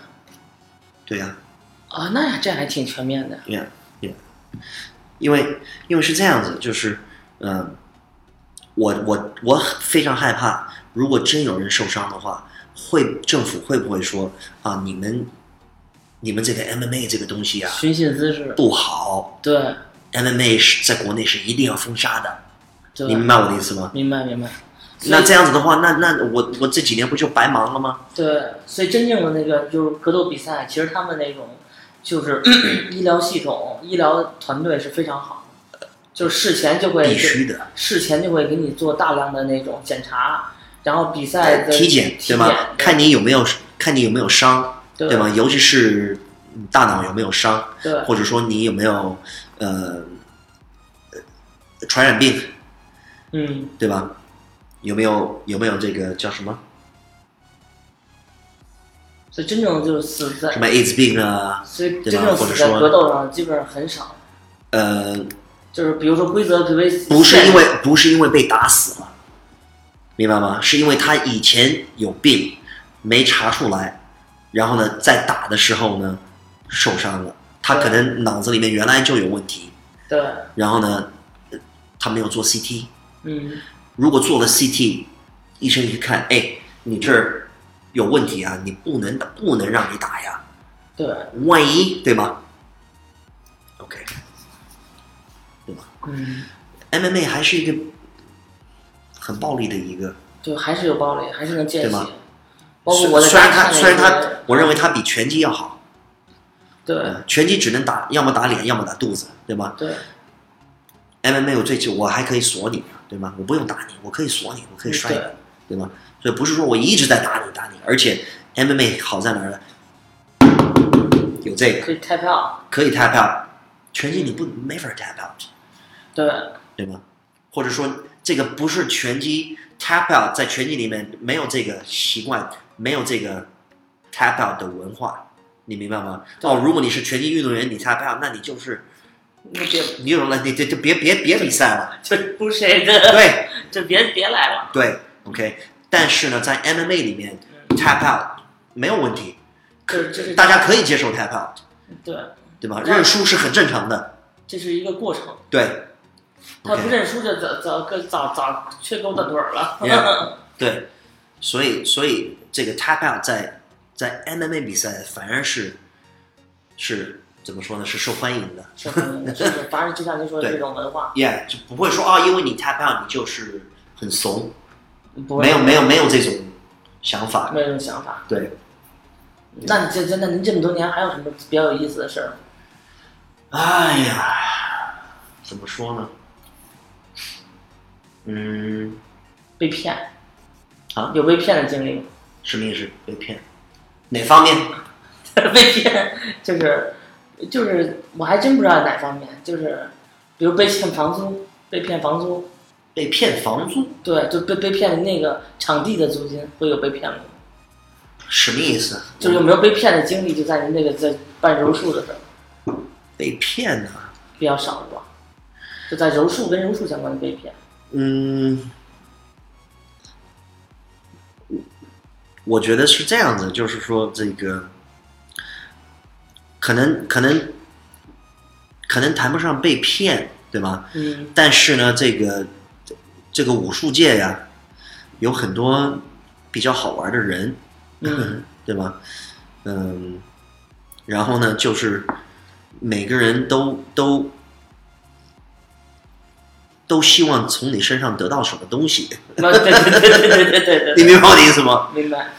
[SPEAKER 3] 对呀、
[SPEAKER 1] 啊，那这还挺全面的。
[SPEAKER 3] Yeah, yeah. 因为因为是这样子，就是嗯、我我我非常害怕，如果真有人受伤的话，会政府会不会说啊，你们你们这个 MMA 这个东西啊
[SPEAKER 1] 寻衅滋事，
[SPEAKER 3] 不好
[SPEAKER 1] 对
[SPEAKER 3] ，MMA 是在国内是一定要封杀的，
[SPEAKER 1] 对，
[SPEAKER 3] 你明白我的意思吗？
[SPEAKER 1] 明白明白。所以
[SPEAKER 3] 那这样子的话，那那我我这几年不就白忙了吗？
[SPEAKER 1] 对，所以真正的那个就是格斗比赛，其实他们那种就是
[SPEAKER 3] *clears throat*
[SPEAKER 1] 医疗系统、医疗团队是非常好的，就是事前就会
[SPEAKER 3] 必须的，
[SPEAKER 1] 事前就会给你做大量的那种检查，然后比赛的
[SPEAKER 3] 体检
[SPEAKER 1] 体
[SPEAKER 3] 对
[SPEAKER 1] 检
[SPEAKER 3] 吗？看你有没有看你有没有伤
[SPEAKER 1] 对
[SPEAKER 3] 对吗？尤其是嗯大脑有没有伤。
[SPEAKER 1] 对
[SPEAKER 3] 或者说你有没有呃呃传染病，
[SPEAKER 1] 嗯，
[SPEAKER 3] 对吧？有没有有没有这个叫什么
[SPEAKER 1] 所以真正就是死在
[SPEAKER 3] 什，么艾滋病啊？
[SPEAKER 1] 所以
[SPEAKER 3] 对
[SPEAKER 1] 真
[SPEAKER 3] 吧
[SPEAKER 1] 正
[SPEAKER 3] 或者
[SPEAKER 1] 死在
[SPEAKER 3] 说
[SPEAKER 1] 格斗上基本上很少，
[SPEAKER 3] 呃，
[SPEAKER 1] 就是比如说规则特别
[SPEAKER 3] 不是因为不是因为被打死了，明白吗？是因为他以前有病没查出来，然后呢，在打的时候呢受伤了，他可能脑子里面原来就有问题，
[SPEAKER 1] 对，
[SPEAKER 3] 然后呢，呃他没有做 CT，
[SPEAKER 1] 嗯，
[SPEAKER 3] 如果做了 CT，医生一看，哎，你这儿有问题啊，你不能打，不能让你打呀，
[SPEAKER 1] 对，
[SPEAKER 3] 万一对吗？OK，对吧
[SPEAKER 1] 嗯，
[SPEAKER 3] ？MMA 还是一个很暴力的一个，
[SPEAKER 1] 就还是有暴力，还是能见
[SPEAKER 3] 对
[SPEAKER 1] 血
[SPEAKER 3] 吗，
[SPEAKER 1] 包括我在
[SPEAKER 3] 虽然
[SPEAKER 1] 家
[SPEAKER 3] 他
[SPEAKER 1] 看
[SPEAKER 3] 虽然
[SPEAKER 1] 那
[SPEAKER 3] 他
[SPEAKER 1] 些，
[SPEAKER 3] 我认为他比拳击要好，
[SPEAKER 1] 对
[SPEAKER 3] 呃拳击只能打，要么打脸，要么打肚子，对吗
[SPEAKER 1] 对。
[SPEAKER 3] ？MMA 我最起我还可以锁你，对吗？我不用打你，我可以锁你，我可以摔你。
[SPEAKER 1] 嗯对
[SPEAKER 3] 对吧？所以不是说我一直在打你打你，而且 MMA 好在哪儿呢？有这个
[SPEAKER 1] 可以 tap out，
[SPEAKER 3] 可以 tap out，拳击你不没法 tap out， *laughs*
[SPEAKER 1] 对
[SPEAKER 3] 对吗？或者说这个不是拳击 tap out，在拳击里面没有这个习惯，没有这个 tap out 的文化，你明白吗？
[SPEAKER 1] 对
[SPEAKER 3] 哦，如果你是拳击运动员，你 tap out，那你就是
[SPEAKER 1] 那别
[SPEAKER 3] 你有了，你就就别别别比赛了，
[SPEAKER 1] 就不是谁的，
[SPEAKER 3] 对。
[SPEAKER 1] *laughs* 就别别来了。
[SPEAKER 3] 对，OK。但是呢，在 MMA 里面，tap out 没有问题，
[SPEAKER 1] 这这是
[SPEAKER 3] 大家可以接受 tap out，
[SPEAKER 1] 对，
[SPEAKER 3] 对吧？
[SPEAKER 1] 对
[SPEAKER 3] 认输是很正常的，
[SPEAKER 1] 这是一个过程。
[SPEAKER 3] 对。
[SPEAKER 1] 他不
[SPEAKER 3] OK，
[SPEAKER 1] 认输就早早跟早早缺钩断腿儿
[SPEAKER 3] *laughs*
[SPEAKER 1] 了。
[SPEAKER 3] Yeah 对，所以所以这个 tap out 在在 MMA 比赛反而是是怎么说呢？是受欢迎的
[SPEAKER 1] 是很 *laughs* 就是反正就像您说的
[SPEAKER 3] 对
[SPEAKER 1] 这种文化，
[SPEAKER 3] ，Yeah，就不会说啊、因为你 tap out 你就是很怂，
[SPEAKER 1] 不会
[SPEAKER 3] 没有没有没有这种想法，
[SPEAKER 1] 没有这种想法。
[SPEAKER 3] 对。
[SPEAKER 1] 那你这这那您这么多年还有什么比较有意思的事儿？
[SPEAKER 3] 哎呀，怎么说呢？嗯，
[SPEAKER 1] 被骗
[SPEAKER 3] 啊
[SPEAKER 1] 有被骗的经历吗？ *laughs*
[SPEAKER 3] 什么意思？被骗？哪方面？
[SPEAKER 1] 被骗，就是就是，我还真不知道哪方面，就是比如被骗房租，被骗房租，
[SPEAKER 3] 被骗房租，
[SPEAKER 1] 对，就被被骗的那个场地的租金会有被骗吗？
[SPEAKER 3] 什么意思？
[SPEAKER 1] 就是有没有被骗的经历？就在您这个在办柔术的时候
[SPEAKER 3] 被骗啊呢、
[SPEAKER 1] 比较少吧？就在柔术跟柔术相关的被骗，
[SPEAKER 3] 嗯，我觉得是这样子，就是说这个，可能可能可能谈不上被骗，对吧？
[SPEAKER 1] 嗯，
[SPEAKER 3] 但是呢，这个这个武术界呀，有很多比较好玩的人，
[SPEAKER 1] 嗯，
[SPEAKER 3] 对吧？嗯，然后呢，就是每个人都都都希望从你身上得到什么东西，
[SPEAKER 1] 那对对对对对对对
[SPEAKER 3] 你
[SPEAKER 1] 对，
[SPEAKER 3] 明白我的意思吗？
[SPEAKER 1] 明白，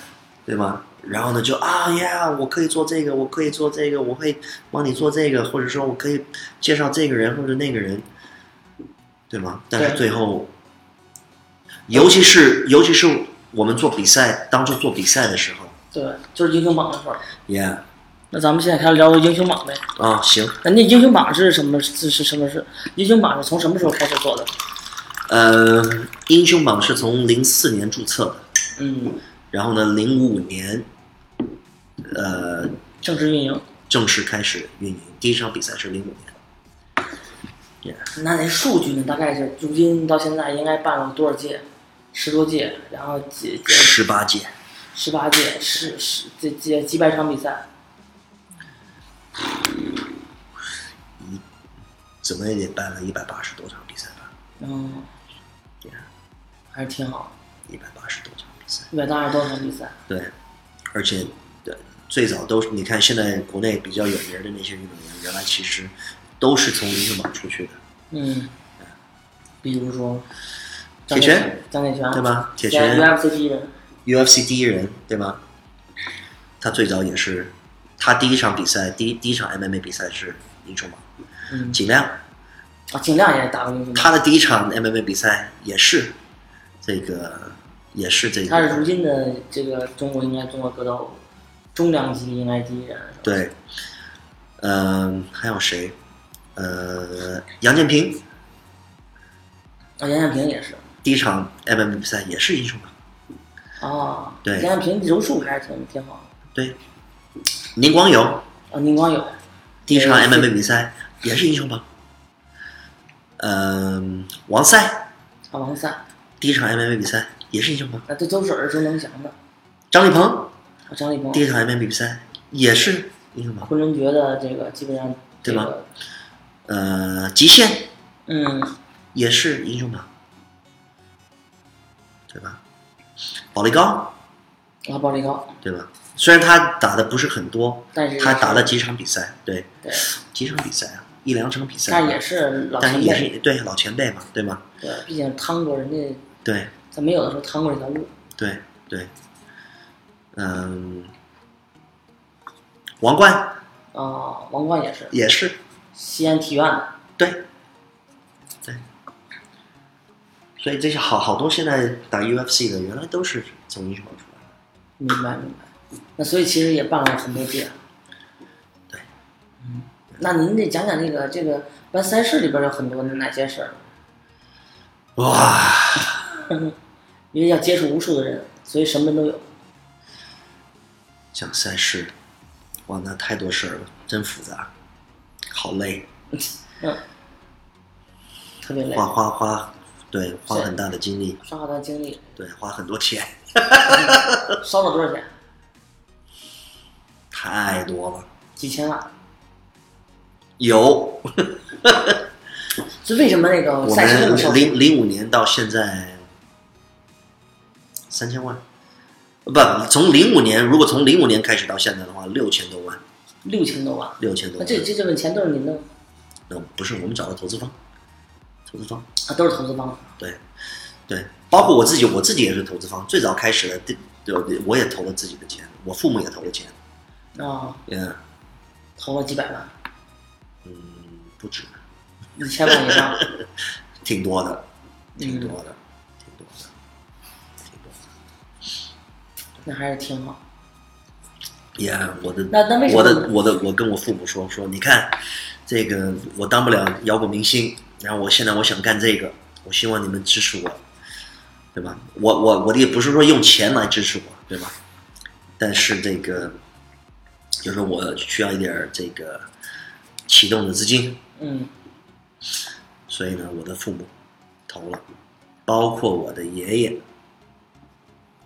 [SPEAKER 3] 对吗？然后呢，就啊呀，我可以做这个，我可以做这个，我会帮你做这个，或者说我可以介绍这个人或者那个人，对吗？但是
[SPEAKER 1] 对
[SPEAKER 3] 最后，尤其是尤其是我们做比赛，当初做比赛的时候
[SPEAKER 1] 对，就是英雄榜的时候。
[SPEAKER 3] ，Yeah，
[SPEAKER 1] 那咱们现在开始聊英雄榜呗。
[SPEAKER 3] 啊，行，
[SPEAKER 1] 那那英雄榜是什么？是是什么是？英雄榜是从什么时候开始做的？
[SPEAKER 3] 呃，英雄榜是从零四年注册的，
[SPEAKER 1] 嗯，
[SPEAKER 3] 然后呢，零五年，呃，
[SPEAKER 1] 正式运营。
[SPEAKER 3] 正式开始运营。第一场比赛是零五年，
[SPEAKER 1] 那那数据呢？大概是如今到现在应该办了多少届？十多届，然后几几
[SPEAKER 3] 十八届，
[SPEAKER 1] 十八届，十十几几几百场比赛，
[SPEAKER 3] 怎么也得办了一百八十多场比赛吧？
[SPEAKER 1] 嗯，还是挺好。
[SPEAKER 3] 一百八十多场比赛，
[SPEAKER 1] 一百八十多场比赛，
[SPEAKER 3] 对，而且，对，最早都是你看现在国内比较有名的那些运动员，原来其实都是从英雄榜出去的，
[SPEAKER 1] 嗯，比如说
[SPEAKER 3] 铁拳，
[SPEAKER 1] 张铁拳
[SPEAKER 3] 对吧？铁
[SPEAKER 1] 现在
[SPEAKER 3] 拳
[SPEAKER 1] UFC 第一人，
[SPEAKER 3] UFC 第一人，对吗？他最早也是，他第一场比赛，第一第一场 MMA 比赛是英雄榜，
[SPEAKER 1] 嗯，
[SPEAKER 3] 尽量。
[SPEAKER 1] 啊，尽量也打过英雄榜。
[SPEAKER 3] 他的第一场 MMA 比赛也是这个，也是这
[SPEAKER 1] 他是如
[SPEAKER 3] 个，
[SPEAKER 1] 今的这个中国应该中国格斗中量级应该第一人。
[SPEAKER 3] 对，嗯、还有谁？呃，杨建平
[SPEAKER 1] 啊，杨建平也是。
[SPEAKER 3] 第一场 MMA 比赛也是英雄榜，
[SPEAKER 1] 哦，
[SPEAKER 3] 对
[SPEAKER 1] 杨建平柔术还是挺挺好
[SPEAKER 3] 对，宁光友
[SPEAKER 1] 的。啊，宁光友，
[SPEAKER 3] 第一场
[SPEAKER 1] 对
[SPEAKER 3] MMA 比赛也是英雄榜，嗯、王赛
[SPEAKER 1] 啊，王赛，
[SPEAKER 3] 第一场 MMA 比赛也是英雄榜，
[SPEAKER 1] 啊，这都是耳熟能详的。
[SPEAKER 3] 张立鹏
[SPEAKER 1] 啊，张立鹏，
[SPEAKER 3] 第一场 MMA 比赛也是英雄榜，
[SPEAKER 1] 昆仑决的这个基本上这
[SPEAKER 3] 对吧
[SPEAKER 1] 个，
[SPEAKER 3] 呃，极限
[SPEAKER 1] 嗯，
[SPEAKER 3] 也是英雄榜，对吧？保利高，
[SPEAKER 1] 啊，暴力高，
[SPEAKER 3] 对吧？虽然他打的不是很多，
[SPEAKER 1] 但是
[SPEAKER 3] 他打了几场比赛，对，
[SPEAKER 1] 对，
[SPEAKER 3] 几场比赛啊，一两场比赛，啊
[SPEAKER 1] 但也，是老
[SPEAKER 3] 但
[SPEAKER 1] 前
[SPEAKER 3] 是也
[SPEAKER 1] 辈，
[SPEAKER 3] 是对老前辈嘛，对吗？
[SPEAKER 1] 对，毕竟趟过人家
[SPEAKER 3] 对
[SPEAKER 1] 在没有的时候趟过这条路。
[SPEAKER 3] 对对，嗯，王冠
[SPEAKER 1] 啊，王冠也是
[SPEAKER 3] 也是，
[SPEAKER 1] 西安体院的，
[SPEAKER 3] 对，对，所以这些好好多现在打 UFC 的，原来都是从英雄榜出来的。
[SPEAKER 1] 明白明白。那所以其实也办了很多届。
[SPEAKER 3] 对。
[SPEAKER 1] 嗯，那您得讲讲这个这个办赛事里边有很多的哪些事儿？
[SPEAKER 3] 哇，
[SPEAKER 1] 因为要接触无数的人，所以什么人都有。
[SPEAKER 3] 讲赛事，哇，那太多事儿了，真复杂，好累，
[SPEAKER 1] 嗯，特别累，
[SPEAKER 3] 花花花，对，花
[SPEAKER 1] 是
[SPEAKER 3] 很大的精力，
[SPEAKER 1] 烧好大精力，
[SPEAKER 3] 对，花很多钱，
[SPEAKER 1] 烧了多少钱？
[SPEAKER 3] 太多了。
[SPEAKER 1] 几千万。
[SPEAKER 3] 有，
[SPEAKER 1] 所以为什么那个
[SPEAKER 3] 我
[SPEAKER 1] 赛事那么烧
[SPEAKER 3] 们
[SPEAKER 1] 钱？
[SPEAKER 3] 零零五年到现在三千万，不，从零五年，如果从零五年开始到现在的话，六千多万，
[SPEAKER 1] 六千多万。
[SPEAKER 3] 六千多
[SPEAKER 1] 那
[SPEAKER 3] 万。
[SPEAKER 1] 这这这份钱都是您的吗
[SPEAKER 3] 那不是我们找的投资方，投资方，
[SPEAKER 1] 啊，都是投资方的。
[SPEAKER 3] 对，对，包括我自己，我自己也是投资方。最早开始的，对，对我也投了自己的钱，我父母也投了钱，
[SPEAKER 1] 啊、
[SPEAKER 3] 嗯
[SPEAKER 1] 投了几百万，
[SPEAKER 3] 嗯，不止，
[SPEAKER 1] 一千万以上。
[SPEAKER 3] 挺多的， *laughs*
[SPEAKER 1] 嗯
[SPEAKER 3] 挺多的，挺多的，挺多的。
[SPEAKER 1] 那还是挺好。
[SPEAKER 3] 也、我的，
[SPEAKER 1] 那那为什么
[SPEAKER 3] 我的我的我跟我父母说说，你看，这个我当不了摇滚明星，然后我现在我想干这个，我希望你们支持我，对吧？我我我的也不是说用钱来支持我，对吧？但是这个有时候我需要一点儿这个启动的资金，
[SPEAKER 1] 嗯
[SPEAKER 3] 所以呢，我的父母投了，包括我的爷爷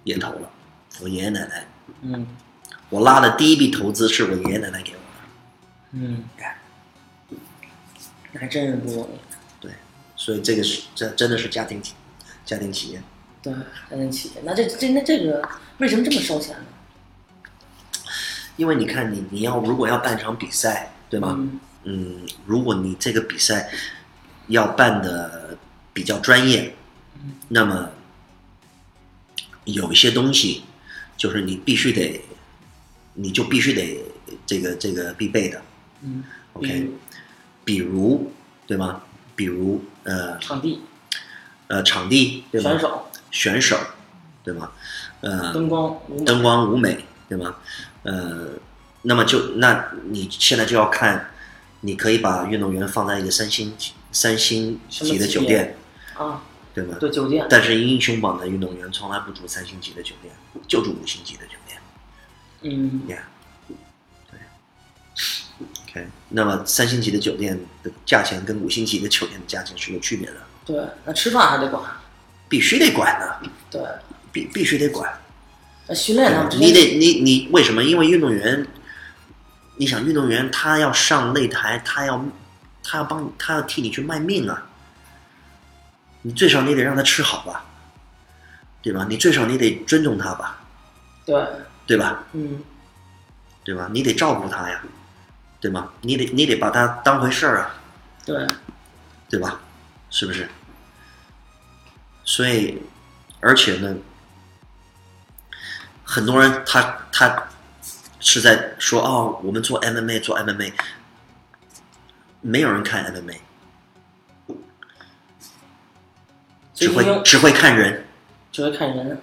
[SPEAKER 3] 也投了，我爷爷奶奶，
[SPEAKER 1] 嗯
[SPEAKER 3] 我拉的第一笔投资是我爷爷奶奶给我的，
[SPEAKER 1] 嗯，那还真是不容易。
[SPEAKER 3] 对，所以这个是这真的是家庭企家庭企业，
[SPEAKER 1] 对，还能起。那这这那这个为什么这么烧钱呢？
[SPEAKER 3] 因为你看你你要如果要办场比赛，对吗？
[SPEAKER 1] 嗯
[SPEAKER 3] 嗯，如果你这个比赛要办的比较专业，
[SPEAKER 1] 嗯
[SPEAKER 3] 那么有一些东西就是你必须得，你就必须得这个这个必备的
[SPEAKER 1] 嗯，比
[SPEAKER 3] ，OK，
[SPEAKER 1] 如
[SPEAKER 3] 比如对吗？比如呃
[SPEAKER 1] 场地、
[SPEAKER 3] 呃场地对吗？
[SPEAKER 1] 选手、
[SPEAKER 3] 选手对吗？呃，
[SPEAKER 1] 灯光、舞美
[SPEAKER 3] 灯光舞美，对吗？呃，那么就那你现在就要看，你可以把运动员放在一个三星三星级的酒店，
[SPEAKER 1] 啊，
[SPEAKER 3] 对吗？
[SPEAKER 1] 对，酒店。
[SPEAKER 3] 但是英雄榜的运动员从来不住三星级的酒店，就住五星级的酒店。
[SPEAKER 1] 嗯
[SPEAKER 3] Yeah，对。OK，那么三星级的酒店的价钱跟五星级的酒店的价钱是有区别的，
[SPEAKER 1] 对，那吃饭还得管。
[SPEAKER 3] 必须得管呢，
[SPEAKER 1] 对，
[SPEAKER 3] 必必须得管。
[SPEAKER 1] 那训练上
[SPEAKER 3] 啊你得你你为什么？因为运动员，你想运动员他要上擂台，他要他要帮你，他要替你去卖命啊。你最少你得让他吃好吧，对吧？你最少你得尊重他吧，
[SPEAKER 1] 对，
[SPEAKER 3] 对吧？
[SPEAKER 1] 嗯
[SPEAKER 3] 对吧？你得照顾他呀，对吗？你得你得把他当回事儿啊，
[SPEAKER 1] 对，
[SPEAKER 3] 对吧？是不是？所以，而且呢，很多人他他是在说哦，我们做 MMA 做 MMA，没有人看 MMA，
[SPEAKER 1] 所
[SPEAKER 3] 只
[SPEAKER 1] 以
[SPEAKER 3] 会
[SPEAKER 1] 英
[SPEAKER 3] 只会看人，
[SPEAKER 1] 只会看人，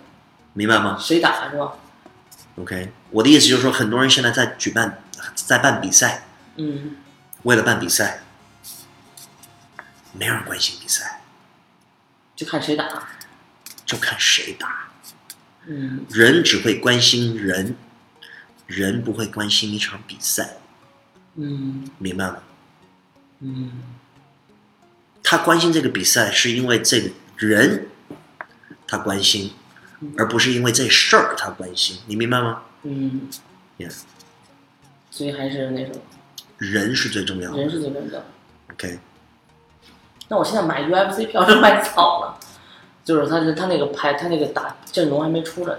[SPEAKER 3] 明白吗
[SPEAKER 1] 谁打是吧？
[SPEAKER 3] ？OK，我的意思就是说，很多人现在在举办在办比赛，
[SPEAKER 1] 嗯，
[SPEAKER 3] 为了办比赛，没有人关心比赛，
[SPEAKER 1] 就看谁打。
[SPEAKER 3] 就看谁打。
[SPEAKER 1] 嗯，
[SPEAKER 3] 人只会关心人，人不会关心一场比赛，
[SPEAKER 1] 嗯
[SPEAKER 3] 明白吗？
[SPEAKER 1] 嗯
[SPEAKER 3] 他关心这个比赛是因为这个人他关心，而不是因为这事儿他关心，你明白吗
[SPEAKER 1] 嗯，
[SPEAKER 3] ？Yeah，
[SPEAKER 1] 所以还是那种
[SPEAKER 3] 人是最重要
[SPEAKER 1] 人
[SPEAKER 3] 的。
[SPEAKER 1] 是最重要的。
[SPEAKER 3] OK，
[SPEAKER 1] 那我现在买 UFC 票是买早了，就是他是他那个排他那个打阵容还没出来。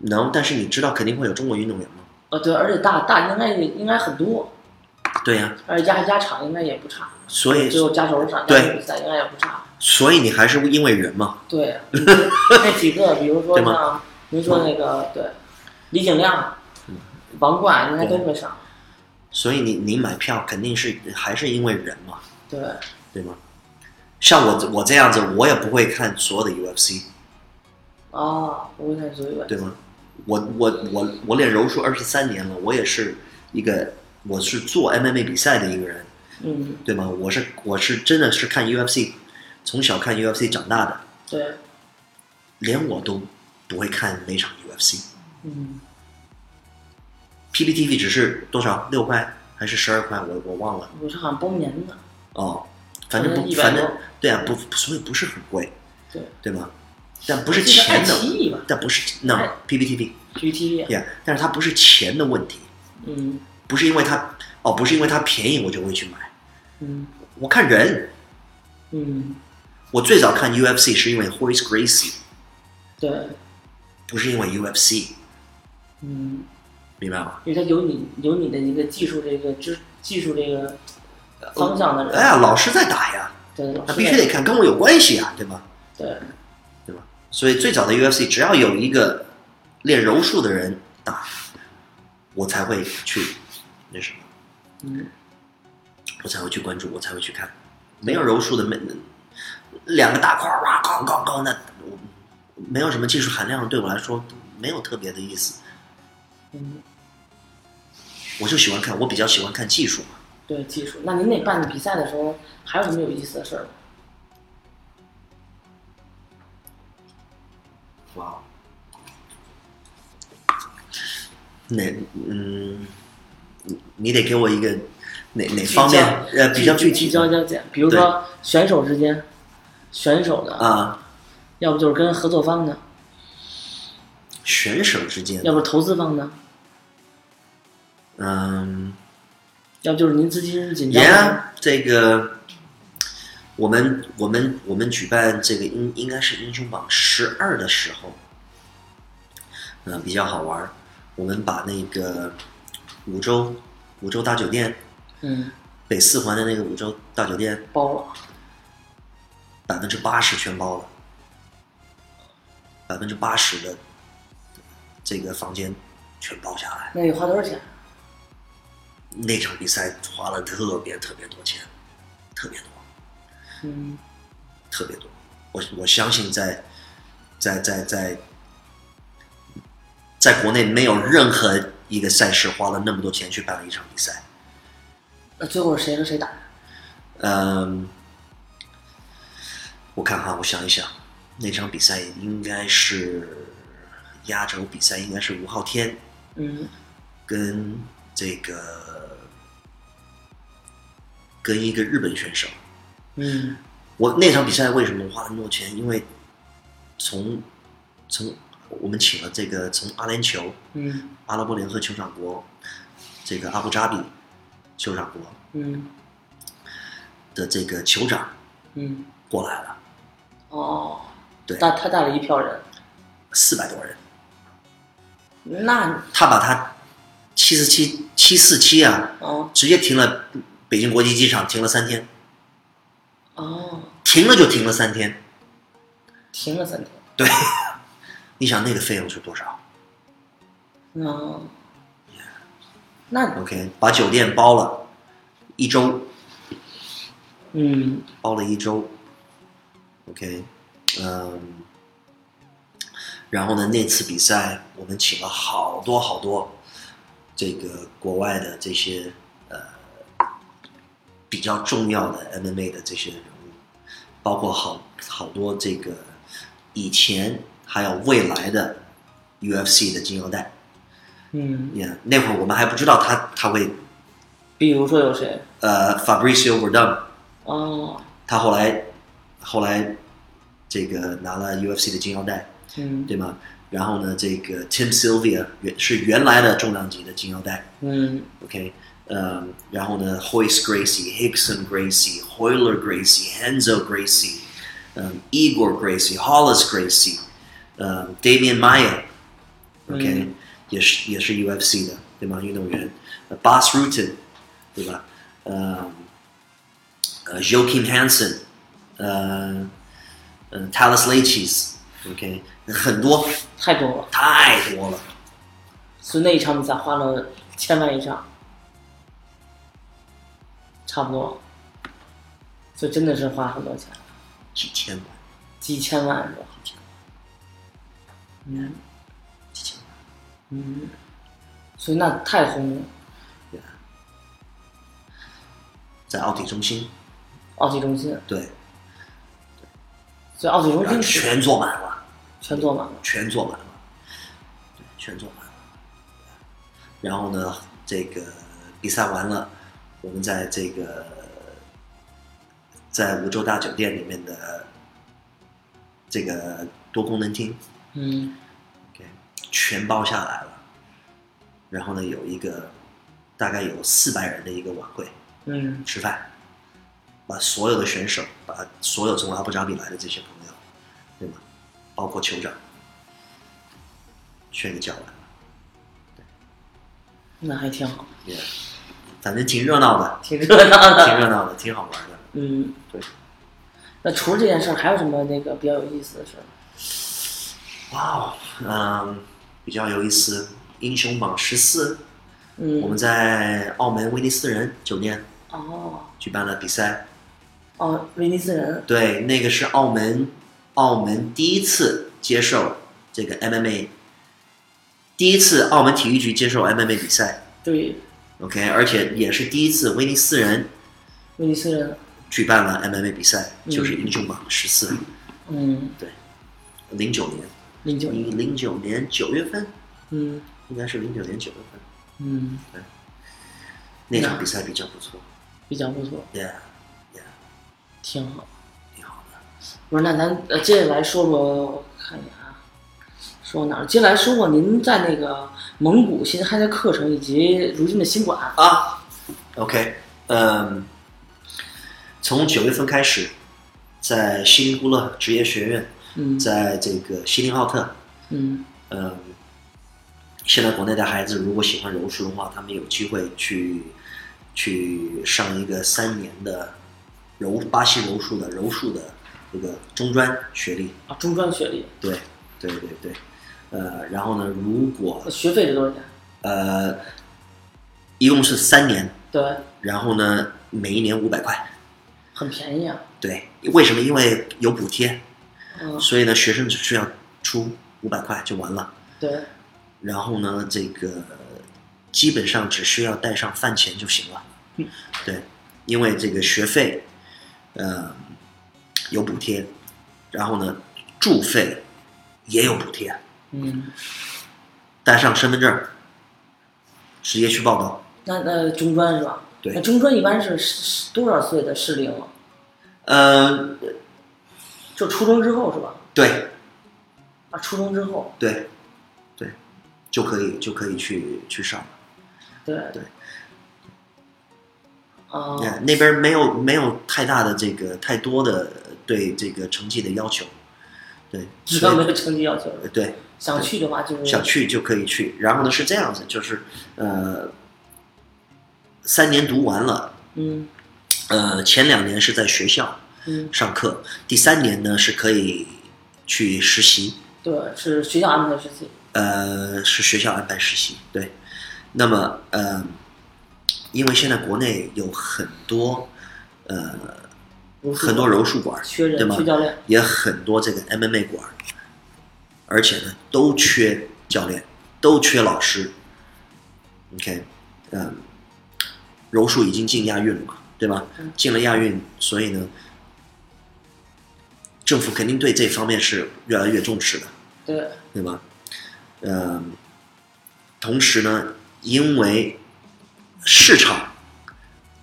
[SPEAKER 3] 能、但是你知道肯定会有中国运动员吗？
[SPEAKER 1] 呃，对，而且大大应该也应该很多，
[SPEAKER 3] 对呀、
[SPEAKER 1] 而且压压场应该也不差，
[SPEAKER 3] 所以
[SPEAKER 1] 最后加球场
[SPEAKER 3] 对
[SPEAKER 1] 加球比赛应该也不差。
[SPEAKER 3] 所以你还是因为人嘛， *laughs*
[SPEAKER 1] 对，那几个，比如说
[SPEAKER 3] 对吗嗯
[SPEAKER 1] 像您说那个对，李景亮、王冠应该都会上。
[SPEAKER 3] 所以你你买票肯定是还是因为人嘛，
[SPEAKER 1] 对，
[SPEAKER 3] 对吗？像我我这样子，我也不会看所有的 UFC。
[SPEAKER 1] 啊，我看所以
[SPEAKER 3] 对吗？我我我我练柔术二十三年了，我也是一个我是做 MMA 比赛的一个人，
[SPEAKER 1] 嗯，
[SPEAKER 3] 对吗？我是我是真的是看 UFC，从小看 UFC 长大的，
[SPEAKER 1] 对，
[SPEAKER 3] 连我都不会看每场 UFC。
[SPEAKER 1] 嗯
[SPEAKER 3] PPTV 只是多少六块还是十二块，我我忘了
[SPEAKER 1] 我是好像包年的，
[SPEAKER 3] 哦，反正
[SPEAKER 1] 反
[SPEAKER 3] 不
[SPEAKER 1] 正100
[SPEAKER 3] 反正
[SPEAKER 1] 嗯多
[SPEAKER 3] 对啊，不所以不是很贵，
[SPEAKER 1] 对，
[SPEAKER 3] 对吗？但不是
[SPEAKER 1] 这个爱
[SPEAKER 3] 钱
[SPEAKER 1] 奇
[SPEAKER 3] 的，
[SPEAKER 1] 艺哎吧
[SPEAKER 3] 但不是 no PPTV
[SPEAKER 1] ，GTV，
[SPEAKER 3] yeah，但是它不是钱的问题，
[SPEAKER 1] 嗯
[SPEAKER 3] 不是因为它哦，不是因为它便宜我就会去买，
[SPEAKER 1] 嗯
[SPEAKER 3] 我看人。
[SPEAKER 1] 嗯，
[SPEAKER 3] 我最早看 UFC 是因为 Horace Gracie，
[SPEAKER 1] 对，
[SPEAKER 3] 不是因为 UFC，
[SPEAKER 1] 嗯，
[SPEAKER 3] 明白吗？
[SPEAKER 1] 因为他有你有你的一个技术这个知技术这个方向的人，
[SPEAKER 3] 哎呀，老师在打呀，
[SPEAKER 1] 对，老
[SPEAKER 3] 那
[SPEAKER 1] 师
[SPEAKER 3] 必须得看，跟我有关系啊，对吗？
[SPEAKER 1] 对，
[SPEAKER 3] 对吧？所以最早的 UFC 只要有一个练柔术的人打，我才会去那什么，
[SPEAKER 1] 嗯
[SPEAKER 3] 我才会去关注，我才会去看。没有柔术的，没两个大块儿哇，杠杠杠，那我没有什么技术含量，对我来说没有特别的意思。
[SPEAKER 1] 嗯，
[SPEAKER 3] 我就喜欢看，我比较喜欢看技术嘛。
[SPEAKER 1] 对技术。那您那办比赛的时候还有什么有意思的事儿吗？
[SPEAKER 3] 哇，哪嗯，你你得给我一个哪哪方面呃比较具体
[SPEAKER 1] 比较
[SPEAKER 3] 的
[SPEAKER 1] 较简，比如说选手之间，选手的，
[SPEAKER 3] 啊，
[SPEAKER 1] 要不就是跟合作方的，
[SPEAKER 3] 选手之间
[SPEAKER 1] 要不是投资方的，
[SPEAKER 3] 嗯，
[SPEAKER 1] 要不就是您自己是紧张
[SPEAKER 3] 也、
[SPEAKER 1] 的。
[SPEAKER 3] 这个我们我们我们举办这个应应该是英雄榜十二的时候，嗯、比较好玩儿，我们把那个五洲五洲大酒店
[SPEAKER 1] 嗯，
[SPEAKER 3] 北四环的那个五洲大酒店
[SPEAKER 1] 包了，
[SPEAKER 3] 百分之八十全包了，百分之八十的这个房间全包下来。
[SPEAKER 1] 那得花多少钱？
[SPEAKER 3] 那场比赛花了特别特别多钱，特别多，
[SPEAKER 1] 嗯，
[SPEAKER 3] 特别多。我我相信在在在在在国内没有任何一个赛事花了那么多钱去办了一场比赛。
[SPEAKER 1] 那最后是谁和谁打？
[SPEAKER 3] 嗯，我看哈，我想一想，那场比赛应该是压轴比赛，应该是吴昊天
[SPEAKER 1] 嗯，
[SPEAKER 3] 跟这个跟一个日本选手。
[SPEAKER 1] 嗯，
[SPEAKER 3] 我那场比赛为什么花了那么多钱？因为从从我们请了这个从阿联酋
[SPEAKER 1] 嗯，
[SPEAKER 3] 阿拉伯联合酋长国这个阿布扎比酋长国
[SPEAKER 1] 嗯，
[SPEAKER 3] 的这个酋长
[SPEAKER 1] 嗯，
[SPEAKER 3] 过来了，
[SPEAKER 1] 哦，
[SPEAKER 3] 对
[SPEAKER 1] 他他带了一票人，
[SPEAKER 3] 四百多人。
[SPEAKER 1] 那
[SPEAKER 3] 他把他七四七七四七啊，
[SPEAKER 1] 哦
[SPEAKER 3] 直接停了北京国际机场，停了三天，
[SPEAKER 1] 哦，
[SPEAKER 3] 停了就停了三天。
[SPEAKER 1] 停了三天。
[SPEAKER 3] 对，你想那个费用是多少
[SPEAKER 1] 嗯，那
[SPEAKER 3] ？OK，把酒店包了一周，
[SPEAKER 1] 嗯
[SPEAKER 3] 包了一周。OK，嗯，然后呢，那次比赛我们请了好多好多这个国外的这些呃比较重要的 MMA 的这些人物，包括好好多这个以前还有未来的 UFC 的金腰带。
[SPEAKER 1] 嗯，
[SPEAKER 3] Yeah，那会儿我们还不知道他他会
[SPEAKER 1] 比如说有谁？
[SPEAKER 3] 呃 Fabricio Verdun，
[SPEAKER 1] 哦，
[SPEAKER 3] 他后来后来这个拿了 UFC 的金腰带，
[SPEAKER 1] 嗯
[SPEAKER 3] 对吗？然后呢，这个 Tim Sylvia 原是原来的重量级的金腰带
[SPEAKER 1] 嗯
[SPEAKER 3] ，OK，呃，Um, 然后呢，Hoist Gracie、Hickson Gracie、Hoyler Gracie、Henzo Gracie、嗯，Igor Gracie、Hollis Gracie、呃，Damian um, Maya，OK，、
[SPEAKER 1] 嗯
[SPEAKER 3] 也是也是 UFC 的，对吗？运动员、呃、，Boss Rutan，对吧？呃，呃，Joakim uh, Hansen，呃，嗯、t a l i s Leitches，OK，、很多
[SPEAKER 1] 太多了。
[SPEAKER 3] 太多了。
[SPEAKER 1] 所以那一场比赛花了千万以上，差不多，所以真的是花很多钱，
[SPEAKER 3] 几千万，
[SPEAKER 1] 几千万是吧？嗯
[SPEAKER 3] 几千万
[SPEAKER 1] 嗯，所以那太轰动了，
[SPEAKER 3] 对吧？在奥体中心，
[SPEAKER 1] 奥体中心，
[SPEAKER 3] 对，
[SPEAKER 1] 所以奥体中
[SPEAKER 3] 然
[SPEAKER 1] 心
[SPEAKER 3] 后
[SPEAKER 1] 是
[SPEAKER 3] 全坐满了，
[SPEAKER 1] 全坐满了，
[SPEAKER 3] 全坐满了，对，全坐满了。然后呢，这个比赛完了，我们在这个在梧州大酒店里面的这个多功能厅
[SPEAKER 1] 嗯
[SPEAKER 3] ，OK，全包下来了。然后呢，有一个大概有四百人的一个晚会，
[SPEAKER 1] 嗯
[SPEAKER 3] 吃饭，把所有的选手，把所有从阿布扎比来的这些朋友，对吗？包括酋长，全给叫来了。
[SPEAKER 1] 那还挺好，
[SPEAKER 3] 也，反正挺热闹
[SPEAKER 1] *laughs*
[SPEAKER 3] 的，
[SPEAKER 1] 挺热闹
[SPEAKER 3] 挺
[SPEAKER 1] 的，
[SPEAKER 3] 热闹的，挺好玩的。
[SPEAKER 1] 嗯，
[SPEAKER 3] 对。
[SPEAKER 1] 那除了这件事儿，还有什么那个比较有意思的事儿？
[SPEAKER 3] 哇哦，嗯，比较有意思。英雄榜十四，我
[SPEAKER 1] 嗯，
[SPEAKER 3] 们在澳门威尼斯人酒店
[SPEAKER 1] 哦
[SPEAKER 3] 举办了比赛。
[SPEAKER 1] 哦，威尼斯人，
[SPEAKER 3] 对，那个是澳门，澳门第一次接受这个 MMA，第一次澳门体育局接受 MMA 比赛
[SPEAKER 1] 对，
[SPEAKER 3] ，OK，而且也是第一次威尼斯人
[SPEAKER 1] 威尼斯人，
[SPEAKER 3] 举办了 MMA 比赛，
[SPEAKER 1] 嗯
[SPEAKER 3] 就是英雄榜十四，
[SPEAKER 1] 嗯
[SPEAKER 3] 零九年，
[SPEAKER 1] 零九年，
[SPEAKER 3] 零零九年九月份，
[SPEAKER 1] 嗯
[SPEAKER 3] 应该是零九年九月份
[SPEAKER 1] 嗯，
[SPEAKER 3] 那场比赛比较不错
[SPEAKER 1] 比较不错，
[SPEAKER 3] ，Yeah Yeah，
[SPEAKER 1] 挺好。
[SPEAKER 3] 挺好的。
[SPEAKER 1] 不是，那咱呃接下来说说，我看一眼啊，说哪儿？接下来说说您在那个蒙古新开的课程以及如今的新馆。
[SPEAKER 3] 啊，OK，嗯，从九月份开始，在锡林郭勒职业学院，
[SPEAKER 1] 嗯
[SPEAKER 3] 在这个锡林浩特，
[SPEAKER 1] 嗯
[SPEAKER 3] 嗯，现在国内的孩子如果喜欢柔术的话，他们有机会去去上一个三年的柔巴西柔术的柔术的这个中专学历，
[SPEAKER 1] 啊，中专学历，
[SPEAKER 3] 对，对对对，呃，然后呢，如果
[SPEAKER 1] 学费是多少钱？
[SPEAKER 3] 呃，一共是三年，
[SPEAKER 1] 对，
[SPEAKER 3] 然后呢，每一年五百块。
[SPEAKER 1] 很便宜啊。
[SPEAKER 3] 对，为什么？因为有补贴，
[SPEAKER 1] 嗯，
[SPEAKER 3] 所以呢，学生只需要出五百块就完了。
[SPEAKER 1] 对，
[SPEAKER 3] 然后呢，这个基本上只需要带上饭钱就行了。
[SPEAKER 1] 嗯
[SPEAKER 3] 对，因为这个学费，呃，有补贴，然后呢，住费也有补贴，
[SPEAKER 1] 嗯，
[SPEAKER 3] 带上身份证儿，直接去报道。
[SPEAKER 1] 那那中专是吧？
[SPEAKER 3] 对
[SPEAKER 1] 那中专一般是是是多少岁的适龄啊？
[SPEAKER 3] 呃，
[SPEAKER 1] 就初中之后是吧？
[SPEAKER 3] 对，
[SPEAKER 1] 啊，初中之后，
[SPEAKER 3] 对，对，就可以就可以去去上。
[SPEAKER 1] 对
[SPEAKER 3] 对。
[SPEAKER 1] 啊，
[SPEAKER 3] 哎那那边没有没有太大的这个太多的对这个成绩的要求，对，
[SPEAKER 1] 知道
[SPEAKER 3] 所
[SPEAKER 1] 没
[SPEAKER 3] 以
[SPEAKER 1] 有成绩要求，
[SPEAKER 3] 呃对，
[SPEAKER 1] 想去的话就是
[SPEAKER 3] 想去就可以去。然后呢是这样子，就是呃，三年读完了，
[SPEAKER 1] 嗯
[SPEAKER 3] 呃，前两年是在学校
[SPEAKER 1] 嗯，
[SPEAKER 3] 上课，第三年呢是可以去实习，
[SPEAKER 1] 对，是学校安排的事情。
[SPEAKER 3] 呃，是学校安排实习，对。那么，呃，因为现在国内有很多，呃，
[SPEAKER 1] 柔术
[SPEAKER 3] 很多柔术馆，
[SPEAKER 1] 缺
[SPEAKER 3] 对
[SPEAKER 1] 人
[SPEAKER 3] 吗
[SPEAKER 1] 缺？教练，
[SPEAKER 3] 也很多这个 MMA 馆，而且呢，都缺教练，都缺老师。OK，嗯、柔术已经进亚运了嘛，对吧
[SPEAKER 1] 嗯？
[SPEAKER 3] 进了亚运，所以呢，政府肯定对这方面是越来越重视的。
[SPEAKER 1] 对，
[SPEAKER 3] 对吧？嗯，同时呢，因为市场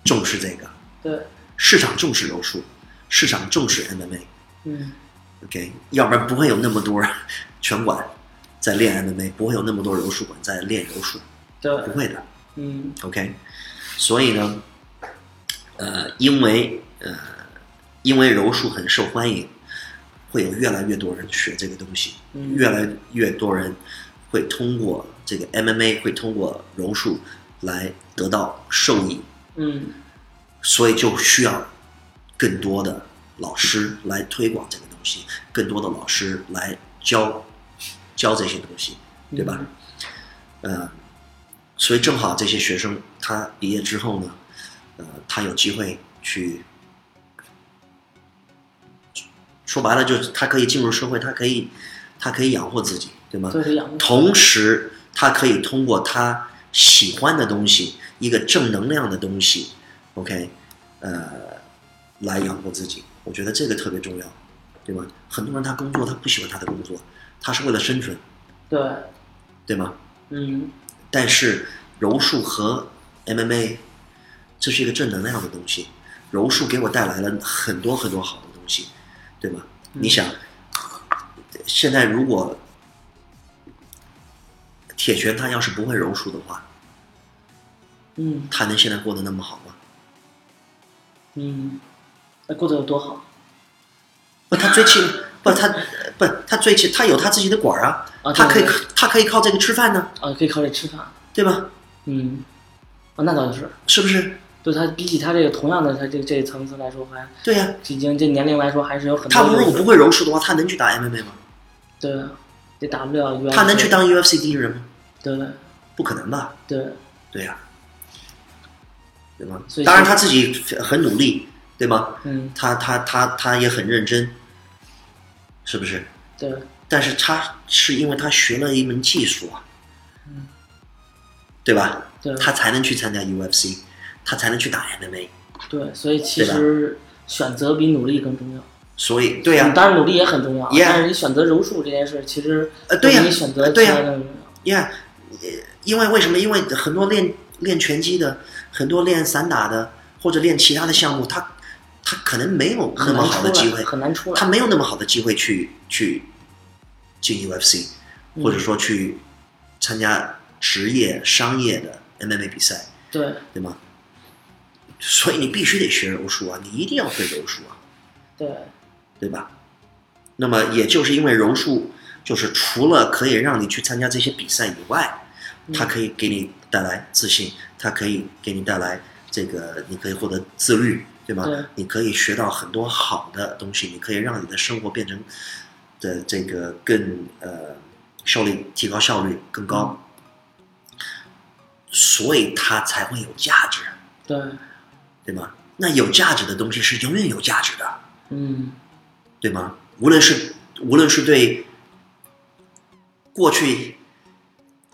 [SPEAKER 3] 重视这个，
[SPEAKER 1] 对，
[SPEAKER 3] 市场重视柔术，市场重视 MMA，OK，、
[SPEAKER 1] 嗯，
[SPEAKER 3] 要不然不会有那么多拳馆在练 MMA，不会有那么多柔术馆在练柔术，
[SPEAKER 1] 对，
[SPEAKER 3] 不会的
[SPEAKER 1] 嗯，
[SPEAKER 3] ，OK。所以呢，呃，因为呃，因为柔术很受欢迎，会有越来越多人学这个东西。
[SPEAKER 1] 嗯
[SPEAKER 3] 越来越多人会通过这个 MMA，会通过柔术来得到受益，
[SPEAKER 1] 嗯，
[SPEAKER 3] 所以就需要更多的老师来推广这个东西，更多的老师来教教这些东西，
[SPEAKER 1] 嗯
[SPEAKER 3] 对吧？呃，所以正好这些学生他毕业之后呢，呃，他有机会去，说白了就是他可以进入社会，他可以，他可以养活自己，对吗？
[SPEAKER 1] 对，是养护。
[SPEAKER 3] 同时，他可以通过他喜欢的东西，一个正能量的东西，OK，呃，来养活自己。我觉得这个特别重要，对吧？很多人他工作他不喜欢他的工作，他是为了生存，
[SPEAKER 1] 对，
[SPEAKER 3] 对吗？
[SPEAKER 1] 嗯，
[SPEAKER 3] 但是柔术和 MMA 这是一个正能量的东西，柔术给我带来了很多很多好的东西，对吧？
[SPEAKER 1] 嗯
[SPEAKER 3] 你想，现在如果铁拳他要是不会柔术的话，
[SPEAKER 1] 嗯，
[SPEAKER 3] 他能现在过得那么好吗？
[SPEAKER 1] 嗯，那过得有多好
[SPEAKER 3] 不，他最起不他不他最起他有他自己的馆儿啊，
[SPEAKER 1] 啊？
[SPEAKER 3] 他可以
[SPEAKER 1] 对
[SPEAKER 3] 他可以靠这个吃饭呢，
[SPEAKER 1] 啊，可以靠这吃饭。
[SPEAKER 3] 对吧？
[SPEAKER 1] 嗯，啊，那倒是，
[SPEAKER 3] 是不是？
[SPEAKER 1] 对他比起他这个同样的他这这层次来说，还
[SPEAKER 3] 对呀、
[SPEAKER 1] 已经这年龄来说还是有嗯很多
[SPEAKER 3] 他如果
[SPEAKER 1] 优
[SPEAKER 3] 不
[SPEAKER 1] 势。
[SPEAKER 3] 会柔术的话，他能去打 MMA 吗？
[SPEAKER 1] 对，这打不了 UFC。
[SPEAKER 3] 他能去当 UFC 第一人吗？
[SPEAKER 1] 对
[SPEAKER 3] 不可能吧？
[SPEAKER 1] 对
[SPEAKER 3] 对呀、对吗
[SPEAKER 1] 所？以
[SPEAKER 3] 当然他自己很努力，对吗？
[SPEAKER 1] 嗯
[SPEAKER 3] 他他他他也很认真，是不是？
[SPEAKER 1] 对
[SPEAKER 3] 但是他是因为他学了一门技术啊，
[SPEAKER 1] 嗯
[SPEAKER 3] 对吧？
[SPEAKER 1] 对
[SPEAKER 3] 他才能去参加 UFC，他才能去打 MMA，
[SPEAKER 1] 对，所以其实选择比努力更重要。嗯
[SPEAKER 3] 所以对啊呀、
[SPEAKER 1] 当然努力也很重要啊
[SPEAKER 3] Yeah
[SPEAKER 1] 但是你选择柔术这件事，其实
[SPEAKER 3] 呃对呀
[SPEAKER 1] 你选择
[SPEAKER 3] 呃对呀
[SPEAKER 1] 其他的
[SPEAKER 3] 呀、yeah,，因为为什么？因为很多练练拳击的，很多练散打的，或者练其他的项目，他他可能没有那
[SPEAKER 1] 很
[SPEAKER 3] 么
[SPEAKER 1] 难
[SPEAKER 3] 好的
[SPEAKER 1] 出
[SPEAKER 3] 机
[SPEAKER 1] 来
[SPEAKER 3] 会，
[SPEAKER 1] 很难出来。
[SPEAKER 3] 他没有那么好的机会去去进 UFC，
[SPEAKER 1] 嗯
[SPEAKER 3] 或者说去参加职业商业的 MMA 比赛，
[SPEAKER 1] 对，
[SPEAKER 3] 对吗？所以你必须得学柔术啊，你一定要会柔术啊，
[SPEAKER 1] 对，
[SPEAKER 3] 对吧？那么也就是因为柔术，就是除了可以让你去参加这些比赛以外，
[SPEAKER 1] 嗯
[SPEAKER 3] 它可以给你带来自信，它可以给你带来这个，你可以获得自律，对吗？
[SPEAKER 1] 对
[SPEAKER 3] 你可以学到很多好的东西，你可以让你的生活变成的这个更呃效率提高效率更高，
[SPEAKER 1] 嗯
[SPEAKER 3] 所以它才会有价值，
[SPEAKER 1] 对，
[SPEAKER 3] 对吗？那有价值的东西是永远有价值的，
[SPEAKER 1] 嗯，
[SPEAKER 3] 对吗？无论是无论是对过去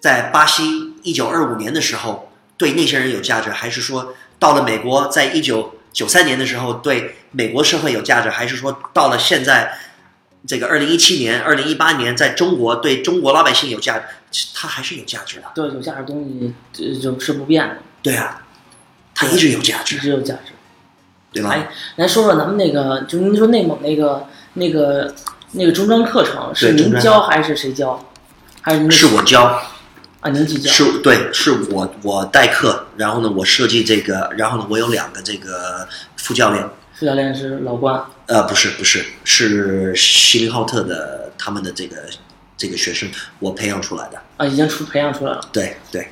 [SPEAKER 3] 在巴西一九二五年的时候对那些人有价值，还是说到了美国在一九九三年的时候对美国社会有价值，还是说到了现在这个二零一七年、二零一八年在中国对中国老百姓有价值，其实它还是有价值的。
[SPEAKER 1] 对，有价值的东西这就是不变的，
[SPEAKER 3] 对啊，它一直有价
[SPEAKER 1] 一
[SPEAKER 3] 值，
[SPEAKER 1] 直有价值。
[SPEAKER 3] 对吧
[SPEAKER 1] 哎？，来说说咱们那个，就您说内蒙那个那个那个中专课程是
[SPEAKER 3] 对中
[SPEAKER 1] 您
[SPEAKER 3] 专
[SPEAKER 1] 教还是谁教？还是您
[SPEAKER 3] 是我教，
[SPEAKER 1] 啊？您去教？
[SPEAKER 3] 是对，是我我代课，然后呢，我设计这个，然后呢，我有两个这个副教练，
[SPEAKER 1] 副教练是老关。
[SPEAKER 3] 呃，不是不是，是锡林浩特的他们的这个这个学生，我培养出来的，
[SPEAKER 1] 啊，已经出培养出来了
[SPEAKER 3] 对对，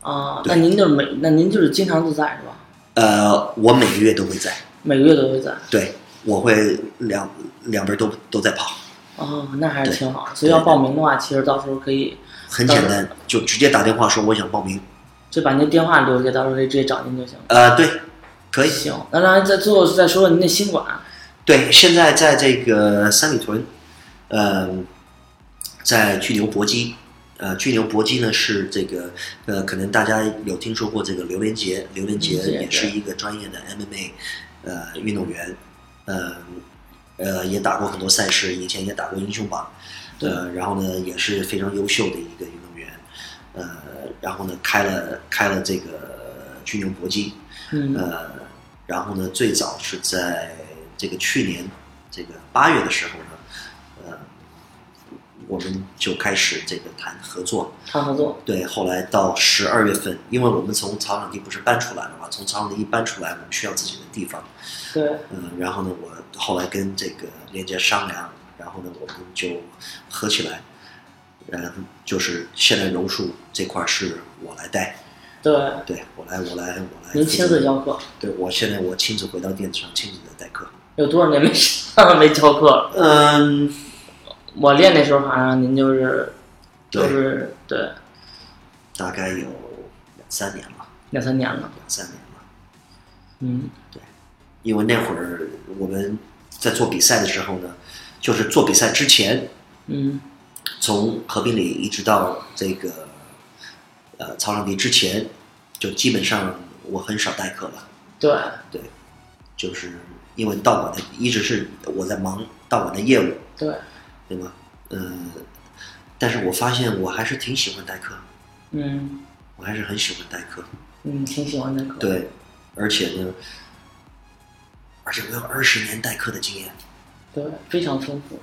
[SPEAKER 1] 啊！那
[SPEAKER 3] 对
[SPEAKER 1] 您就是每，那您就是经常都在是吧？
[SPEAKER 3] 呃，我每个月都会在，
[SPEAKER 1] 每个月都会在
[SPEAKER 3] 对我会两两边都都在跑，
[SPEAKER 1] 哦，那还是
[SPEAKER 3] 对
[SPEAKER 1] 挺好。所以要
[SPEAKER 3] 对对
[SPEAKER 1] 报名的话，其实到时候可以
[SPEAKER 3] 很简单，就直接打电话说我想报名，
[SPEAKER 1] 就把您电话留下，到时候可以直接找您就行。
[SPEAKER 3] 呃，对，可以，
[SPEAKER 1] 行，那当然在最后再说说您那新馆，
[SPEAKER 3] 对，现在在这个三里屯，呃，在巨牛搏击，呃，巨牛搏击呢是这个，呃，可能大家有听说过这个刘连杰，刘连杰
[SPEAKER 1] 嗯对
[SPEAKER 3] 也是一个专业的 MMA，呃，运动员，呃，呃，也打过很多赛事，以前也打过英雄榜，呃，然后呢也是非常优秀的一个运动员，呃，然后呢开了开了这个巨牛搏击，
[SPEAKER 1] 嗯
[SPEAKER 3] 呃，然后呢，最早是在这个去年这个八月的时候呢，呃，我们就开始这个谈合作。
[SPEAKER 1] 谈合作，
[SPEAKER 3] 对，后来到十二月份，因为我们从草场地不是搬出来了嘛，从草场地一搬出来，我们需要自己的地方。
[SPEAKER 1] 对，
[SPEAKER 3] 嗯、然后呢，我后来跟这个链接商量，然后呢，我们就合起来。然后就是现在柔术这块儿是我来带，
[SPEAKER 1] 对，
[SPEAKER 3] 对我来，我来，我来。
[SPEAKER 1] 您亲自教课，
[SPEAKER 3] 对我现在我亲自回到店子上亲自的代课。
[SPEAKER 1] 有多少年没 *laughs* 没教课了？
[SPEAKER 3] 嗯，
[SPEAKER 1] 我练那时候好像您就是就是对
[SPEAKER 3] 大概有两三年了，
[SPEAKER 1] 两三年了，
[SPEAKER 3] 两三年了。
[SPEAKER 1] 嗯
[SPEAKER 3] 因为那会儿我们在做比赛的时候呢，就是做比赛之前，
[SPEAKER 1] 嗯
[SPEAKER 3] 从和平里一直到这个呃操场地之前，就基本上我很少代课了，
[SPEAKER 1] 对
[SPEAKER 3] 就是因为到我的一直是我在忙到我的业务，
[SPEAKER 1] 对
[SPEAKER 3] 对吗？嗯、但是我发现我还是挺喜欢代课，
[SPEAKER 1] 嗯
[SPEAKER 3] 我还是很喜欢代课。
[SPEAKER 1] 嗯挺喜欢那课，
[SPEAKER 3] 对，而且呢，而且我有二十年代课的经验，
[SPEAKER 1] 对非常丰富，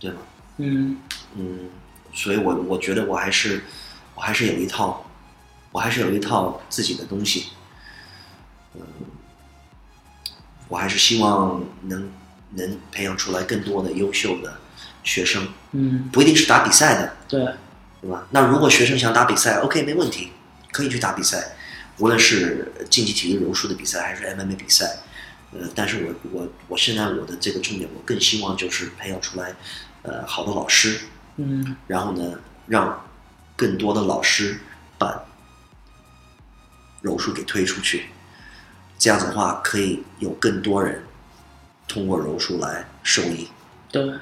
[SPEAKER 3] 对吗？
[SPEAKER 1] 嗯
[SPEAKER 3] 嗯，所以我我觉得我还是我还是有一套，我还是有一套自己的东西，嗯，我还是希望能能培养出来更多的优秀的学生，
[SPEAKER 1] 嗯
[SPEAKER 3] 不一定是打比赛的，
[SPEAKER 1] 对
[SPEAKER 3] 对吧？那如果学生想打比赛，OK，没问题，可以去打比赛，无论是竞技体育柔术的比赛还是 MMA 比赛，呃，但是我我我现在我的这个重点，我更希望就是培养出来，呃，好的老师，
[SPEAKER 1] 嗯
[SPEAKER 3] 然后呢，让更多的老师把柔术给推出去，这样子的话，可以有更多人通过柔术来受益
[SPEAKER 1] 对
[SPEAKER 3] ，yeah,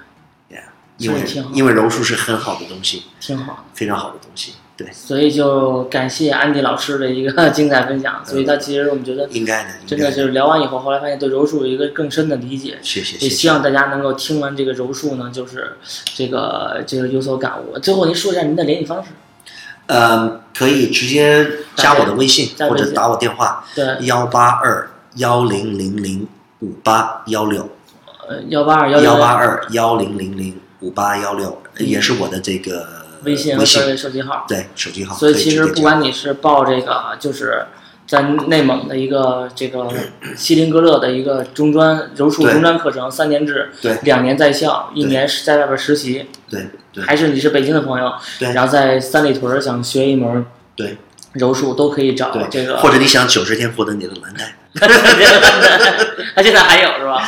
[SPEAKER 3] 因
[SPEAKER 1] 这
[SPEAKER 3] 为
[SPEAKER 1] 也挺好
[SPEAKER 3] 因为柔术是很好的东西，
[SPEAKER 1] 挺好的，
[SPEAKER 3] 非常好的东西，对，
[SPEAKER 1] 所以就感谢安迪老师的一个精彩分享。所以他其实我们觉得
[SPEAKER 3] 应该的，应
[SPEAKER 1] 真
[SPEAKER 3] 该
[SPEAKER 1] 的是聊完以后，后来发现对柔术有一个更深的理解。
[SPEAKER 3] 谢谢
[SPEAKER 1] 也
[SPEAKER 3] 谢
[SPEAKER 1] 希
[SPEAKER 3] 谢。
[SPEAKER 1] 望大家能够听完这个柔术呢，就是这个这个有所感悟。最后您说一下您的联系方式，
[SPEAKER 3] 呃，可以直接加我的微信
[SPEAKER 1] 加
[SPEAKER 3] 或
[SPEAKER 1] 微信
[SPEAKER 3] 者打我电话
[SPEAKER 1] 对，
[SPEAKER 3] 幺八二幺零零零五八幺六
[SPEAKER 1] 呃幺八二幺
[SPEAKER 3] 幺八二幺零零零五八幺六，也是我的这个
[SPEAKER 1] 嗯微信和
[SPEAKER 3] 微
[SPEAKER 1] 手
[SPEAKER 3] 信
[SPEAKER 1] 机手机号。
[SPEAKER 3] 对手机号。
[SPEAKER 1] 所
[SPEAKER 3] 可
[SPEAKER 1] 其实
[SPEAKER 3] 直接
[SPEAKER 1] 不
[SPEAKER 3] 加
[SPEAKER 1] 管你是报这个，就是在内蒙的一个这
[SPEAKER 3] *clears throat*
[SPEAKER 1] 个锡林格勒的一个中专柔术
[SPEAKER 3] 对
[SPEAKER 1] 中专课程，三年制，
[SPEAKER 3] 对
[SPEAKER 1] 两年在校，一
[SPEAKER 3] 对
[SPEAKER 1] 年是在外边实习，
[SPEAKER 3] 对对
[SPEAKER 1] 还是你是北京的朋友，
[SPEAKER 3] 对
[SPEAKER 1] 然后在三里屯儿想学一门
[SPEAKER 3] 对
[SPEAKER 1] 柔术，都可以找
[SPEAKER 3] 对，
[SPEAKER 1] 啊这个。 *laughs*
[SPEAKER 3] 或者 *laughs* 你想九十天获得你的蓝带，
[SPEAKER 1] 他现在还有是吧？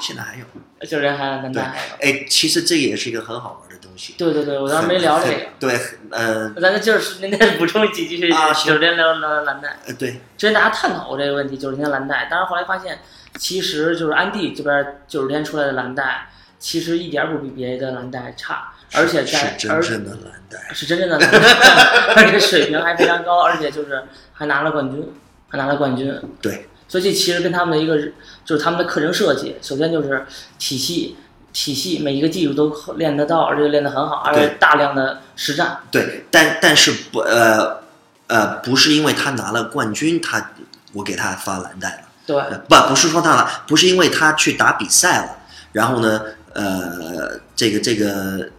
[SPEAKER 3] 现在还有。
[SPEAKER 1] 就人还男
[SPEAKER 3] 对
[SPEAKER 1] 的还有。
[SPEAKER 3] 哎，其实这也是一个很好玩的东西。
[SPEAKER 1] 对对对，我当时没聊这个。
[SPEAKER 3] 对，呃
[SPEAKER 1] 那咱就就是您再补充几句，
[SPEAKER 3] 啊行
[SPEAKER 1] 九连聊聊蓝带。
[SPEAKER 3] 呃，对
[SPEAKER 1] 之前大家探讨过这个问题，九十天蓝带，但是后来发现，其实就是安迪这边九十天出来的蓝带，其实一点儿不比别的蓝带差，而且
[SPEAKER 3] 是
[SPEAKER 1] 在
[SPEAKER 3] 是真
[SPEAKER 1] 而
[SPEAKER 3] 正的蓝带。
[SPEAKER 1] 是真正的蓝带，而且水平还非常高，而且就是还拿了冠军，还拿了冠军。
[SPEAKER 3] 对
[SPEAKER 1] 所以这其实跟他们的一个就是他们的课程设计，首先就是体系。体系每一个技术都练得到，而且练得很好，而且
[SPEAKER 3] 对
[SPEAKER 1] 大量的实战。
[SPEAKER 3] 对，但但是不呃呃，不是因为他拿了冠军，他我给他发蓝带了，
[SPEAKER 1] 对，
[SPEAKER 3] 呃不不是说他了，不是因为他去打比赛了，然后呢呃这个这个，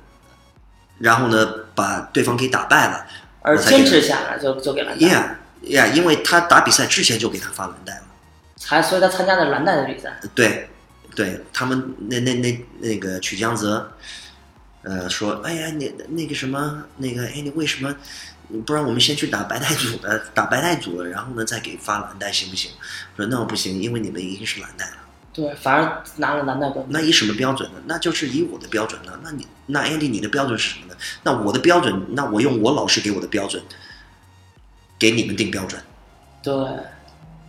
[SPEAKER 3] 然后呢把对方给打败了
[SPEAKER 1] 而坚持下来就就给蓝带，
[SPEAKER 3] ，yeah yeah，因为他打比赛之前就给他发蓝带了。
[SPEAKER 1] 才所以他参加的蓝带的比赛。
[SPEAKER 3] 对，对他们那那那那个曲江泽，呃，说，哎呀，你那个什么，那个，哎，你为什么不让我们先去打白带组的，打白带组的，然后呢再给发蓝带行不行？我说那我不行，因为你们已经是蓝带了。
[SPEAKER 1] 对，反而拿了蓝带冠军。
[SPEAKER 3] 那以什么标准呢？那就是以我的标准了。那你那 Andy 你的标准是什么呢？那我的标准，那我用我老师给我的标准，给你们定标准。
[SPEAKER 1] 对，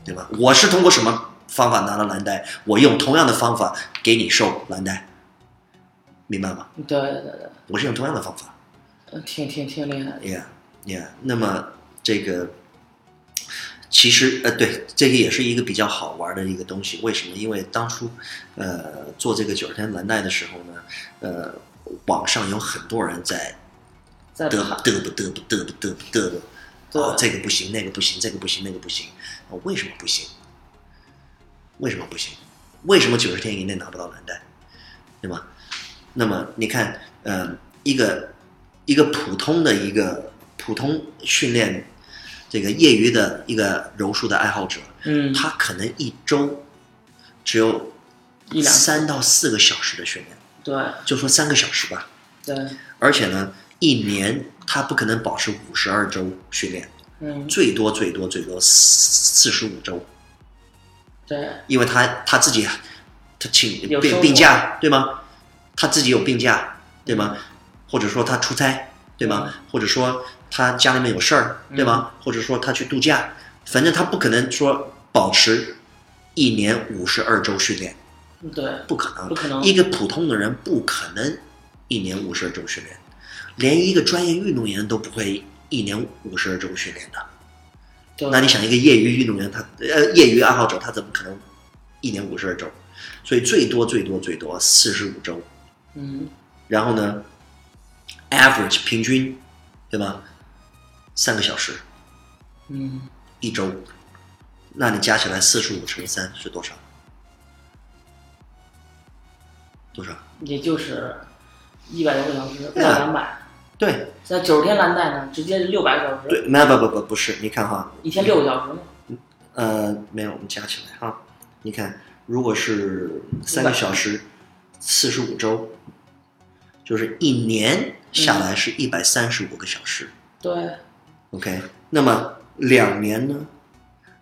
[SPEAKER 3] 对吧？我是通过什么方法拿了蓝带？我用同样的方法给你授蓝带，明白吗？
[SPEAKER 1] 对对对
[SPEAKER 3] 我是用同样的方法
[SPEAKER 1] 对，挺挺挺厉害的。
[SPEAKER 3] ，yeah yeah。那么这个其实呃，对，这个也是一个比较好玩的一个东西。为什么？因为当初呃做这个九十天蓝带的时候呢，呃，网上有很多人在
[SPEAKER 1] 再
[SPEAKER 3] 嘚
[SPEAKER 1] 爬
[SPEAKER 3] 嘚啵嘚啵嘚啵嘚啵嘚啵，
[SPEAKER 1] 对
[SPEAKER 3] 哦，这个不行，那个不行，这个不行，那个不行，哦为什么不行？为什么不行？为什么九十天以内拿不到蓝带，对吗？那么你看，呃，一个一个普通的一个普通训练这个业余的一个柔术的爱好者，
[SPEAKER 1] 嗯，
[SPEAKER 3] 他可能一周只有
[SPEAKER 1] 一两
[SPEAKER 3] 三到四个小时的训练，
[SPEAKER 1] 对
[SPEAKER 3] 就说三个小时吧，
[SPEAKER 1] 对，
[SPEAKER 3] 而且呢，一年他不可能保持五十二周训练，
[SPEAKER 1] 嗯
[SPEAKER 3] 最多最多最多四十五周，
[SPEAKER 1] 对
[SPEAKER 3] 因为他他自己他请
[SPEAKER 1] 有收
[SPEAKER 3] 病
[SPEAKER 1] 入啊
[SPEAKER 3] 病假对吗？他自己有病假对吗？
[SPEAKER 1] 嗯
[SPEAKER 3] 或者说他出差对吗？或者说他家里面有事儿对吗？
[SPEAKER 1] 嗯
[SPEAKER 3] 或者说他去度假，反正他不可能说保持一年五十二周训练，
[SPEAKER 1] 对
[SPEAKER 3] 不可能，
[SPEAKER 1] 不可能
[SPEAKER 3] 一个普通的人不可能一年五十二周训练，连一个专业运动员都不会一年五十二周训练的。
[SPEAKER 1] 对。
[SPEAKER 3] 那你想，一个业余运动员他，呃业余爱好者，他怎么可能一年五十二周？所以最多最多最多四十五周。
[SPEAKER 1] 嗯
[SPEAKER 3] 然后呢，average 平均，对吧？三个小时
[SPEAKER 1] 嗯，
[SPEAKER 3] 一周，那你加起来四十五乘以三是多少？多少？
[SPEAKER 1] 也就是一百多个小时，不
[SPEAKER 3] 对
[SPEAKER 1] 到
[SPEAKER 3] 啊
[SPEAKER 1] 两百。
[SPEAKER 3] 对，
[SPEAKER 1] 那九十天蓝带呢，直接六百小时，
[SPEAKER 3] 对，没有不不不不是，你看哈，
[SPEAKER 1] 一天六个小时嘛，
[SPEAKER 3] 呃，没有，我们加起来哈，你看，如果是三个小时，四十五周，就是一年下来是一百三十五个小时、
[SPEAKER 1] 对
[SPEAKER 3] o k 那么两年呢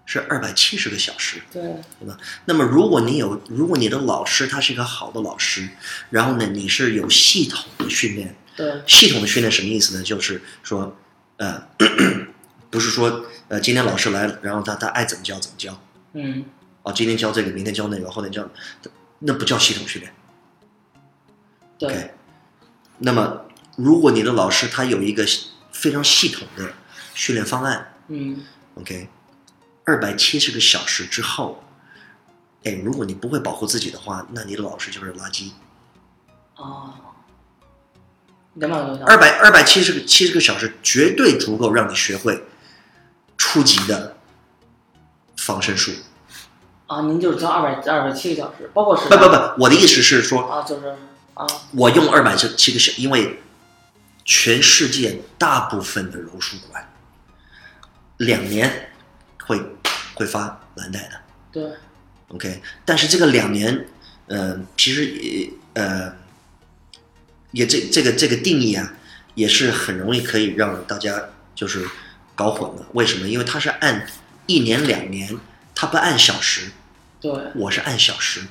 [SPEAKER 3] 是二百七十个小时，
[SPEAKER 1] 对
[SPEAKER 3] 对吧？那么如果你有，如果你的老师他是一个好的老师，然后呢，你是有系统的训练，
[SPEAKER 1] 对
[SPEAKER 3] 系统的训练什么意思呢？就是说，呃， *clears throat* 不是说呃，今天老师来了，然后他他爱怎么教怎么教，
[SPEAKER 1] 嗯
[SPEAKER 3] 哦，今天教这个，明天教那个，后天教，那不叫系统训练。
[SPEAKER 1] 对
[SPEAKER 3] OK，那么如果你的老师他有一个非常系统的训练方案。
[SPEAKER 1] 嗯
[SPEAKER 3] OK，二百七十个小时之后，哎，如果你不会保护自己的话，那你的老师就是垃圾。
[SPEAKER 1] 哦，两百多小时
[SPEAKER 3] 二百二百七十个七十个小时绝对足够让你学会初级的防身术。
[SPEAKER 1] 啊，您就是教二百二百七个小时，包括时
[SPEAKER 3] 不不不，我的意思是说，
[SPEAKER 1] 啊，就是啊
[SPEAKER 3] 我用二百七个小，因为全世界大部分的柔术馆两年会会发蓝带的。
[SPEAKER 1] 对
[SPEAKER 3] OK，但是这个两年，呃，其实也呃，也这这个这个定义啊，也是很容易可以让大家就是搞混了。为什么？因为它是按一年两年，它不按小时，
[SPEAKER 1] 对，
[SPEAKER 3] 我是按小时。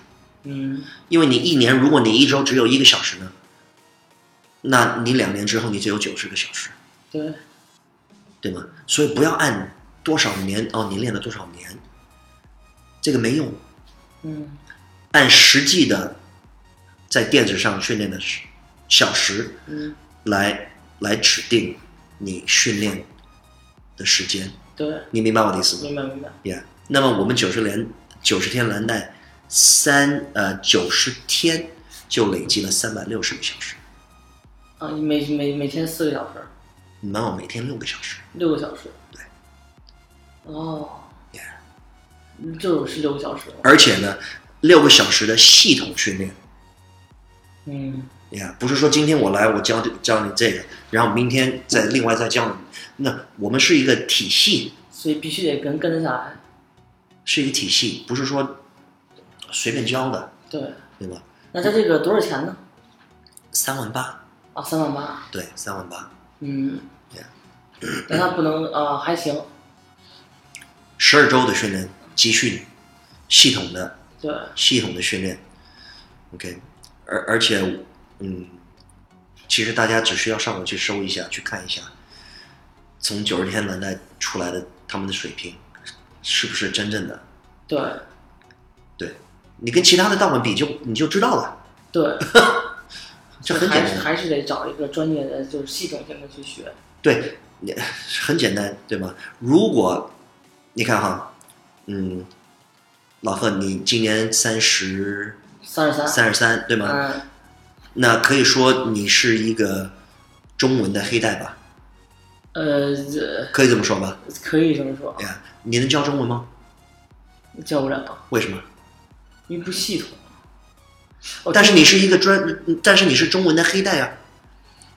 [SPEAKER 1] 嗯
[SPEAKER 3] 因为你一年，如果你一周只有一个小时呢，那你两年之后你就有九十个小时，
[SPEAKER 1] 对，
[SPEAKER 3] 对吗？所以不要按多少年哦，你练了多少年，这个没用。
[SPEAKER 1] 嗯
[SPEAKER 3] 按实际的在垫子上训练的时小时
[SPEAKER 1] 嗯
[SPEAKER 3] 来来指定你训练的时间，
[SPEAKER 1] 对，
[SPEAKER 3] 你明白我的意思吗
[SPEAKER 1] 明白明白，
[SPEAKER 3] ？Yeah。那么我们九十连九十天蓝带三呃九十天就累积了三百六十个小时，
[SPEAKER 1] 啊，每每每天四个小时，
[SPEAKER 3] 然后每天六个小时。
[SPEAKER 1] 六个小时，
[SPEAKER 3] 对，
[SPEAKER 1] 哦
[SPEAKER 3] Yeah
[SPEAKER 1] 嗯就是六个小时，
[SPEAKER 3] 而且呢，六个小时的系统训练，
[SPEAKER 1] 嗯
[SPEAKER 3] 呀、不是说今天我来我教教你这个，然后明天再另外再教你。那我们是一个体系，
[SPEAKER 1] 所以必须得跟跟得下来，
[SPEAKER 3] 是一个体系，不是说随便教的，
[SPEAKER 1] 对，
[SPEAKER 3] 对吧？
[SPEAKER 1] 那他这个多少钱呢？
[SPEAKER 3] 三万八，
[SPEAKER 1] 啊，三万八，
[SPEAKER 3] 对，三万八，
[SPEAKER 1] 嗯
[SPEAKER 3] Yeah，
[SPEAKER 1] 但他不能啊，还行，
[SPEAKER 3] 十二周的训练集训，系统的
[SPEAKER 1] 对，
[SPEAKER 3] 系统的训练，OK，而而且，嗯，其实大家只需要上网去搜一下，去看一下，从九十天蓝带出来的他们的水平，是不是真正的？
[SPEAKER 1] 对
[SPEAKER 3] 对你跟其他的道馆比就，你就知道了，
[SPEAKER 1] 对，
[SPEAKER 3] 这很简
[SPEAKER 1] 还是
[SPEAKER 3] 单，
[SPEAKER 1] 还是得找一个专业的，就是系统性的去学，
[SPEAKER 3] 对，你很简单，对吧？如果你看哈，嗯，老贺，你今年三十
[SPEAKER 1] 三十三，
[SPEAKER 3] 三十三，对吗？
[SPEAKER 1] 嗯，
[SPEAKER 3] 那可以说你是一个中文的黑带吧，
[SPEAKER 1] 呃，这
[SPEAKER 3] 可以这么说吧？
[SPEAKER 1] 可以这么说
[SPEAKER 3] 哎，呀，你能教中文吗？
[SPEAKER 1] 教不了，
[SPEAKER 3] 为什么？
[SPEAKER 1] 因为不系统。啊哦
[SPEAKER 3] 但是
[SPEAKER 1] 中
[SPEAKER 3] 你是一个专，嗯但是你是中文的黑带啊，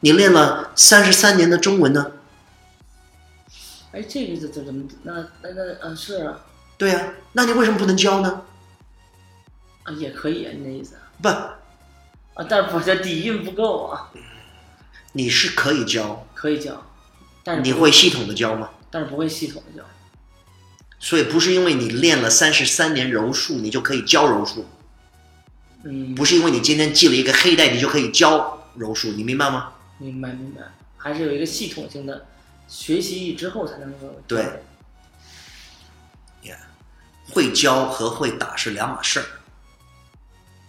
[SPEAKER 3] 你练了三十三年的中文呢？
[SPEAKER 1] 哎，这个这这怎么？那那那啊，是啊，
[SPEAKER 3] 对啊，那你为什么不能教呢？
[SPEAKER 1] 啊也可以啊，你的意思啊？
[SPEAKER 3] 不，
[SPEAKER 1] 啊但是我这底蕴不够啊，
[SPEAKER 3] 你是可以教，
[SPEAKER 1] 可以教，但是
[SPEAKER 3] 你
[SPEAKER 1] 不
[SPEAKER 3] 会，系统的教吗？
[SPEAKER 1] 但是不会系统的教。
[SPEAKER 3] 所以不是因为你练了三十三年柔术，你就可以教柔术；
[SPEAKER 1] 嗯，
[SPEAKER 3] 不是因为你今天系了一个黑带，你就可以教柔术，你明白吗？
[SPEAKER 1] 明白明白，还是有一个系统性的学习之后才能够
[SPEAKER 3] 对
[SPEAKER 1] 教的
[SPEAKER 3] 会教和会打是两码事儿。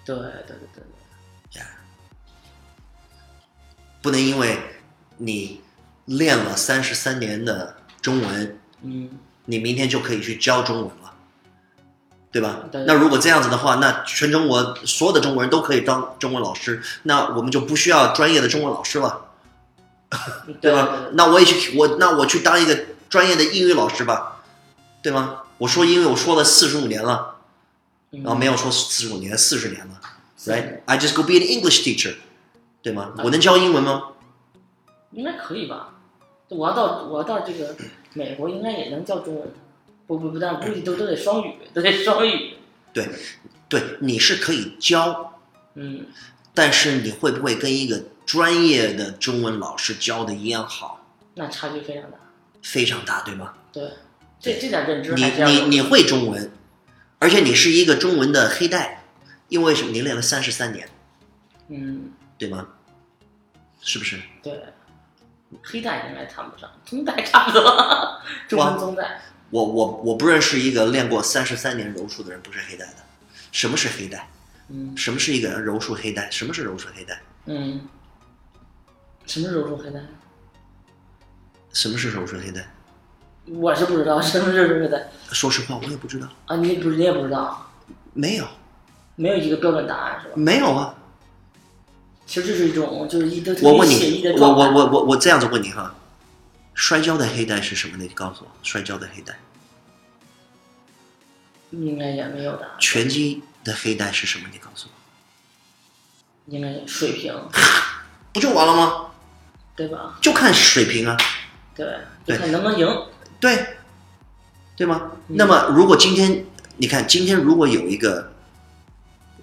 [SPEAKER 1] 对对对对对。
[SPEAKER 3] 不能因为你练了三十三年的中文，
[SPEAKER 1] 嗯，
[SPEAKER 3] 你明天就可以去教中文了，对吧？
[SPEAKER 1] 对
[SPEAKER 3] 那如果这样子的话，那全中国所有的中国人都可以当中文老师，那我们就不需要专业的中文老师了，
[SPEAKER 1] 对
[SPEAKER 3] 吧？那我也去，我那我去当一个专业的英语老师吧，对吗？我说英语，我说了四十五年了，
[SPEAKER 1] 对
[SPEAKER 3] 然后没
[SPEAKER 1] 有
[SPEAKER 3] 有说四十五年，四十年了
[SPEAKER 1] 对，
[SPEAKER 3] ，right？I just go be an English teacher，对吗？
[SPEAKER 1] 嗯
[SPEAKER 3] 我能教英文吗？
[SPEAKER 1] 应该可以吧？我要到我要到这个美国，应该也能教中文。不不不，但估计都都得双语，都得双语。
[SPEAKER 3] 对，对，你是可以教
[SPEAKER 1] 嗯，
[SPEAKER 3] 但是你会不会跟一个专业的中文老师教的一样好？
[SPEAKER 1] 那差距非常大。
[SPEAKER 3] 非常大，对吗？
[SPEAKER 1] 对，这这点认知
[SPEAKER 3] 你
[SPEAKER 1] 还是要
[SPEAKER 3] 你
[SPEAKER 1] 有
[SPEAKER 3] 你会中文，而且你是一个中文的黑带，因为什么？你练了三十三年，
[SPEAKER 1] 嗯，
[SPEAKER 3] 对吗？是不是？
[SPEAKER 1] 对，黑带应该谈不上，棕带差不多，中文棕带
[SPEAKER 3] 我我我不认识一个练过三十三年柔术的人不是黑带的。什么是黑带？
[SPEAKER 1] 嗯
[SPEAKER 3] 什么是一个柔术黑带？什么是柔术黑带？
[SPEAKER 1] 嗯，什么时候入黑带？
[SPEAKER 3] 什么是柔术？现在
[SPEAKER 1] 我是不知道什么是不是的
[SPEAKER 3] 说实话，我也不知道，
[SPEAKER 1] 啊，你不是你也不知道，
[SPEAKER 3] 没有，
[SPEAKER 1] 没有一个标准答案是吧？
[SPEAKER 3] 没有啊。
[SPEAKER 1] 其实这是一种就是一个特
[SPEAKER 3] 我
[SPEAKER 1] 别
[SPEAKER 3] 问
[SPEAKER 1] 写意
[SPEAKER 3] 你
[SPEAKER 1] 的，
[SPEAKER 3] 我
[SPEAKER 1] 状态。
[SPEAKER 3] 我我我我这样子问你哈，摔跤的黑带是什么呢？你告诉我，摔跤的黑带，
[SPEAKER 1] 应该也没有答案，
[SPEAKER 3] 拳击的黑带是什么？你告诉我，
[SPEAKER 1] 应该水平
[SPEAKER 3] 不就完了吗？
[SPEAKER 1] 对吧？
[SPEAKER 3] 就看水平啊，
[SPEAKER 1] 对，就
[SPEAKER 3] 对
[SPEAKER 1] 看能不能赢。
[SPEAKER 3] 对，对吗？
[SPEAKER 1] 嗯
[SPEAKER 3] 那么如果今天你看，今天如果有一个，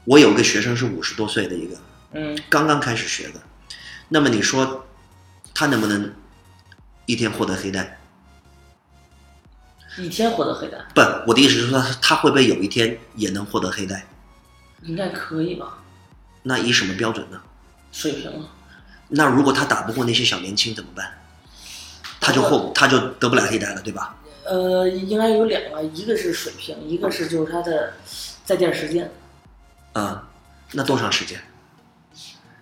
[SPEAKER 3] 我有一个学生是五十多岁的一个，
[SPEAKER 1] 嗯
[SPEAKER 3] 刚刚开始学的，那么你说他能不能一天获得黑带？，
[SPEAKER 1] 一天获得黑带
[SPEAKER 3] 不，我的意思是说他他会不会有一天也能获得黑带？
[SPEAKER 1] 应该可以吧？
[SPEAKER 3] 那以什么标准呢？
[SPEAKER 1] 水平啊
[SPEAKER 3] 那如果他打不过那些小年轻怎么办？他就后他就得不了黑带了，对吧？
[SPEAKER 1] 呃，应该有两个，一个是水平，一个是就是他的在店时间，
[SPEAKER 3] 啊、那多长时间？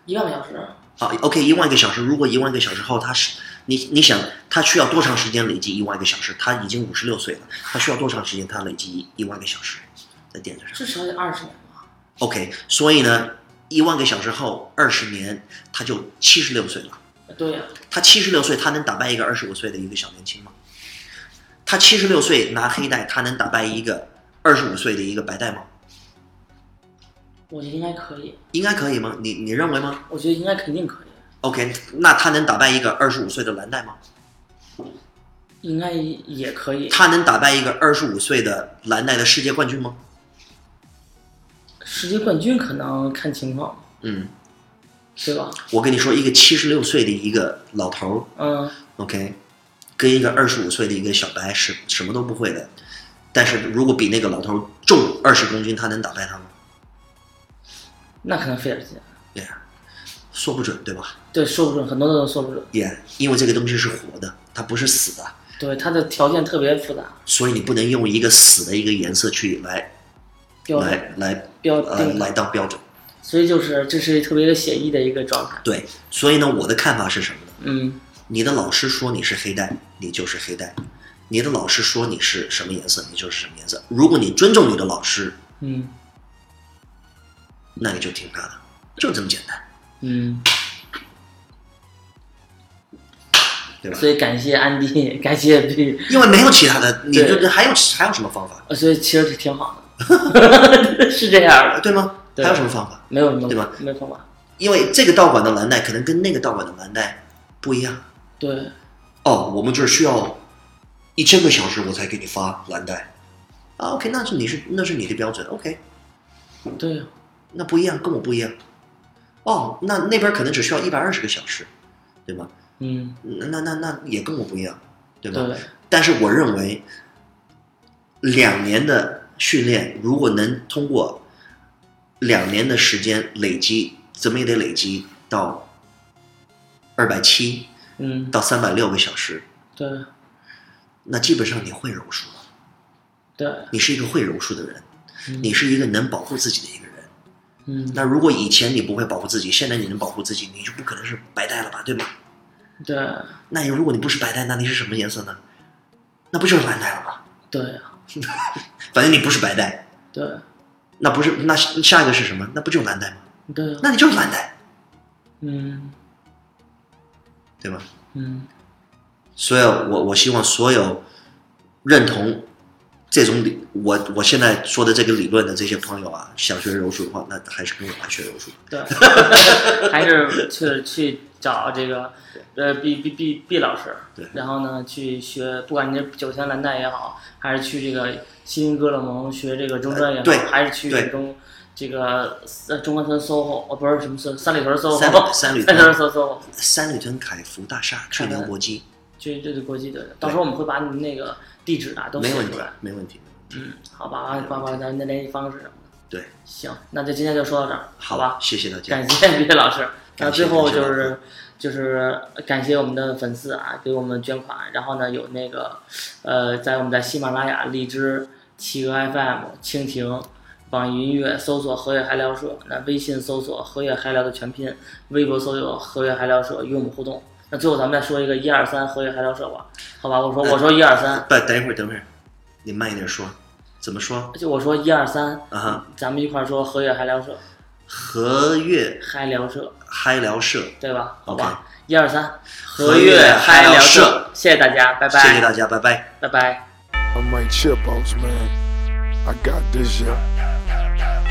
[SPEAKER 1] 一万个小时。
[SPEAKER 3] 啊，OK，一万个小时，如果一万个小时后他是你你想他需要多长时间累积一万个小时？他已经五十六岁了，他需要多长时间他累积一一万个小时在电子上
[SPEAKER 1] 至少得二十年吧。
[SPEAKER 3] ？OK，所以呢，一万个小时后二十年他就七十六岁了。
[SPEAKER 1] 对呀、
[SPEAKER 3] 他七十六岁，他能打败一个二十五岁的一个小年轻吗？他七十六岁拿黑带，他能打败一个二十五岁的一个白带吗？
[SPEAKER 1] 我觉得应该可以，
[SPEAKER 3] 应该可以吗？你你认为吗
[SPEAKER 1] 我觉得应该肯定可以，
[SPEAKER 3] ？OK，那他能打败一个二十五岁的蓝带吗？
[SPEAKER 1] 应该也可以。
[SPEAKER 3] 他能打败一个二十五岁的蓝带的世界冠军吗？
[SPEAKER 1] 世界冠军可能看情况，
[SPEAKER 3] 嗯，
[SPEAKER 1] 对吧？
[SPEAKER 3] 我跟你说，一个七十六岁的一个老头
[SPEAKER 1] 嗯，
[SPEAKER 3] 儿，OK，跟一个二十五岁的一个小白是什么都不会的，但是如果比那个老头儿重二十公斤，他能打败他吗？
[SPEAKER 1] 那可能费点劲。
[SPEAKER 3] 对呀，说不准，对吧？
[SPEAKER 1] 对，说不准，很多都说不准。
[SPEAKER 3] 也因为这个东西是活的，它不是死的，
[SPEAKER 1] 对，他的条件特别复杂，
[SPEAKER 3] 所以你不能用一个死的一个颜色去来
[SPEAKER 1] 标准
[SPEAKER 3] 来来
[SPEAKER 1] 标
[SPEAKER 3] 呃
[SPEAKER 1] 定
[SPEAKER 3] 来当标准。
[SPEAKER 1] 所以就是这是特别写意的一个状态。
[SPEAKER 3] 对，所以呢，我的看法是什么呢？
[SPEAKER 1] 嗯，
[SPEAKER 3] 你的老师说你是黑带，你就是黑带；你的老师说你是什么颜色，你就是什么颜色。如果你尊重你的老师，
[SPEAKER 1] 嗯
[SPEAKER 3] 那你就听他的，就这么简单，
[SPEAKER 1] 嗯，
[SPEAKER 3] 对吧
[SPEAKER 1] 所？以感谢安迪， *laughs* 感谢 B，
[SPEAKER 3] 因为没有其他的，你
[SPEAKER 1] 对
[SPEAKER 3] 就还有还有什么方法，
[SPEAKER 1] 哦所以其实挺好的， *laughs* 是这样
[SPEAKER 3] 呃
[SPEAKER 1] 的，
[SPEAKER 3] 对吗？
[SPEAKER 1] 对
[SPEAKER 3] 还有什么方法？
[SPEAKER 1] 没有什么
[SPEAKER 3] 对吧？
[SPEAKER 1] 没有方法，
[SPEAKER 3] 因为这个道馆的蓝带可能跟那个道馆的蓝带不一样。
[SPEAKER 1] 对，
[SPEAKER 3] 哦，我们这儿需要一千个小时我才给你发蓝带啊。OK，那是你是那是你的标准，OK，
[SPEAKER 1] 对呀，
[SPEAKER 3] 那不一样，跟我不一样。哦，那那边可能只需要一百二十个小时，对吗？
[SPEAKER 1] 嗯，
[SPEAKER 3] 那那那那也跟我不一样，对吧？
[SPEAKER 1] 对，
[SPEAKER 3] 但是我认为，两年的训练如果能通过两年的时间累积，怎么也得累积到二百七
[SPEAKER 1] 嗯，
[SPEAKER 3] 到三百六个小时，
[SPEAKER 1] 对
[SPEAKER 3] 那基本上你会柔术了。
[SPEAKER 1] 对，
[SPEAKER 3] 你是一个会柔术的人，
[SPEAKER 1] 嗯
[SPEAKER 3] 你是一个能保护自己的一个人。
[SPEAKER 1] 嗯，
[SPEAKER 3] 那如果以前你不会保护自己，现在你能保护自己，你就不可能是白带了吧，对吗？
[SPEAKER 1] 对
[SPEAKER 3] 那你如果你不是白带，那你是什么颜色呢？那不就是蓝带了吗？
[SPEAKER 1] 对
[SPEAKER 3] 反正你不是白带，
[SPEAKER 1] 对
[SPEAKER 3] 那不是那下一个是什么？那不就是蓝带吗？
[SPEAKER 1] 对，
[SPEAKER 3] 那你就是蓝带，
[SPEAKER 1] 嗯
[SPEAKER 3] 对吗？
[SPEAKER 1] 嗯，
[SPEAKER 3] 所以我，我希望所有认同这种理，我我现在说的这个理论的这些朋友啊，想学柔术的话，那还是跟我来学柔术。
[SPEAKER 1] 对，
[SPEAKER 3] *laughs*
[SPEAKER 1] 还是去去找这个呃 B B B B 老师
[SPEAKER 3] 对，
[SPEAKER 1] 然后呢去学，不管你是九泉蓝带也好，还是去这个新英格勒盟学这个中专也
[SPEAKER 3] 呃对
[SPEAKER 1] 好，还是去
[SPEAKER 3] 对
[SPEAKER 1] 中这个呃中关村 SOHO 哦不是什么村三里屯 SOHO
[SPEAKER 3] 三里三里
[SPEAKER 1] 三
[SPEAKER 3] 屯
[SPEAKER 1] 里屯 SOHO
[SPEAKER 3] 三里屯凯福大厦去辽搏机。
[SPEAKER 1] 去这个国际的，到时候我们会把你们那个地址啊都
[SPEAKER 3] 没
[SPEAKER 1] 写
[SPEAKER 3] 问
[SPEAKER 1] 出
[SPEAKER 3] 题
[SPEAKER 1] 来。，
[SPEAKER 3] 没问题，没问题。
[SPEAKER 1] 嗯，好吧，把把咱的联系方式什么的。
[SPEAKER 3] 对，
[SPEAKER 1] 行，那就今天就说到这儿，好吧？
[SPEAKER 3] 谢谢大家
[SPEAKER 1] 感。谢毕业老师。那
[SPEAKER 3] 感谢
[SPEAKER 1] 最后就
[SPEAKER 3] 感谢
[SPEAKER 1] 是就是感谢我们的粉丝啊，给我们捐款，然后呢有那个呃，在我们在喜马拉雅、荔枝、企鹅 FM、蜻蜓。网易云音乐搜索“和悦嗨聊社”，那微信搜索“和悦嗨聊”的全拼，微博搜索“和悦嗨聊社”与我们互动。那最后咱们再说一个一二三合约海盗社吧，好吧？我说我说一二三，
[SPEAKER 3] 不，等一会儿，等一会儿，你慢一点说，怎么说
[SPEAKER 1] 就我说一二三，
[SPEAKER 3] 啊？哈，
[SPEAKER 1] 咱们一块儿说合约海聊社，
[SPEAKER 3] 和悦
[SPEAKER 1] 嗨聊社，
[SPEAKER 3] 嗨聊社，
[SPEAKER 1] 对吧？好
[SPEAKER 3] OK
[SPEAKER 1] 吧，一二三，
[SPEAKER 3] 合约嗨
[SPEAKER 1] 嗨
[SPEAKER 3] 聊社
[SPEAKER 1] 社，谢谢大家，拜
[SPEAKER 3] 谢谢
[SPEAKER 1] 拜，
[SPEAKER 3] 大家，拜拜。
[SPEAKER 1] 拜拜。
[SPEAKER 4] I'm like chip outs, man. I got this, yeah.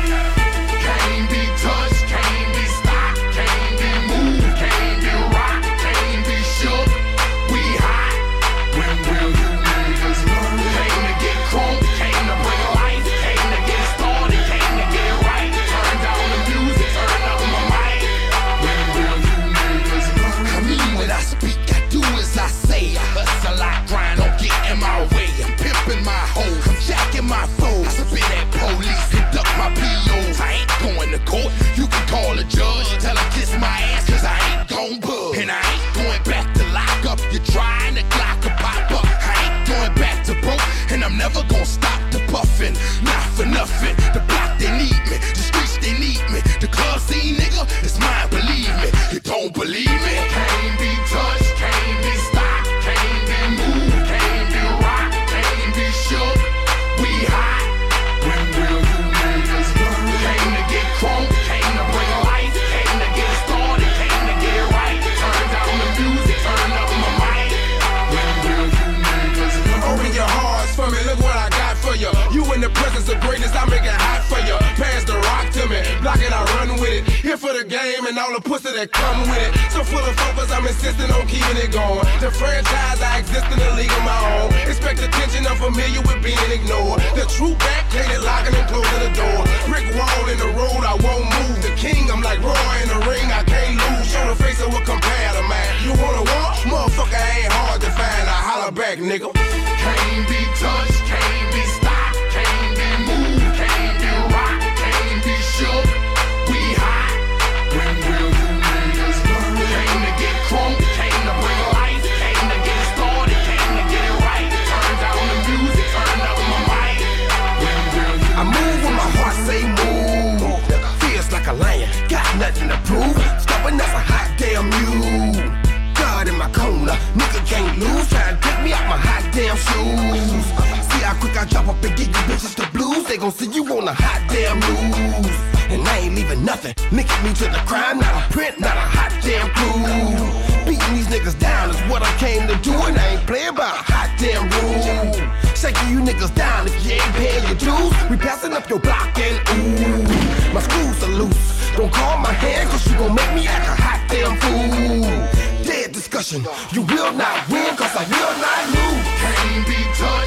[SPEAKER 5] Can't be touched, can't be stopped, can't be moved, can't be rocked, can't be shook. We hot. When will you niggas learn? Came to get crunk, came to bring life, came to get started, came to get right. Turn down the music, turn up my mic. When will you niggas learn? I mean when I speak, I do as I say. I hustle, I grind, don't get in my way. I'm pimping my hoes, I'm jacking my foes. I spit at police, conduct my POs. I ain't going to court. You can call a judge, tell him kiss my ass, cause I ain't gon' bug. And I ain't going back to lock up. You're trying to clock a pop up. I ain't going back to broke, and I'm never gonna stop the puffin'. Not for nothing. The block, they need me. The streets, they need me. The club scene, nigga, it's mine, believe me. You don't believe me? Can't be touched, can't be stopped, can't be moved, can't be rocked, can't be shook. We hot. When will you niggas learn? Came to get crunk, came to bring life, came to get started, came to get right. Turn down the music, turn up my mic. When will you niggas learn?
[SPEAKER 6] Open your hearts for me, look what I got for you. You in the presence of greatness, I make it hot for you. Pass the rock to me, block it, I run with it. Here for the game and all the pussy that come with it. So full of focus, I'm insisting on keeping it going. The franchise, I exist in the league of my own. Expect attention, I'm familiar with being ignored. The true back, hated locking and closing the door. Brick wall in the road, I won't move. The king, I'm like Roy in the ring, I can't lose. Show the face of a competitor, man. You wanna walk? Motherfucker, I ain't hard to find. I holler back, nigga.
[SPEAKER 5] Can't be touched, can't be stopped, can't be moved, can't be rocked, can't be shook. We hot. When will you niggas learn? Came to get crunk, came to bring life, came to get started, came to get it right. Turn down the music, turn up my mic. When will you?
[SPEAKER 6] I move when my heart say move. Fierce like a lion, got nothing to prove. Stubborn as a hot damn mule. God in my corner, nigga can't lose. Try to take me out my hot damn shoes. See how quick I drop up and get you bitches the blues. They gon' see you on a hot damn news. And I ain't leaving nothing. Linking me to the crime, not a print, not a hot damn clue. Beating these niggas down is what I came to do, and I ain't playing by a hot damn rule. Shaking you niggas down if you ain't paying your dues. We passing up your block and ooh, my screws are loose. Don't call my hand, cause you gon' make me act a hot damn fool. Dead discussion, you will not win, cause I will not lose.
[SPEAKER 5] Can't be touched.